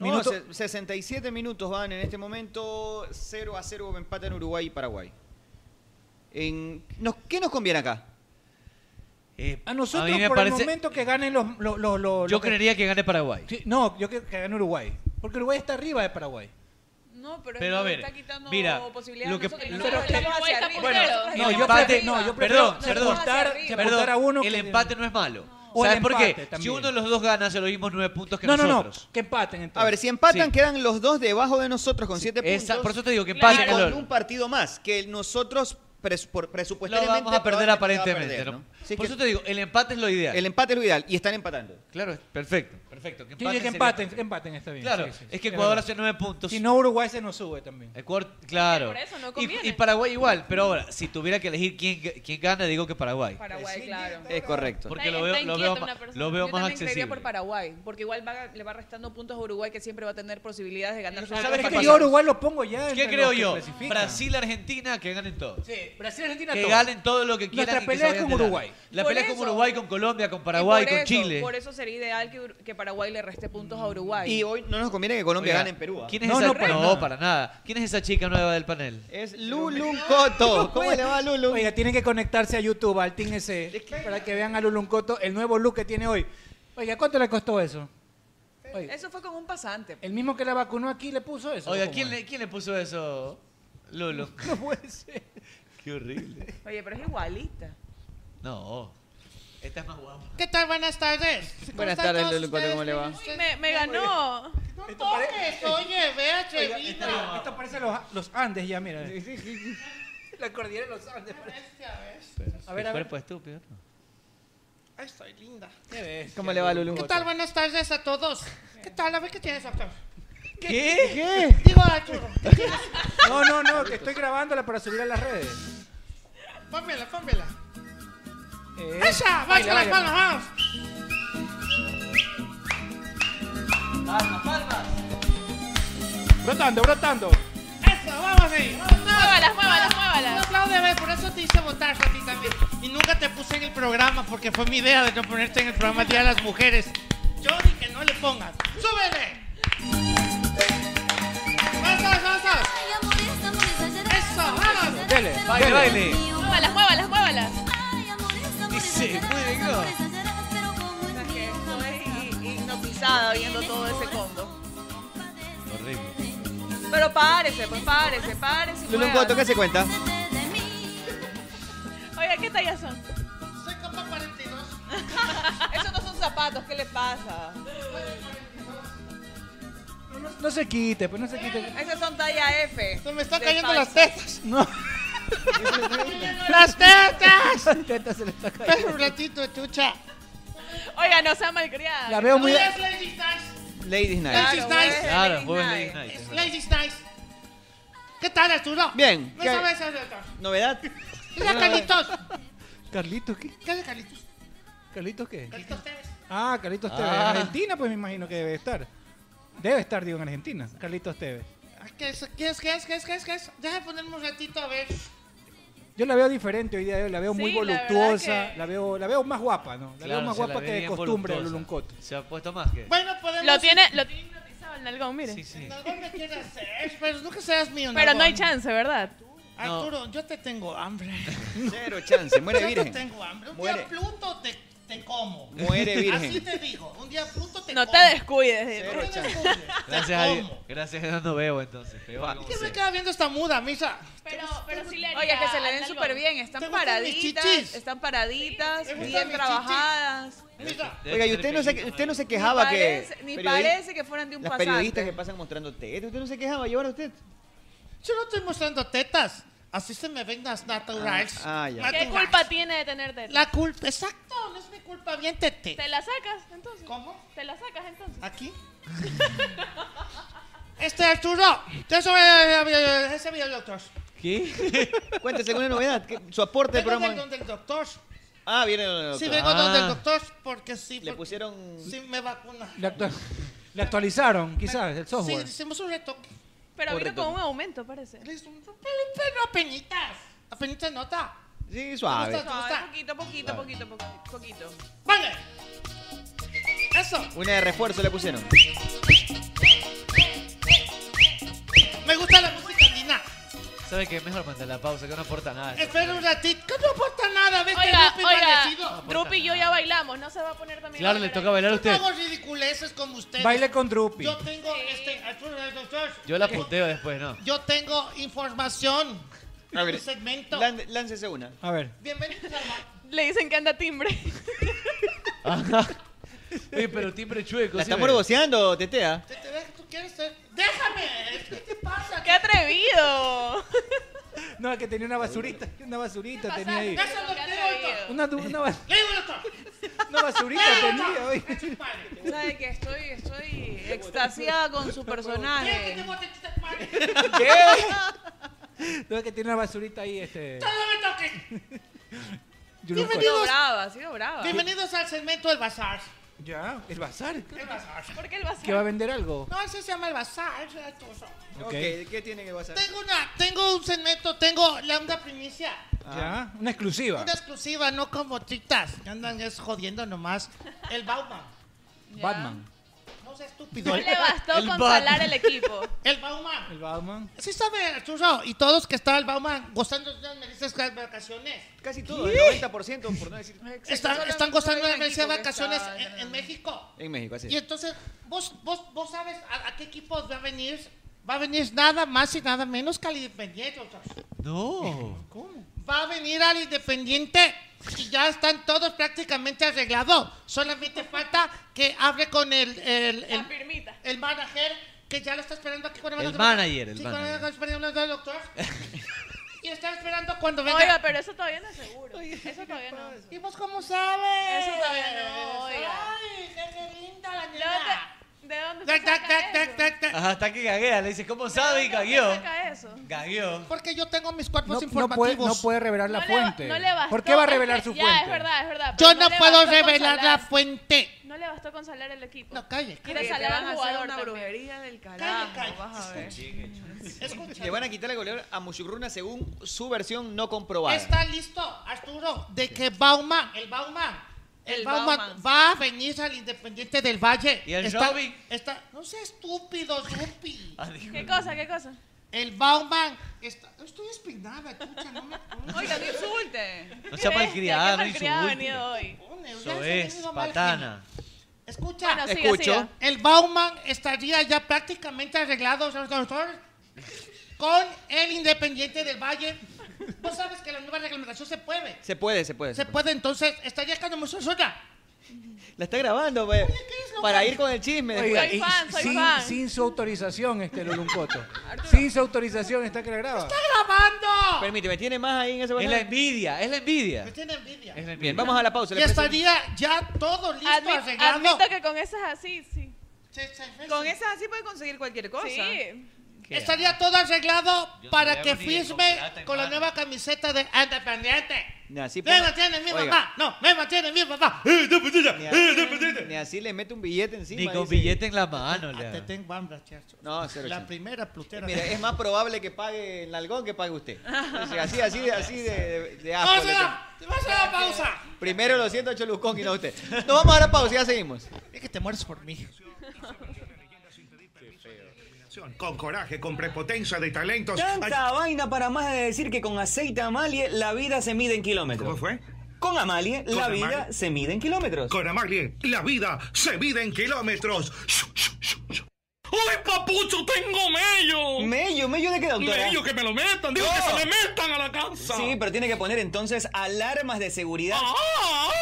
No, Minuto- se- 67 minutos van en este momento. 0 a 0 empatan Uruguay y Paraguay. En, nos- ¿Qué nos conviene acá? Eh, A nosotros, mí me por el parece- momento que ganen los... los- los- los- Yo los que- creería que gane Paraguay. Sí, no, yo creo que gane Uruguay. Porque Uruguay está arriba de Paraguay. No, pero, Pero a nos ver, está quitando mira, posibilidades lo que- a nosotros, lo- nosotros Pero estamos que- hacia arriba, bueno, nosotros El No, yo estamos prefiero, empate- no, hacia yo arriba. prefiero Perdón, perdón. apostar Hacia que arriba. Perdón, apostar a uno el que- empate no es malo. O el ¿Sabes por empate qué? Si también. uno de los dos gana, hace los mismos nueve puntos que No, no, no, nosotros. que empaten entonces. A ver, si empatan, Sí. quedan los dos debajo de nosotros con 7 puntos. Esa- por eso te digo que Claro. empate. con lo- un partido más, que nosotros presu- por- Lo presupuestariamente vamos a perder probablemente aparentemente. va a perder, ¿no? ¿no? Por eso te digo, el empate es lo ideal. El empate es lo ideal y están empatando. Claro, perfecto, perfecto. Yo diría que sería- empaten, que empaten está bien. Claro, sí, sí, es que sí, Ecuador verdad. hace nueve puntos. Si no, Uruguay se nos sube también. Ecuador, claro. Por eso no Y- conviene. y, Paraguay igual, pero ahora, si tuviera que elegir quién, quién gana, digo que Paraguay. Paraguay, claro. Es correcto. Porque Está- lo veo- está lo veo inquieta ma- una persona. lo veo Yo más también creería accesible. por Paraguay, porque igual va- le va restando puntos a Uruguay que siempre va a tener posibilidades de ganar. ¿Sabes Pero qué es que pasa? yo- Uruguay lo pongo ya. ¿Qué entre creo los que yo? clasifican. Brasil, Argentina, que ganen todos. Brasil, Argentina, Que todo. ganen todo lo que quieran. Nuestra y que pelea se es con vayan de Uruguay. largo. La Por pelea es con eso. Uruguay, con Colombia, con Paraguay, Y por con eso- Chile. Por eso sería ideal que, Ur- que Paraguay le reste puntos a Uruguay. Y hoy no nos conviene que Colombia Oiga, gane en Perú. ¿ah? ¿Quién es esa? no, para nada. ¿Quién es esa chica nueva del panel? Es Luluncoto. ¿Cómo le va a Lulu? Oiga, tienen que conectarse a YouTube, al Team ese, para que vean a Luluncoto, el nuevo look que tiene hoy. Oiga, ¿cuánto le costó eso? Eso fue con un pasante. El mismo que la vacunó aquí le puso eso. Oiga, ¿Cómo ¿quién es? le, ¿quién le puso eso? Lolo. No puede ser. Qué horrible. Oye, pero es igualita. No. Esta es más guapa. ¿Qué tal? Buenas tardes. Buenas tardes, Lulu, ¿cómo ¿Cómo le Ah. va? Me, me ganó. No toques, oye, vea, este Oiga, esto, Chevina. esto parece los, los Andes ya, mira. La cordillera de los Andes. A ver, Qué a ver. cuerpo estúpido. Ay, estoy linda. ¿Cómo le va a Lulu? ¿Qué tal? Buenas tardes a todos. ¿Qué tal? A ver qué tienes acá. ¿Qué? Digo, Arturo, ¿qué tienes? No, no, no, que estoy grabándola para subir a las redes. Pónmela, pónmela. Eh, ¡Esa! baila, ¡Vaya las baila. palmas, vamos! Palmas, palmas. Brotando, brotando. ¡Eso! ¡Vamos ahí! ¡Muévalas, muévalas, muévalas! No, Claudia, ve, por eso te hice votar a ti también. Y nunca te puse en el programa porque fue mi idea de no ponerte en el programa Día de las Mujeres. Yo dije que no le pongas. ¡Súbele! ¡Vamos, vamos! ¡Eso! ¡Vamos! Dele, Baile, dele. baile. Muévalas, muévalas, muévalas. Dice, muy bien. Estoy hipnotizada viendo todo ese combo. Horrible. Pero párese, pues párese, párese. y Luluncoto, mueva. ¿qué se cuenta? Oiga, ¿qué talla son? Soy copa 42. Esos no son zapatos, ¿qué le pasa? No se quite, pues no se quite. Eh. Esas son talla F. Se me están De cayendo las paisa. tetas. No. ¡Las tetas! Teta se le está Pero cayendo. un ratito, chucha. Oiga, no sea malcriada. La veo muy- Hoy es Ladies Night. Ladies Ladies Night. Night. Claro, joven Lady Night. Es Ladies Night. ¿Qué tal, Arturo? Bien. No ¿Qué- sabes eso, doctor. ¿Novedad? Mira, Carlitos. ¿Carlitos qué? ¿Qué hace Carlitos? ¿Carlitos qué? Carlitos Tevez. Ah, Carlitos Tevez. En Ah. Argentina, pues me imagino que debe estar. Debe estar, digo, en Argentina. Carlitos Tevez. Ah, ¿Qué es? ¿Qué es? ¿Qué es? ¿Qué es? ¿Qué es? ¿Qué es? Deja de ponerme un ratito a ver. Yo la veo diferente hoy día, de hoy, la veo muy Sí, la verdad voluptuosa, que- la veo, la veo más guapa, ¿no? La Claro, veo más se la guapa ve que de bien costumbre voluptuosa. Luluncoto. Se ha puesto más que. Bueno, podemos... Lo tiene, lo tiene hipnotizado el nalgón, mire. Nalgón me quiere hacer, pero nunca seas mío, Pero no hay Nalgón. chance, ¿verdad? Arturo, yo te tengo hambre. Cero chance, muere yo virgen. te tengo hambre. Un Muere. día Pluto te, te como. Muere virgen. Así te digo. Un día Pluto te No como. te descuides. No te Diego. descuides. Oh, Gracias a Dios. Gracias a Dios no veo entonces. Peor, como ¿Qué me sea. queda viendo esta muda, misa? Pero, pero sí le haría Oye, que se le den al súper nalgón. bien. Están gustan mis paraditas, chichis? están paraditas, ¿Te gustan bien mis trabajadas. Oiga, ¿y usted no se, usted no se quejaba ni parece, que... Ni periodi- parece que fueran de un Las pasante. periodistas que pasan mostrando tetas. ¿Usted no se quejaba? ¿Y ahora usted? Yo no estoy mostrando tetas. Así se me ven las naturales. Ah, ah, ya. ¿Qué culpa tiene de tener tetas? La culpa, exacto, no es mi culpa, bien tete. ¿Te la sacas entonces? ¿Cómo? ¿Te la sacas entonces? ¿Aquí? Este Arturo, te sobre eh, ese video del doctor. ¿Qué? Cuéntese alguna novedad. ¿Qué- Su aporte al Vengo del programa. donde el doctor. Ah, viene donde el doctor. Sí, vengo Ah. donde el doctor porque sí. Le porque pusieron... Sí, me vacuna. Le, actua- le actualizaron, quizás, el Sí, software. hicimos un retoque. Pero vino Correcto. con un aumento, parece. Pero apenitas, apenitas nota. Sí, ¿Te suave. gusta? ¿Te Suave, gusta? poquito, poquito, poquito, poquito, poquito. ¡Vale! Eso, Una de refuerzo le pusieron. me gusta la música andina. ¿Sabe qué? Mejor mandar la pausa que no aporta nada. Espera un ratito, que no aporta nada, vete Oiga, Lupe oiga, maldecido. Drupi y yo ya bailamos, no se va a poner también. Claro, le toca bailar a No usted. hago ridiculeces como ustedes. Baile con Drupi. Yo tengo, este, Arturo, doctor, Yo la punteo después, ¿no? yo tengo información. A ver, Un segmento. lan- láncese una. A ver. Bienvenidos al ma- Le dicen que anda timbre. Oye, pero timbre chueco. ¿La sí, estamos ve. negociando, tetea? Te, te deja- tú quieres ser- ¡Déjame! ¿Qué te pasa? ¡Qué atrevido! No, que tenía una basurita, una basurita tenía ahí. Eso no quiero, doctor. Una, du- una, ba- ¡Le digo al doctor! una basurita Claro. tenía hoy. ¿Sabe que estoy, estoy extasiada con su personaje? ¿Qué? No, es que tiene una basurita ahí, este... Yo no Ha sido brava, ha sido brava. Bienvenidos al segmento del bazar. Ya, el bazar. El bazar. ¿Por qué el ¿Que va a vender algo? No, ese se llama el bazar. Ok. ¿qué tiene que pasar? Tengo una, tengo un segmento, tengo la una primicia. Ah. Ya, una exclusiva. Una exclusiva, no como chitas que andan es jodiendo nomás. El Bauman. Batman. No seas estúpido. No le bastó El con Bat- salar el equipo. El Bauman. El Batman. Sí sabe, Arturo, y todos que está el Bauman gozando de unas merecidas ca- vacaciones. Casi todo, el 90% por no decir. Están, están gozando de unas merecidas vacaciones en, en México. En México, así. Y entonces, vos, vos, vos sabes a, a qué equipo va a venir. Va a venir nada más y nada menos que al Independiente. o sea, No. Va a venir al Independiente y ya están todos prácticamente arreglados. Solamente falta que hable con el, el, el, el manager que ya lo está esperando aquí con El de- manager, el Sí, con manager. con- esperando el doctor. y está esperando cuando venga. Oiga, pero eso todavía no es seguro. Eso todavía no. ¿Y vos cómo sabes? Eso todavía no, oiga. Ay, qué linda la ¿De dónde, ¿De dónde Tac, se tac, saca tac, tac, tac, tac. Ajá, hasta que gaguea. Le dice, ¿cómo sabe? Y eso? gagueó. ¿De dónde saca eso? Gagueó. Porque yo tengo mis cuerpos No, no puede, informativos. no puede revelar la No le, fuente. ba- no le bastó. ¿Por qué va a revelar es que- su Ya, es fuente? verdad, es verdad. pero Yo no le puedo bastó con revelar la salar. fuente. No le bastó con salar el equipo. No, calle. Quiere Oye, salar te van a al hacer jugador una también. brujería del carajo, vas a ver. Le van a quitar la goleadora a Mushugruna según su versión no comprobada. Está listo, Arturo, de que Bauman, el Bauman, el, El Bauman, Bauman. va a venir al Independiente del Valle. ¿Y el está, Robin? está- no sea estúpido, Zupi. Ah, ¿Qué cosa? ¿Qué cosa? El Bauman está, estoy espinada, chucha, no me pongas. Oiga, no insulte. No sea Qué malcriada, bestia, no qué malcriada ha insulte. venido hoy. Eso es, patana. Escucha, Bueno, siga, Escucho. siga. el Bauman estaría ya prácticamente arreglado señor doctor, con el Independiente del Valle. Vos sabes que la nueva reglamentación se puede. Se puede, se puede. Se puede, entonces estaría con nosotros. La está grabando, pues, lo para que- ir con el chisme. Oiga, después. Soy fan, soy sin, fan. sin su autorización, este Loluncoto. sin su autorización está que la graba. grabando! Permíteme, ¿tiene más ahí en ese Es WhatsApp? la envidia, es la envidia. Me tiene envidia. Bien, vamos a la pausa. Y estaría ya todo listo, Admit- arreglado. admito que con esas así, sí. Con esas así puede conseguir cualquier cosa. Sí. Estaría todo arreglado Yo para no le que hago ni con firme plata en con la mano. nueva camiseta de Independiente. Ni así, Me ponga- mantiene mi Oiga, mamá. No, me mantiene mi papá. ni así- Ni así le mete un billete encima. Ni con dice. billete en la mano, le Ah, Te haga. tengo hambre, chacho. No, cero La chance. primera plutera. Mira, es más probable que pague el nalgón que pague usted. O sea, así, así, de- así de, de, de asco ¡Vamos le a la, vamos a la pausa! tengo. Primero lo siento a Cholucón y no a usted. Nos vamos a la pausa, ya seguimos. Es que te mueres por mí. Con coraje, con prepotencia de talentos. Tanta vaina para más de decir que con aceite Amalie la vida se mide en kilómetros. ¿Cómo fue? Con Amalie Con la Amalie. vida se mide en kilómetros. Con Amalie, la vida se mide en kilómetros. ¡Uy, papucho, tengo mello! ¿Mello? ¿Mello de qué, doctora? Mello, que me lo metan. Digo, que No. se me metan a la casa. Sí, pero tiene que poner entonces alarmas de seguridad. Ah, ah, ah.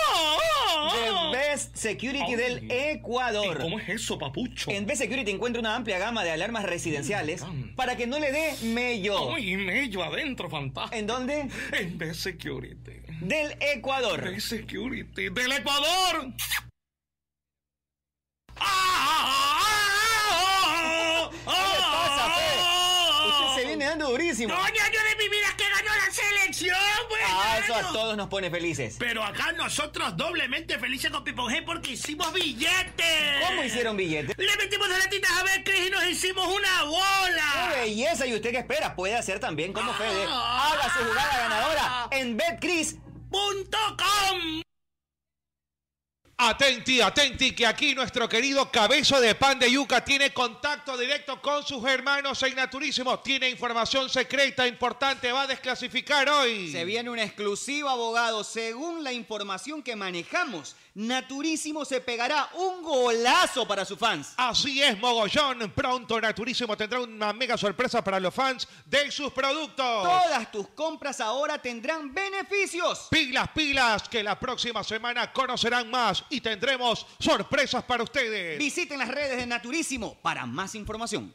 The Best Security Ay. del Ecuador. ¿Cómo es eso, papucho? En Best Security encuentra una amplia gama de alarmas residenciales para que no le dé mello. Uy, mello adentro, fantástico. ¿En dónde? En Best Security. Del Ecuador. Best Security. ¡Del Ecuador! ¡Ah, oh, ¿Qué le pasa, Fe? Usted se viene dando durísimo. yo de mi vida que ganó la selección, güey. Ah, eso a todos nos pone felices. Pero acá nosotros doblemente felices con Pipo G porque hicimos billetes. ¿Cómo hicieron billetes? Le metimos las latitas a ver, Cris, y nos hicimos una bola. ¡Qué belleza! ¿Y usted qué espera? Puede hacer también como Fede. Ah. Haga su jugada Ah. ganadora en BetCris.com. Atenti, atenti, que aquí nuestro querido Cabezo de Pan de Yuca tiene contacto directo con sus hermanos en Naturísimo. Tiene información secreta importante, va a desclasificar hoy. Se viene una exclusiva, abogado. Según la información que manejamos, Naturísimo se pegará un golazo para sus fans. Así es, Mogollón. Pronto Naturísimo tendrá una mega sorpresa para los fans de sus productos. Todas tus compras ahora tendrán beneficios. Pilas, pilas, que la próxima semana conocerán más y tendremos sorpresas para ustedes. Visiten las redes de Naturísimo para más información.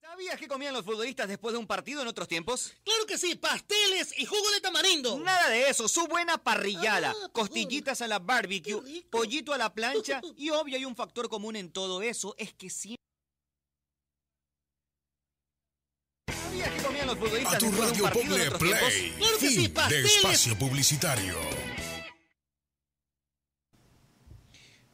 ¿Sabías que comían los futbolistas después de un partido en otros tiempos? Claro que sí, pasteles y jugo de tamarindo. Ah, Nada de eso, su buena parrillada, costillitas a la barbecue, pollito a la plancha y obvio hay un factor común en todo eso, es que siempre... ¿Sabías que comían los futbolistas A tu después de radio un partido en Poble otros Play. tiempos? Claro que sí, Fin de pasteles. espacio publicitario.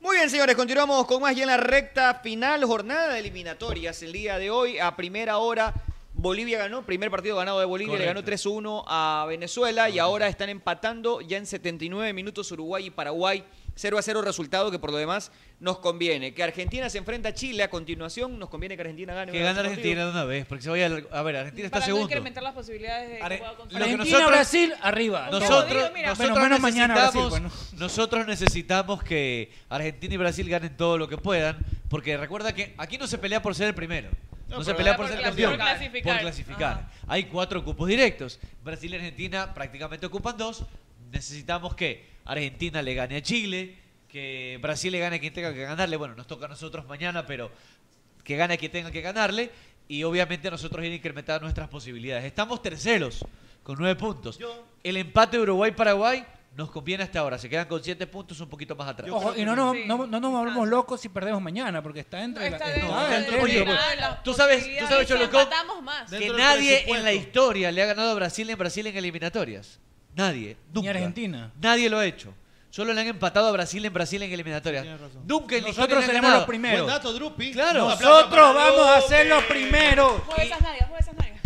Muy bien, señores, continuamos con más ya en la recta final, jornada de eliminatorias el día de hoy. A primera hora, Bolivia ganó, primer partido ganado de Bolivia, le ganó 3-1 a Venezuela y ahora están empatando ya en 79 minutos Uruguay y Paraguay. 0 a 0 resultado que por lo demás nos conviene. Que Argentina se enfrenta a Chile a continuación, nos conviene que Argentina gane. Que una vez gane el partido. Argentina de una vez, porque se vaya al- a ver, Argentina está Para no segundo. incrementar las posibilidades de que Are- pueda Lo que conseguir. Argentina, nosotros- Brasil, arriba. Nosotros, nosotros menos mañana Brasil, necesitamos, bueno. nosotros necesitamos que Argentina y Brasil ganen todo lo que puedan, porque recuerda que aquí no se pelea por ser el primero, no, No, se pero pelea ya por, por ser clasi- campeón, por clasificar. por clasificar. Hay cuatro cupos directos. Brasil y Argentina prácticamente ocupan dos. Necesitamos que Argentina le gane a Chile, que Brasil le gane a quien tenga que ganarle. Bueno, nos toca a nosotros mañana, pero que gane quien tenga que ganarle y obviamente nosotros ir a incrementar nuestras posibilidades. Estamos terceros con nueve puntos. El empate de Uruguay-Paraguay nos conviene hasta ahora. Se quedan con siete puntos un poquito más atrás. Ojo, y no nos, no, no nos volvamos locos si perdemos mañana, porque Ah. está entre... está la- dentro está de- entre- Oye, las tú sabes, tú sabes, posibilidades. Cholo, Si empatamos más. que Dentro del nadie en presupuesto. la historia le ha ganado a Brasil en Brasil en eliminatorias. Nadie. Nunca. Ni Argentina. Nadie lo ha hecho. Solo le han empatado a Brasil en Brasil en eliminatorias. Nunca en la historia Nosotros le han seremos los ganado. primeros. Buen dato, Drupi. Claro. Nosotros vamos a ser los primeros. Mueve esas nalgas, mueve esas nalgas.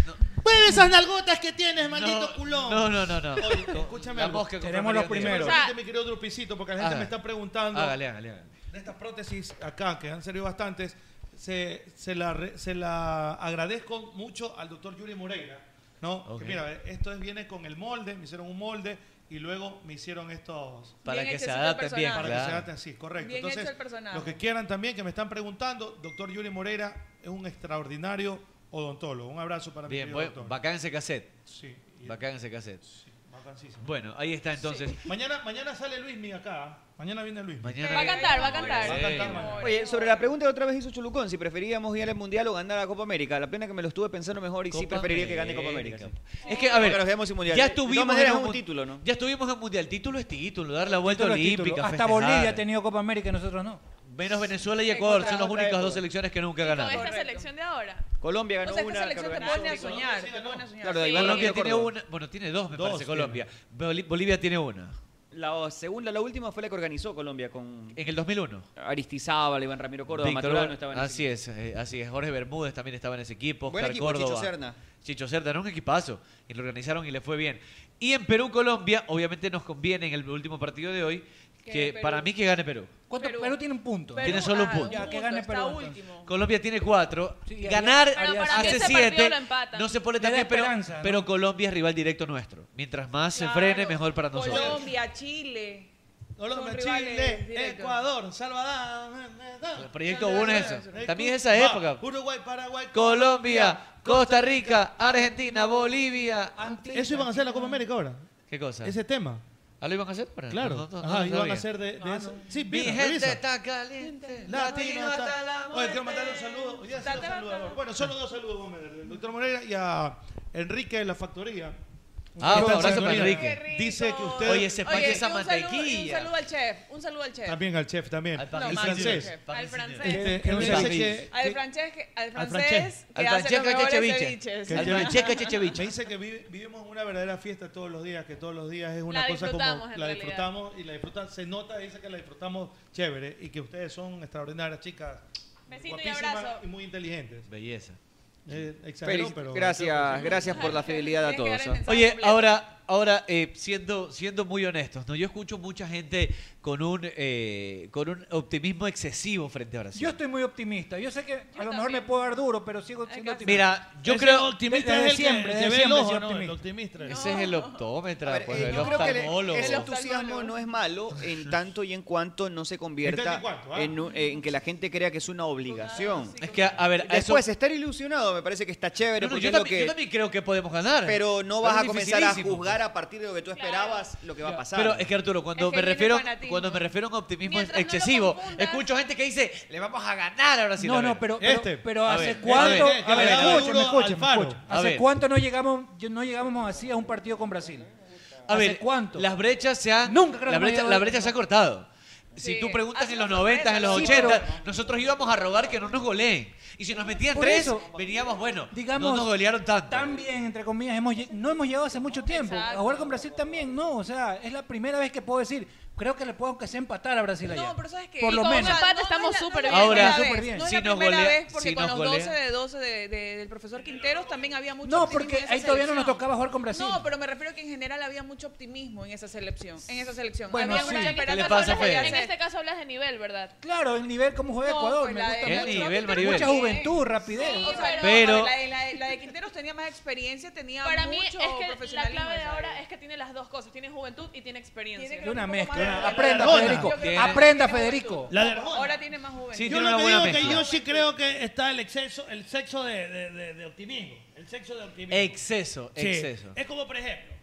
Mueve esas nalgotas que tienes, maldito culón. No, no, no, no. Oye, escúchame. La algo. mosca con Seremos los María Díaz. primeros. Permíteme, querido Drupicito, porque la gente Hágale. me está preguntando. Ah, Hágale, hágale, hágale. De estas prótesis acá, que han servido bastantes, se, se, la, re- se la agradezco mucho al doctor Yuri Moreira. ¿no? Que Ok. mira, esto es- viene con el molde, me hicieron un molde y luego me hicieron estos. Para Bien que hecho se el adapten bien, Para que claro. se adapten, sí, correcto. Bien hecho Entonces, el personaje. los que quieran también, que me están preguntando, doctor Yuri Moreira es un extraordinario odontólogo. Un abrazo para mi Bien, querido bueno, doctor. bacán ese cassette. Sí. Bacán ese cassette. Bacanísimo. Bueno, ahí está entonces. Mañana, mañana sale Luismi acá. ¿ah? Mañana viene Luismi. Mañana Va a cantar, va a cantar. Va a cantar mañana. Oye, sobre la pregunta que otra vez hizo Chulucón, si preferíamos ir al Mundial o ganar la Copa América, la pena que me lo estuve pensando mejor y sí Copa preferiría que gane Copa América. América. Es que, a ver, Porque nos quedamos sin Mundial. ya De todas estuvimos maneras, en es un un mun- título, ¿no? Ya estuvimos en Mundial. Título es título, dar la vuelta Título es título. olímpica. Hasta festejar. Bolivia ha tenido Copa América y nosotros no. Menos Venezuela y Ecuador son las otra únicas dos época. selecciones que nunca Con ganaron. esta selección de ahora. Colombia O sea, esta selección te pone a Organizó, soñar. sí, te ganó. pone a soñar. Claro, de Sí. Iván Colombia Colombia tiene Córdoba. una, bueno, tiene dos, me Dos parece, tiene. Colombia. Boli- Bolivia tiene una. La, según la, la última fue la que organizó Colombia con En el 2001. Aristizábal, Iván Ramiro Córdoba, Víctor Maturano Ur- estaba en ese Así es, eh, así es. Jorge Bermúdez también estaba en ese equipo. Buen Oscar equipo, Chicho Córdoba. Serna. Chicho Serna, era un equipazo. Y lo organizaron y le fue bien. Y en Perú, Colombia, obviamente nos conviene en el último partido de hoy Que que Perú- para mí que gane Perú. ¿Cuánto? Perú, tiene un punto. Tiene Perú, solo un ah, punto. un Ya, que gane punto, Perú. está entonces. Colombia tiene cuatro. haría- Ganar Pero para mí hace ese partido siete. lo empatan. No se pone Le da tan bien, pero, esperanza, ¿no? pero Colombia es rival directo nuestro. Mientras más se frene, mejor para nosotros. Colombia, Chile. Colombia, Son rivales Chile, directos. Ecuador, Salvador. El proyecto 1 es eso. También es esa Va, época. Uruguay, Paraguay. Colombia, Costa Rica, Argentina, Bolivia. Eso iban a hacer la Copa América ahora. ¿Qué cosa? Ese tema. ¿Ah, lo iban a hacer? Ahora? Claro. No, no, no, Ajá, no iban sabía. a hacer de, de eso. Sí, Mi mira, gente revisa. está caliente. Latino hasta la Oye, quiero mandarle un saludo. Hoy día se los saluda, bueno. Bueno, solo dos saludos, Gómez, del doctor Moreira y a Enrique de la factoría. Ah, Que está un en abrazo San para Marino. Enrique. Qué rico. Dice que usted. Oye, ese pan Oye, de y esa un saludo, y un mantequilla. saludo al chef. Un saludo al chef. También al chef, también. Al No, El más al francés. chef, Al francés. Eh, Que- él dice que- que- al que- francés, que- al Al francés, que Al hace los francés mejores que eche ceviches. Que Al el chef- francés que eche ceviche. Me dice que vi- vivimos una verdadera fiesta todos los días, que todos los días es una La cosa como disfrutamos, en la realidad. disfrutamos y la disfrutamos. Se nota, dice que la disfrutamos chévere y que ustedes son extraordinarias chicas. Besito y guapísimas abrazo. y muy inteligentes. Belleza. Eh, exagero, Feliz- pero gracias, gracias por la fidelidad a todos. ¿ah? Oye, ahora Ahora, eh, siendo, siendo muy honestos, ¿no? yo escucho mucha gente con un, eh, con un optimismo excesivo frente a Brasil. Yo estoy muy optimista. Yo sé que a lo mejor me puedo dar duro, pero sigo siendo optimista. Mira, yo Ese creo- optimista Desde es el siempre, siempre, desde desde siempre siempre soy soy optimista. optimista. Ese es el optómetra, A ver, pues, eh, el yo creo que el, oftalmólogo. el entusiasmo no es malo en tanto y en cuanto no se En convierta tanto en, y cuanto, ah. un- en que la gente crea que es una obligación. Es que, a ver, a eso- Después, estar ilusionado me parece que está chévere. No, no, porque yo, es lo también, que- yo también creo que podemos ganar. Pero no vas a comenzar a juzgar a partir de lo que tú esperabas lo que va a pasar. Pero es que Arturo, cuando Es que me viene refiero fanatismo. cuando me refiero a un optimismo excesivo, escucho gente que dice, le vamos a ganar ahora sí. No, no, pero, pero, este. pero ¿hace cuánto? A ver, escuchen, me escuchen, me escuchen. A ¿Hace ver. cuánto no llegamos, yo- no llegamos así a un partido con Brasil? A ¿Hace ver, cuánto? las brechas se han Nunca creo la que me brecha, haya la dado- brecha se ha cortado. Si tú preguntas en los 90, en los Sí, 80, pero- nosotros íbamos a rogar que no nos goleen. Y si nos metían Por tres, eso, veníamos, bueno, digamos, no nos golearon tanto. También, entre comillas, hemos, lle- no hemos llegado hace mucho tiempo. A jugar con Brasil también, no. O sea, es la primera vez que puedo decir, creo que le puedo aunque sea empatar a Brasil allá. No, pero ¿sabes qué? Por Y lo con menos. empate estamos súper no, bien. no, Ahora, Ahora, súper bien. no es si la nos primera golea- vez, porque si con nos los golea- 12 de 12 de- de- del profesor Quinteros también había mucho No, optimismo porque en esa ahí todavía no nos selección. tocaba jugar con Brasil. No, pero me refiero que en general había mucho optimismo en esa selección. En esa selección. Bueno, había sí. mucha ¿Qué esperanza le de pasa, lo que Fede? podía En hacer. este caso hablas de nivel, ¿verdad? Claro, el nivel como juega No, Ecuador. pues Me la gusta de- mucho. El nivel, Maribel. Mucha juventud, rapidez. O sea, Pero- La, de- la de- la de Quinteros tenía más experiencia, tenía Para mí es mucho que la profesionalismo. clave de ¿sabes? ahora es que tiene las dos cosas, tiene juventud y tiene experiencia. De una mezcla. una- más Aprenda, de- Federico. Yo creo- Aprenda, Federico. La de Ahora tiene más juventud. yo lo que digo que yo sí creo que está el exceso, el sexo de, de- de- de optimismo. El sexo de optimismo. Exceso, exceso. Es como, por ejemplo,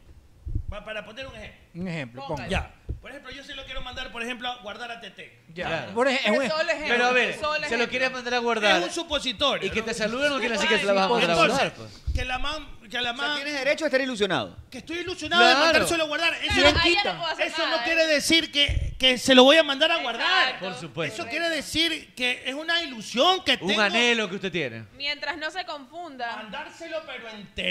pa- para poner un ejemplo. Un ejemplo, ponga. Ya. Por ejemplo, yo sí lo quiero mandar, por ejemplo, a guardar a Tete. Ya. Claro. Por ej- Pero es un- solo ejemplo, Pero a ver, solo se lo ejemplo. quieres mandar a guardar. Es un supositorio. Y que te saluden no o quiere decir que te la vas a mandar a guardar. pues. Que la man, que la man, Tienes derecho a estar ilusionado. que estoy ilusionado Claro. de mandárselo a guardar. Eso, Claro, no, ahí ya no puedo hacer eso nada, no ¿eh? quiere decir que, que eh, se lo voy a mandar a guardar. Por supuesto. Eso quiere decir que es una ilusión que Un tengo. anhelo que usted tiene. Mientras no se confunda. Mandárselo, pero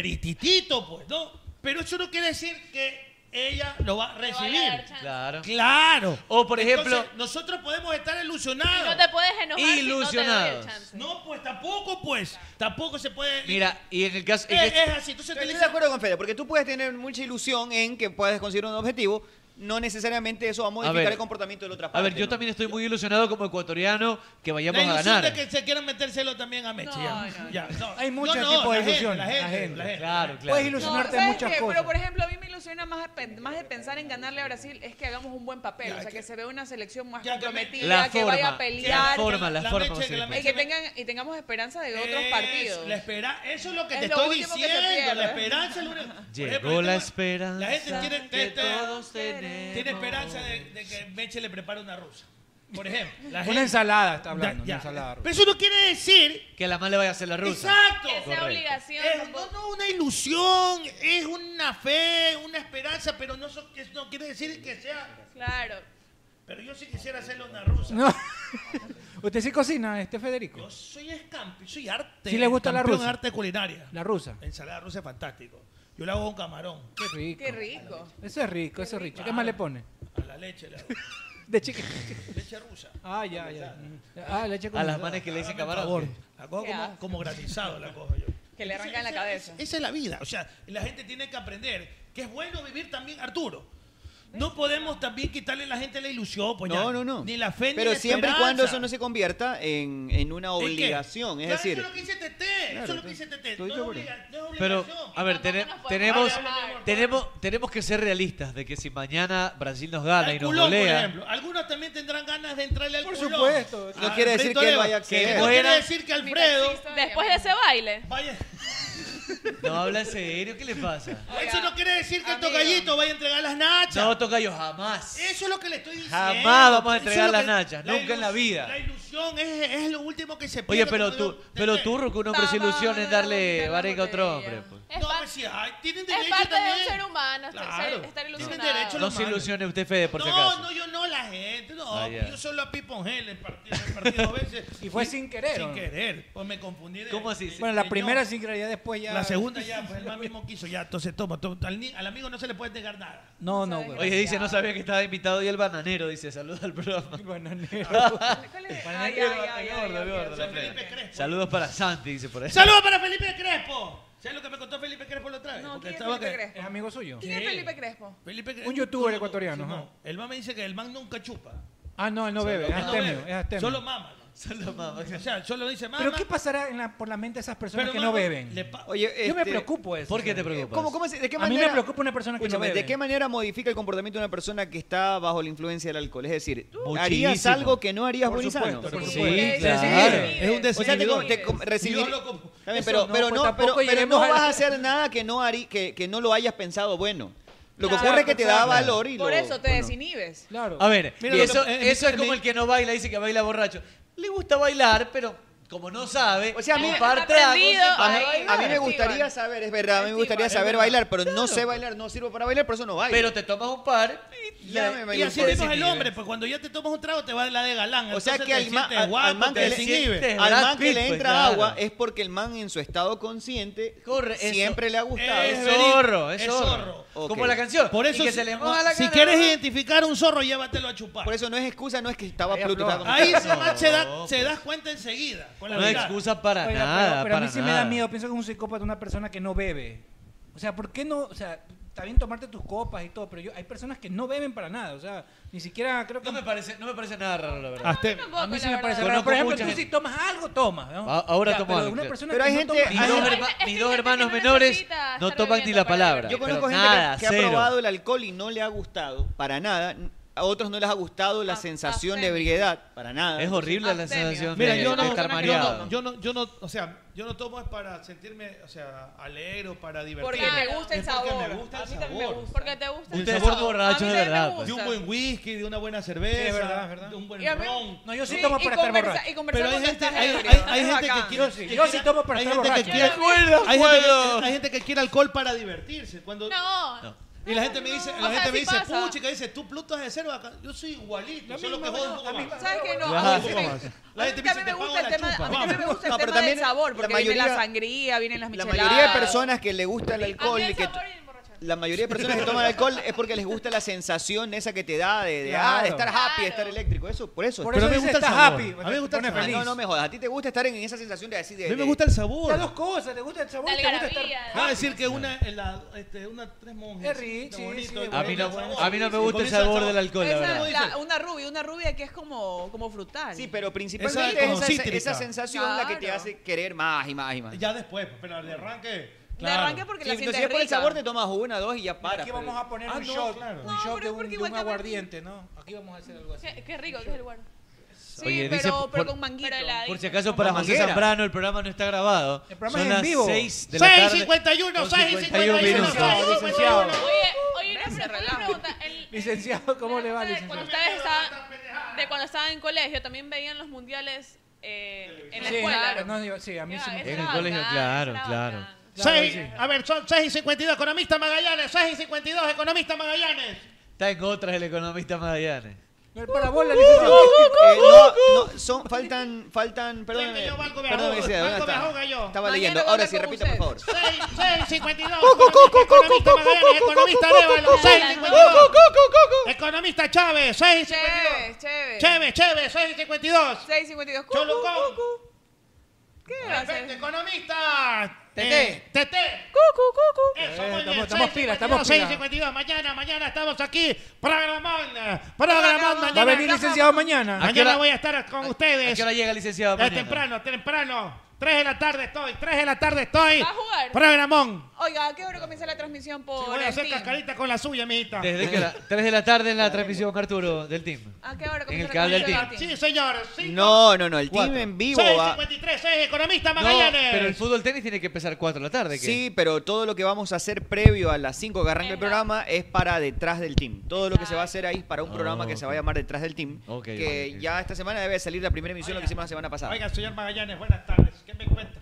Terititito, pues, ¿no? Pero eso no quiere decir que ella lo va a recibir. Claro. Claro. O por ejemplo, Entonces, nosotros podemos estar ilusionados. No te puedes enojar si no te doy el Ilusionados. chance. No, pues tampoco, pues. Tampoco se puede. mira, y en el caso en Es- este- es así, tú se Estoy de utiliza- acuerdo con Fede, porque tú puedes tener mucha ilusión en que puedes conseguir un objetivo, no necesariamente eso va a modificar ver. el comportamiento de la otra A parte. ver, yo también estoy muy ilusionado como ecuatoriano que La vayamos a ilusión de ganar. que se quieran metérselo también a Mechi. ya. Ya, no. Hay No, muchos no, tipos de la gente, ilusiones, la gente, la gente. la gente. Claro, claro. Puedes ilusionarte No, en ¿sabes muchas qué? cosas. Pero, por ejemplo, a mí me ilusiona más, a pen- más de pensar en ganarle a Brasil es que hagamos un buen papel. o sea, que, se vea una selección más comprometida, La que vaya forma, a pelear. la forma, la que- forma, Meche, sí. y que tengan, y tengamos esperanza de otros Es- partidos. la espera- eso es lo que Es te lo estoy último que se diciendo. la pierde. esperanza es lo único- Llegó la La esperanza. gente tiene, que te- te- todos tenemos. tiene esperanza de, de que Meche le prepare una rusa. Por ejemplo. la Una gente- ensalada está hablando. Ya, ya. Una ensalada. Pero eso no quiere decir. Que la más le vaya a hacer la rusa. Exacto. Correcto. Es, no, no, una ilusión, es una fe, una esperanza, pero no, so- que no quiere decir que sea. Claro. Pero yo sí quisiera hacerlo una rusa. No. ¿Usted sí cocina, este Federico? Soy escampi, soy arte. ¿Sí le gusta la campeón rusa? arte culinaria. La rusa. Ensalada rusa es fantástico. Yo la hago con camarón. Qué rico. Qué rico. Eso es rico, eso es rico. ¿Qué más le pone? A la leche le hago. De chica. leche rusa. Ah, ya, ya. Ah, leche A las manes que le dicen Por camarón. favor. La cojo Qué como, asco. como granizado, la cojo yo. Que le arrancan la Entonces, cabeza. esa- Esa es la vida. O sea, la gente tiene que aprender que es bueno vivir también, Arturo. No podemos también quitarle a la gente la ilusión, pues No, ya. no, no. Ni la fe, ni Pero la siempre y cuando esperanza. eso no se convierta en, en una ¿En qué? obligación. Es Claro, decir, eso es lo que dice Tete. Claro, eso es lo que dice Tete. No estoy es de acuerdo. obliga- no es Pero, obligación. a ver, tene- podemos tenemos, hablar, mi amor. tenemos, tenemos que ser realistas de que si mañana Brasil nos gana y nos Culón, por golea, ejemplo. Algunos también tendrán ganas de entrarle al Por supuesto. No Ah, quiere decir que él vaya a acceder. No quiere Fuera. decir que Alfredo... Después de ese baile. no habla en serio, ¿qué le pasa? Eso no quiere decir que el tocallito vaya a entregar las nachas. No, Tocayo, jamás. Eso es lo que le estoy diciendo. Jamás vamos a Eso entregar es lo las que- nachas, la nunca en la ilus- vida. La ilusión es, es lo último que se pierde. Oye, pero tú, pero tú, Ruco, un hombre se ilusiona en darle varenga a otro hombre. pues. No, pues sí, ay, tienen Es derecho parte de un también. ser humano estar, Claro. ser- estar Tienen ilusionado. derecho No se ilusione usted, Fede, por si No, acaso. no, yo no, la gente. No, Ah, ya. yo solo a Pipon Hell en partido, en partido a veces. Y fue sin querer, ¿o Sin no? querer. Pues me confundí. de- ¿Cómo así? de- Bueno, la de primera ñoco. sí creía, después ya. La segunda ya, pues el mismo quiso ya. Entonces, toma, toma. Al, ni- al amigo no se le puede negar nada. No, no, güey. Oye, dice, no sabía que estaba invitado y el bananero, dice, saludos al programa. El bananero. ay, ay, ay, ay, Gordo, gordo, la plena. Saludos para Santi, dice por ahí. ¡Saludos para Felipe Crespo! ¿Sabes lo que me contó Felipe Crespo la otra vez? No, Porque ¿quién es estaba Felipe que- Crespo? ¿Es amigo suyo? ¿Quién Sí. es Felipe Crespo? Felipe Crespo, Un youtuber solo- ecuatoriano, Simón. ajá. El man me dice que el man nunca chupa. Ah, no, él no bebe, es Solo- astemio, bebe. es astemio. Solo mama. Solo mama. O sea, solo dice mama. ¿Pero qué pasará en la- por la mente de esas personas Pero que no, no, no, beben? le pa- Oye, Yo me este, preocupo de eso. ¿por qué te señor. preocupas? ¿Cómo- cómo es- de qué A mí me manera- preocupa una persona que no Escúchame, bebe. ¿de qué manera modifica el comportamiento de una persona que está bajo la influencia del alcohol? Es decir, Muchísimo. ¿harías algo que no harías Por buenizano? supuesto, por Sí, supuesto. Sí, claro. claro. Es un Es un O sea, te, com- desinhibidor. te com- recibir- eh, Yo lo como. Está bien, Eso pero, no, pero pues no, pero, tampoco pero lleguemos no a la- vas a hacer nada que no, harí, que, que no lo hayas pensado bueno. Lo que Claro, ocurre es que te da claro. valor y Por lo- eso te bueno. desinhibes. Claro. A ver, Mira, eso, lo que- eso es como el que no baila, dice que baila borracho. Le gusta bailar, pero como no sabe, o sea, a mí- A mí- a mí me gustaría saber, es verdad, a mí me gustaría saber bailar, pero no sé bailar, no sirvo para bailar, por eso no bailo. Pero te tomas un par y Y así mismo es el hombre, pues cuando ya te tomas un trago te va la de galán. O sea entonces que te al, ma- sientes al- guapo, al man te pues, que le, desinhibes. al man que le entra agua es porque el man en su estado consciente Corre, eso- siempre le ha gustado. Es zorro, es zorro. Ok. Como la canción. Por eso Y que si- se le no, moja la si cara, quieres ¿no? Identificar un zorro, llévatelo a chupar. Por eso no es excusa, no es que estaba Ahí Pluto. afloja. estaba- Ahí ese No. man se da, se das cuenta enseguida. Con la pues. No hay mirada. excusa para Oiga, nada, Pero, pero a mí para sí me da nada. miedo. Pienso que es un psicópata una persona que no bebe. O sea, ¿por qué no? O sea, está bien tomarte tus copas y todo, pero yo, hay personas que no beben para nada. O sea, ni siquiera creo que. No me parece, no me parece nada raro, la verdad. Hasta, tampoco, a mí sí la me parece verdad. raro. Por Conozco ejemplo, mucha tú si gente. tomas algo, tomas. ¿no? A- ahora Ya, tomo pero algo, una claro. persona Pero que hay no gente- toma- mis dos herma- mis dos hermanos menores no toman ni la palabra. Yo conozco pero gente nada, que, que ha cero. probado el alcohol y no le ha gustado para nada. A otros no les ha gustado la sensación de ebriedad para nada. Es horrible la Abstemio. sensación Mira, de- yo de no- estar yo no- mareado. Yo no, yo no, o sea, yo no tomo es para sentirme, o sea, alegre o para divertirme. Porque me gusta el Es porque sabor. me gusta a el mí también me sabor. gusta. Porque te gusta Un sabor borracho, A mí de también me verdad, gusta. pues. De un buen whisky, de una buena cerveza, Sí, es verdad, es verdad. de un buen Y a mí- ron. No, yo sí Sí, tomo y para estar conversa- borracho. y conversar Pero hay con gente, tanta hay, gente, hay- ¿no? hay Es gente que bacán. quiere, Yo sí, que yo sí quiera- tomo para hay estar gente que borracho. quiere- Yo me acuerdo, hay gente que- acuerdo. hay gente que quiere alcohol para divertirse. Cuando No. Y la gente me dice, O la sea, gente me sí dice, pasa. puchi, que dice, tú Pluto es de cero acá. Yo soy igualito, solo que jodo un poco más. ¿Sabes qué? No, Ajá. a mí sí me- La a mí gente me dice, también te me pago gusta el la tema, a chupa. mí también me gusta el No, pero tema también del sabor, la porque viene mayoría- la sangría, vienen las La micheladas. mayoría de personas que le gusta el alcohol y que la mayoría de personas que toman alcohol es porque les gusta la sensación esa que te da de, de, ah, Claro. de estar happy, de estar eléctrico, eso, por eso. Por Pero eso me dice, gusta el "Estás sabor". happy, A mí me gusta el te pone sabor. feliz. No, no me jodas, a ti te gusta estar en esa sensación de así de A mí me de- gusta el sabor. Las dos cosas, te gusta el sabor y te gusta estar. Ah, Voy a decir que una, en la- este, una tres monjes. Es rico, está sí, bonito, sí, el A mí no- sabor. a mí no me Sí, gusta el comienza sabor del alcohol, la Esa, verdad. la- una rubia, una rubia que es como, como frutal. Sí, pero principalmente como es esa, cítrica. esa sensación la que te Claro. hace querer más y más y más. Ya después, pues, pero de arranque. De arranque porque la Sí, no, sientes si es por el rica. sabor te tomas una, dos y ya para. Aquí vamos pues. a poner Ah, un no, shot, claro. un shot de un, de un igual también- aguardiente, ¿no? Aquí vamos a hacer algo así. Qué, qué rico que es el guaro. Sí, Oye, pero, dice pero por- con manguito. Por si acaso, para Como José manguera. Zambrano, el programa no está grabado. El programa Son es en las vivo. 6 de la tarde. 6:51, Con 51 minutos. minutos. Licenciado. Oye, oye, una pre- una pregunta. el- Licenciado, ¿cómo le va, cuando licenciado? ustedes estaban, de cuando estaban en colegio, también veían los mundiales eh, en la Sí, escuela. claro, no, yo- sí, a mí sí me En el colegio, claro, claro. Seis- a ver, son 6 y 52, economista Magallanes, 6 y 52, economista Magallanes. Está en otras el economista Magallanes. El parabola, Eh, Uh, licenciado. no, no, son, faltan, faltan, perdóname. yo banco me Perdóname, ahogo, sí, ¿dónde banco me está? ahogo yo. Estaba Mañana leyendo, voy a ahora hablar sí, con repite por favor. 652. Economista Magallanes, economista Arevalo, 652. Economista Chávez, 652. Chévere, chévere. Chévez, Chévez, 652. 652. Cholucón. ¿Qué Perfecto, economista. Tete. Eh, Tete. Cucu, cucu. Eso, Eh, muy estamos- bien. estamos 6:52, pila, estamos pila. 6:52, mañana, mañana estamos aquí programando, programando. ¿Va a mañana. venir licenciado mañana? Mañana voy a estar con ustedes. ¿A qué hora llega el licenciado? Eh, mañana? temprano, temprano. 3 de la tarde estoy, 3 de la tarde estoy. ¿Va a jugar? Programón. Oiga, ¿a qué hora comienza la transmisión por Voy a el hacer Team? cascarita con la suya, mijita. Desde que la, 3 de la tarde en la transmisión con Arturo del team. ¿A qué hora En el comienza canal la del transmisión? team. Sí, señores. Sí. No, no, no, el team Cuatro. en vivo va. 653, 6, economista Magallanes. pero el fútbol tenis tiene que empezar 4 de la tarde. ¿qué? Sí, pero todo lo que vamos a hacer previo a las 5 que arranca el programa es para detrás del team. Todo lo que se va a hacer ahí es para un programa que se va a llamar detrás del team. Ah, Ok, que ok, ok. ya esta semana debe salir la primera emisión, lo que hicimos la semana pasada. Oiga, señor Magallanes, buenas tardes. ¿Qué me cuenta?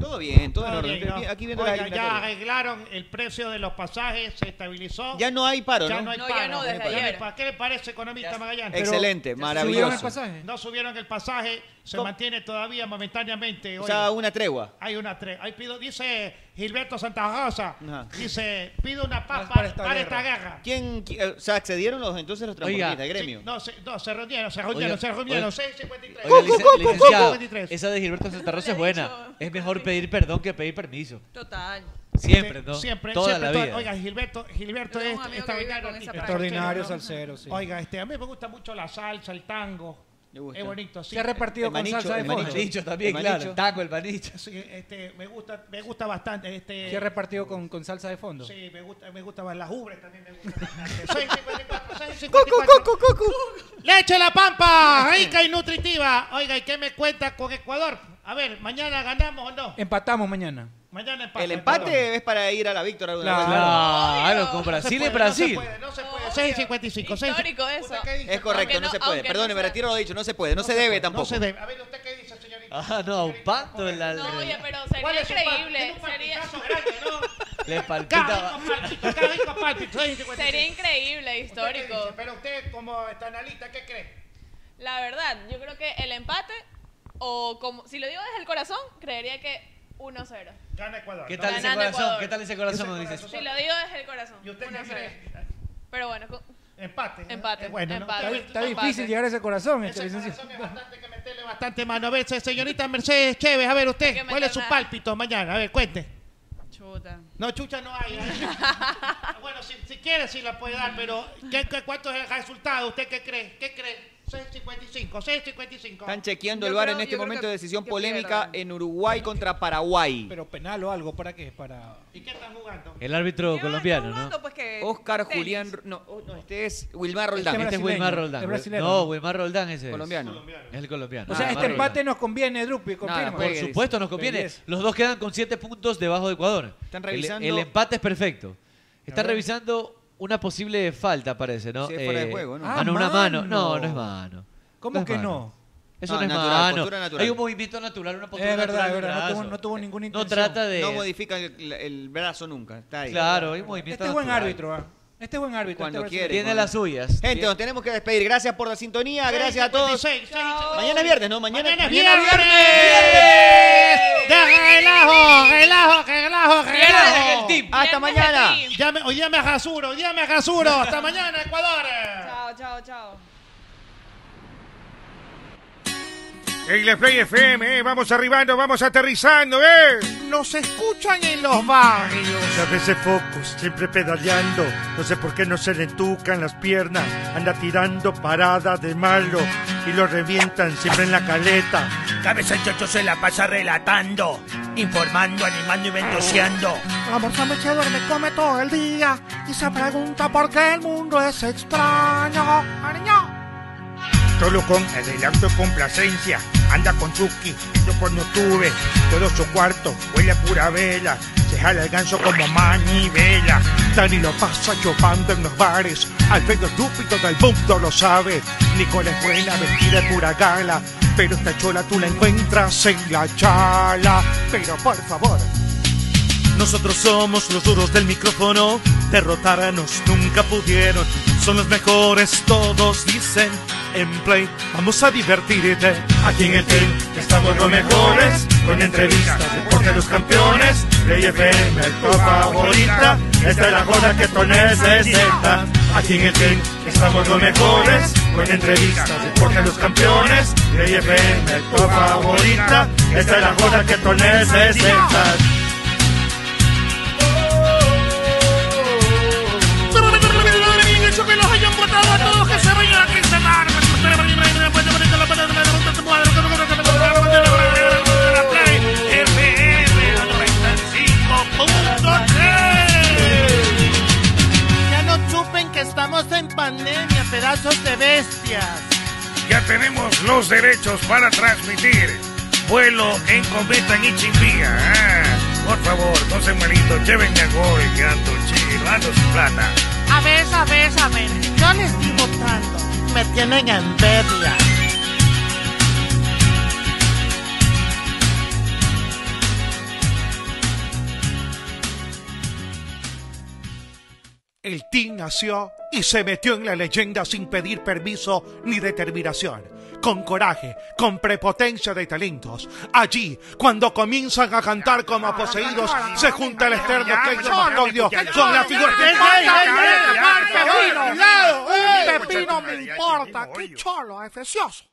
todo bien, todo, en Todo orden. bien, ¿no? Aquí- Aquí viendo Oiga, la ya eliminatoria. arreglaron el precio de los pasajes, se estabilizó. Ya no hay paro, Ya ¿no? no hay No, paro. ya no, desde Ya no hay ayer. paro. ¿Qué le parece, economista Magallanes? Excelente, Pero- maravilloso. ¿Subieron el pasaje? No subieron el pasaje, se mantiene todavía momentáneamente. O Oiga, sea, una tregua. Hay una tres. Ahí pido, dice Gilberto Santa Rosa. Ajá. Dice, pido una paz para, para esta para esta guerra. guerra. ¿Quién, qui- eh, o sea, accedieron los entonces los transportistas, el gremio? sí, no, se, no, se reunieron, se reunieron, Oiga, se reunieron. oiga. 653. Oiga, lic- Cu, cu, cu, cu, licenciado, 53. esa de Gilberto Santa Rosa es buena. Es mejor pedir perdón que pedir permiso. Total. Siempre, ¿no? Siempre, Toda siempre, la vida. Oiga, Gilberto, Gilberto este, es extraordinario. artista. Extraordinario salsero, sí. Oiga, este, a mí me gusta mucho la salsa, el tango. Es bonito, sí. Se ha repartido El con manicho, salsa de el fondo. manicho. Manicho también, El claro. manicho. Taco, el manicho. Sí, este, me gusta, me gusta bastante. Este, ¿Qué repartido con, con salsa de fondo? Sí, me gusta, me gusta más. Las ubres también me gustan bastante. 654, 654. Cucu, cucu, cucu. ¡Leche La Pampa! Rica y nutritiva. Oiga, ¿y qué me cuenta con Ecuador? A ver, ¿mañana ganamos o no? Empatamos mañana. Mañana El empate es para ir a la victoria alguna vez. Claro, con Brasil es Brasil. No se puede. 655. 655. Histórico eh. eso. Es correcto, no, se puede. Perdone, me retiro lo dicho, no se puede, no, se debe tampoco. se debe. A ver, ¿usted qué dice, señorita? Ah, no, pato en la. No, oye, pero ¿Cuál sería es su pan? increíble. Sería, Le palpita. sería increíble, histórico. Pero usted, como esta analista, ¿qué cree? La verdad, yo creo que el empate, o como, si lo digo desde el corazón, creería que 1-0. Gana Ecuador. ¿Qué tal ese Ganando corazón? Ecuador. ¿Qué tal ese corazón? nos dices? Si lo digo desde el corazón. ¿Y usted qué 1-0. cree? Pero bueno, con- Empate. empate. Eh, bueno, ¿no? empate. Está- Está difícil llegar a ese corazón. este, licenciado. Bastante mano. A ver, se- señorita Mercedes Chévez, a ver usted, ¿cuál es su pálpito mañana? A ver, cuente. Chuta. No, chucha no hay. bueno, si, si quiere sí la puede dar, pero ¿qué, qué, cuánto es el resultado? ¿Usted qué cree? ¿Qué cree? 655, 655. Están chequeando Yo el bar creo- en este yo creo momento que- de decisión que polémica pierdan. en Uruguay contra Paraguay. Pero penal o algo, ¿para qué? Para... ¿Y qué están jugando? El árbitro colombiano, ¿no? Eh, Oscar Julián. No, oh, no, este es Wilmar Roldán. Este es Wilmar Roldán. No, Wilmar Roldán ese es. Colombiano. Es el colombiano. O sea, Ah, este Wilmar empate nos conviene, Drupi, confirma. Roldán. Por supuesto, nos conviene. Belleza. Los dos quedan con 7 puntos debajo de Ecuador. Están El- revisando- El, empate es perfecto. Están ver. revisando una posible falta, parece, ¿no? Sí, es fuera de juego, ¿no? Ah, Ah, no, una mano. mano. No, no es mano. ¿Cómo es que mano. no? Eso No, no, es natural, mano. postura natural. Hay un movimiento natural, una postura Es verdad, natural. es del verdad. No brazo. tuvo, no tuvo ninguna No intención. trata de. No modifica el, el brazo nunca. Está ahí. Claro, hay un movimiento Este es buen natural. árbitro, ah. Este es buen árbitro. Cuando este quiere. Tiene cuando- las suyas. Gente, Bien. nos tenemos que despedir. Gracias por la sintonía. Gracias a todos. 656, 656. Mañana es viernes, ¿no? Mañana, Mañana es mañana viernes. viernes. Deja el ajo, el ajo, el ajo, el Viernes ajo. del team. Hasta Viernes del mañana. team. Ya me- hoy día me rasuro, hoy día me rasuro. Hasta mañana, Ecuador. Chao, chao, chao. Eagle Play FM, eh, vamos arribando, vamos aterrizando, ¿eh? Nos escuchan en los barrios. Muchas veces focos, siempre pedaleando. No sé por qué no se le entucan las piernas. Anda tirando parada de malo y lo revientan siempre en la caleta. Cabeza Chocho se la pasa relatando, informando, animando y ventoseando. La morsa me duerme, come todo el día y se pregunta por qué el mundo es extraño. Ariño. Solo con adelanto y complacencia Anda con Chucky, yo cuando tuve Todo su cuarto huele a pura vela Se jala el ganso como manivela Dani lo pasa chupando en los bares Alfredo estúpido del mundo lo sabe Nicole es buena, vestida de pura gala Pero esta chola tú la encuentras en la chala Pero por favor Nosotros somos los duros del micrófono, derrotarnos nunca pudieron. Son los mejores, todos dicen. En play, vamos a divertirte. Aquí en el team estamos los mejores con entrevistas, deporte de los campeones. Ley FM, tu favorita. Esta es la joda que tú necesitas. Aquí en el team estamos los mejores con entrevistas, deporte de los campeones. Ley FM, tu favorita. Esta es la joda que tú necesitas. Eso que los hayan votado a todos que se vayan a quincenar. Ya no chupen que estamos en pandemia, pedazos de bestias. Ya tenemos los derechos para transmitir vuelo en cometa en Ichimbía. Ah, por favor, no se malito, llévenme a gol, que ando chido, ando sin plata. A ver, a ver, a ver. Yo les estoy votando. Me tienen envidia. El team nació y se metió en la leyenda sin pedir permiso ni determinación. con coraje, con prepotencia de talentos. Allí, cuando comienzan a cantar como poseídos, se junta el externo que es Macaulio con la figura. ¡Ey, ey, ey! ¡Pepino! ¡Cuidado! ¡Ey! ¡Pepino! Pepino me importa, qué cholo, es precioso.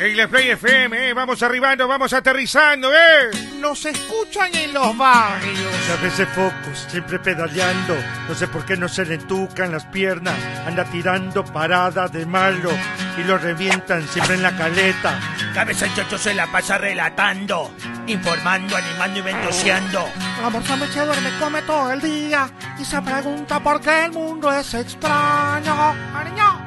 Hey, la Play FM, eh, vamos arribando, vamos aterrizando, eh. Nos escuchan en los barrios. A veces focos, siempre pedaleando. No sé por qué no se le entucan las piernas. Anda tirando paradas de malo y lo revientan siempre en la caleta. Cabeza el chocho se la pasa relatando, informando, animando y ventoseando. La morsa se duerme, come todo el día y se pregunta por qué el mundo es extraño. Ariño.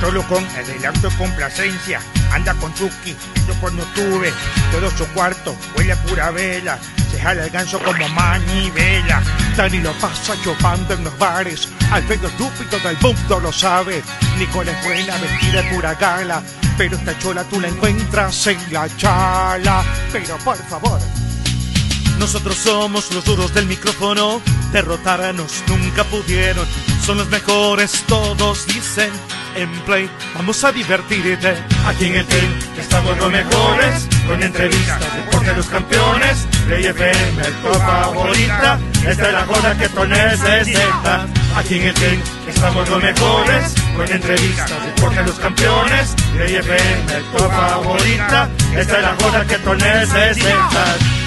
Solo con adelanto y complacencia Anda con Chucky, yo cuando tuve Todo su cuarto huele a pura vela Se jala el ganso como manivela Dani lo pasa chupando en los bares Alfredo estúpido del mundo lo sabe Nicole es buena, vestida de pura gala Pero esta chola tú la encuentras en la chala Pero por favor, Nosotros somos los duros del micrófono, derrotarnos nunca pudieron. Son los mejores, todos dicen. En Play, vamos a divertirte. Aquí en el team estamos los mejores con entrevistas, deporte los campeones. Play FM, tu favorita. Esta es la joda que tú necesitas. Aquí en el team estamos los mejores con entrevistas, deporte los campeones. Play FM, tu favorita. Esta es la joda que tú necesitas.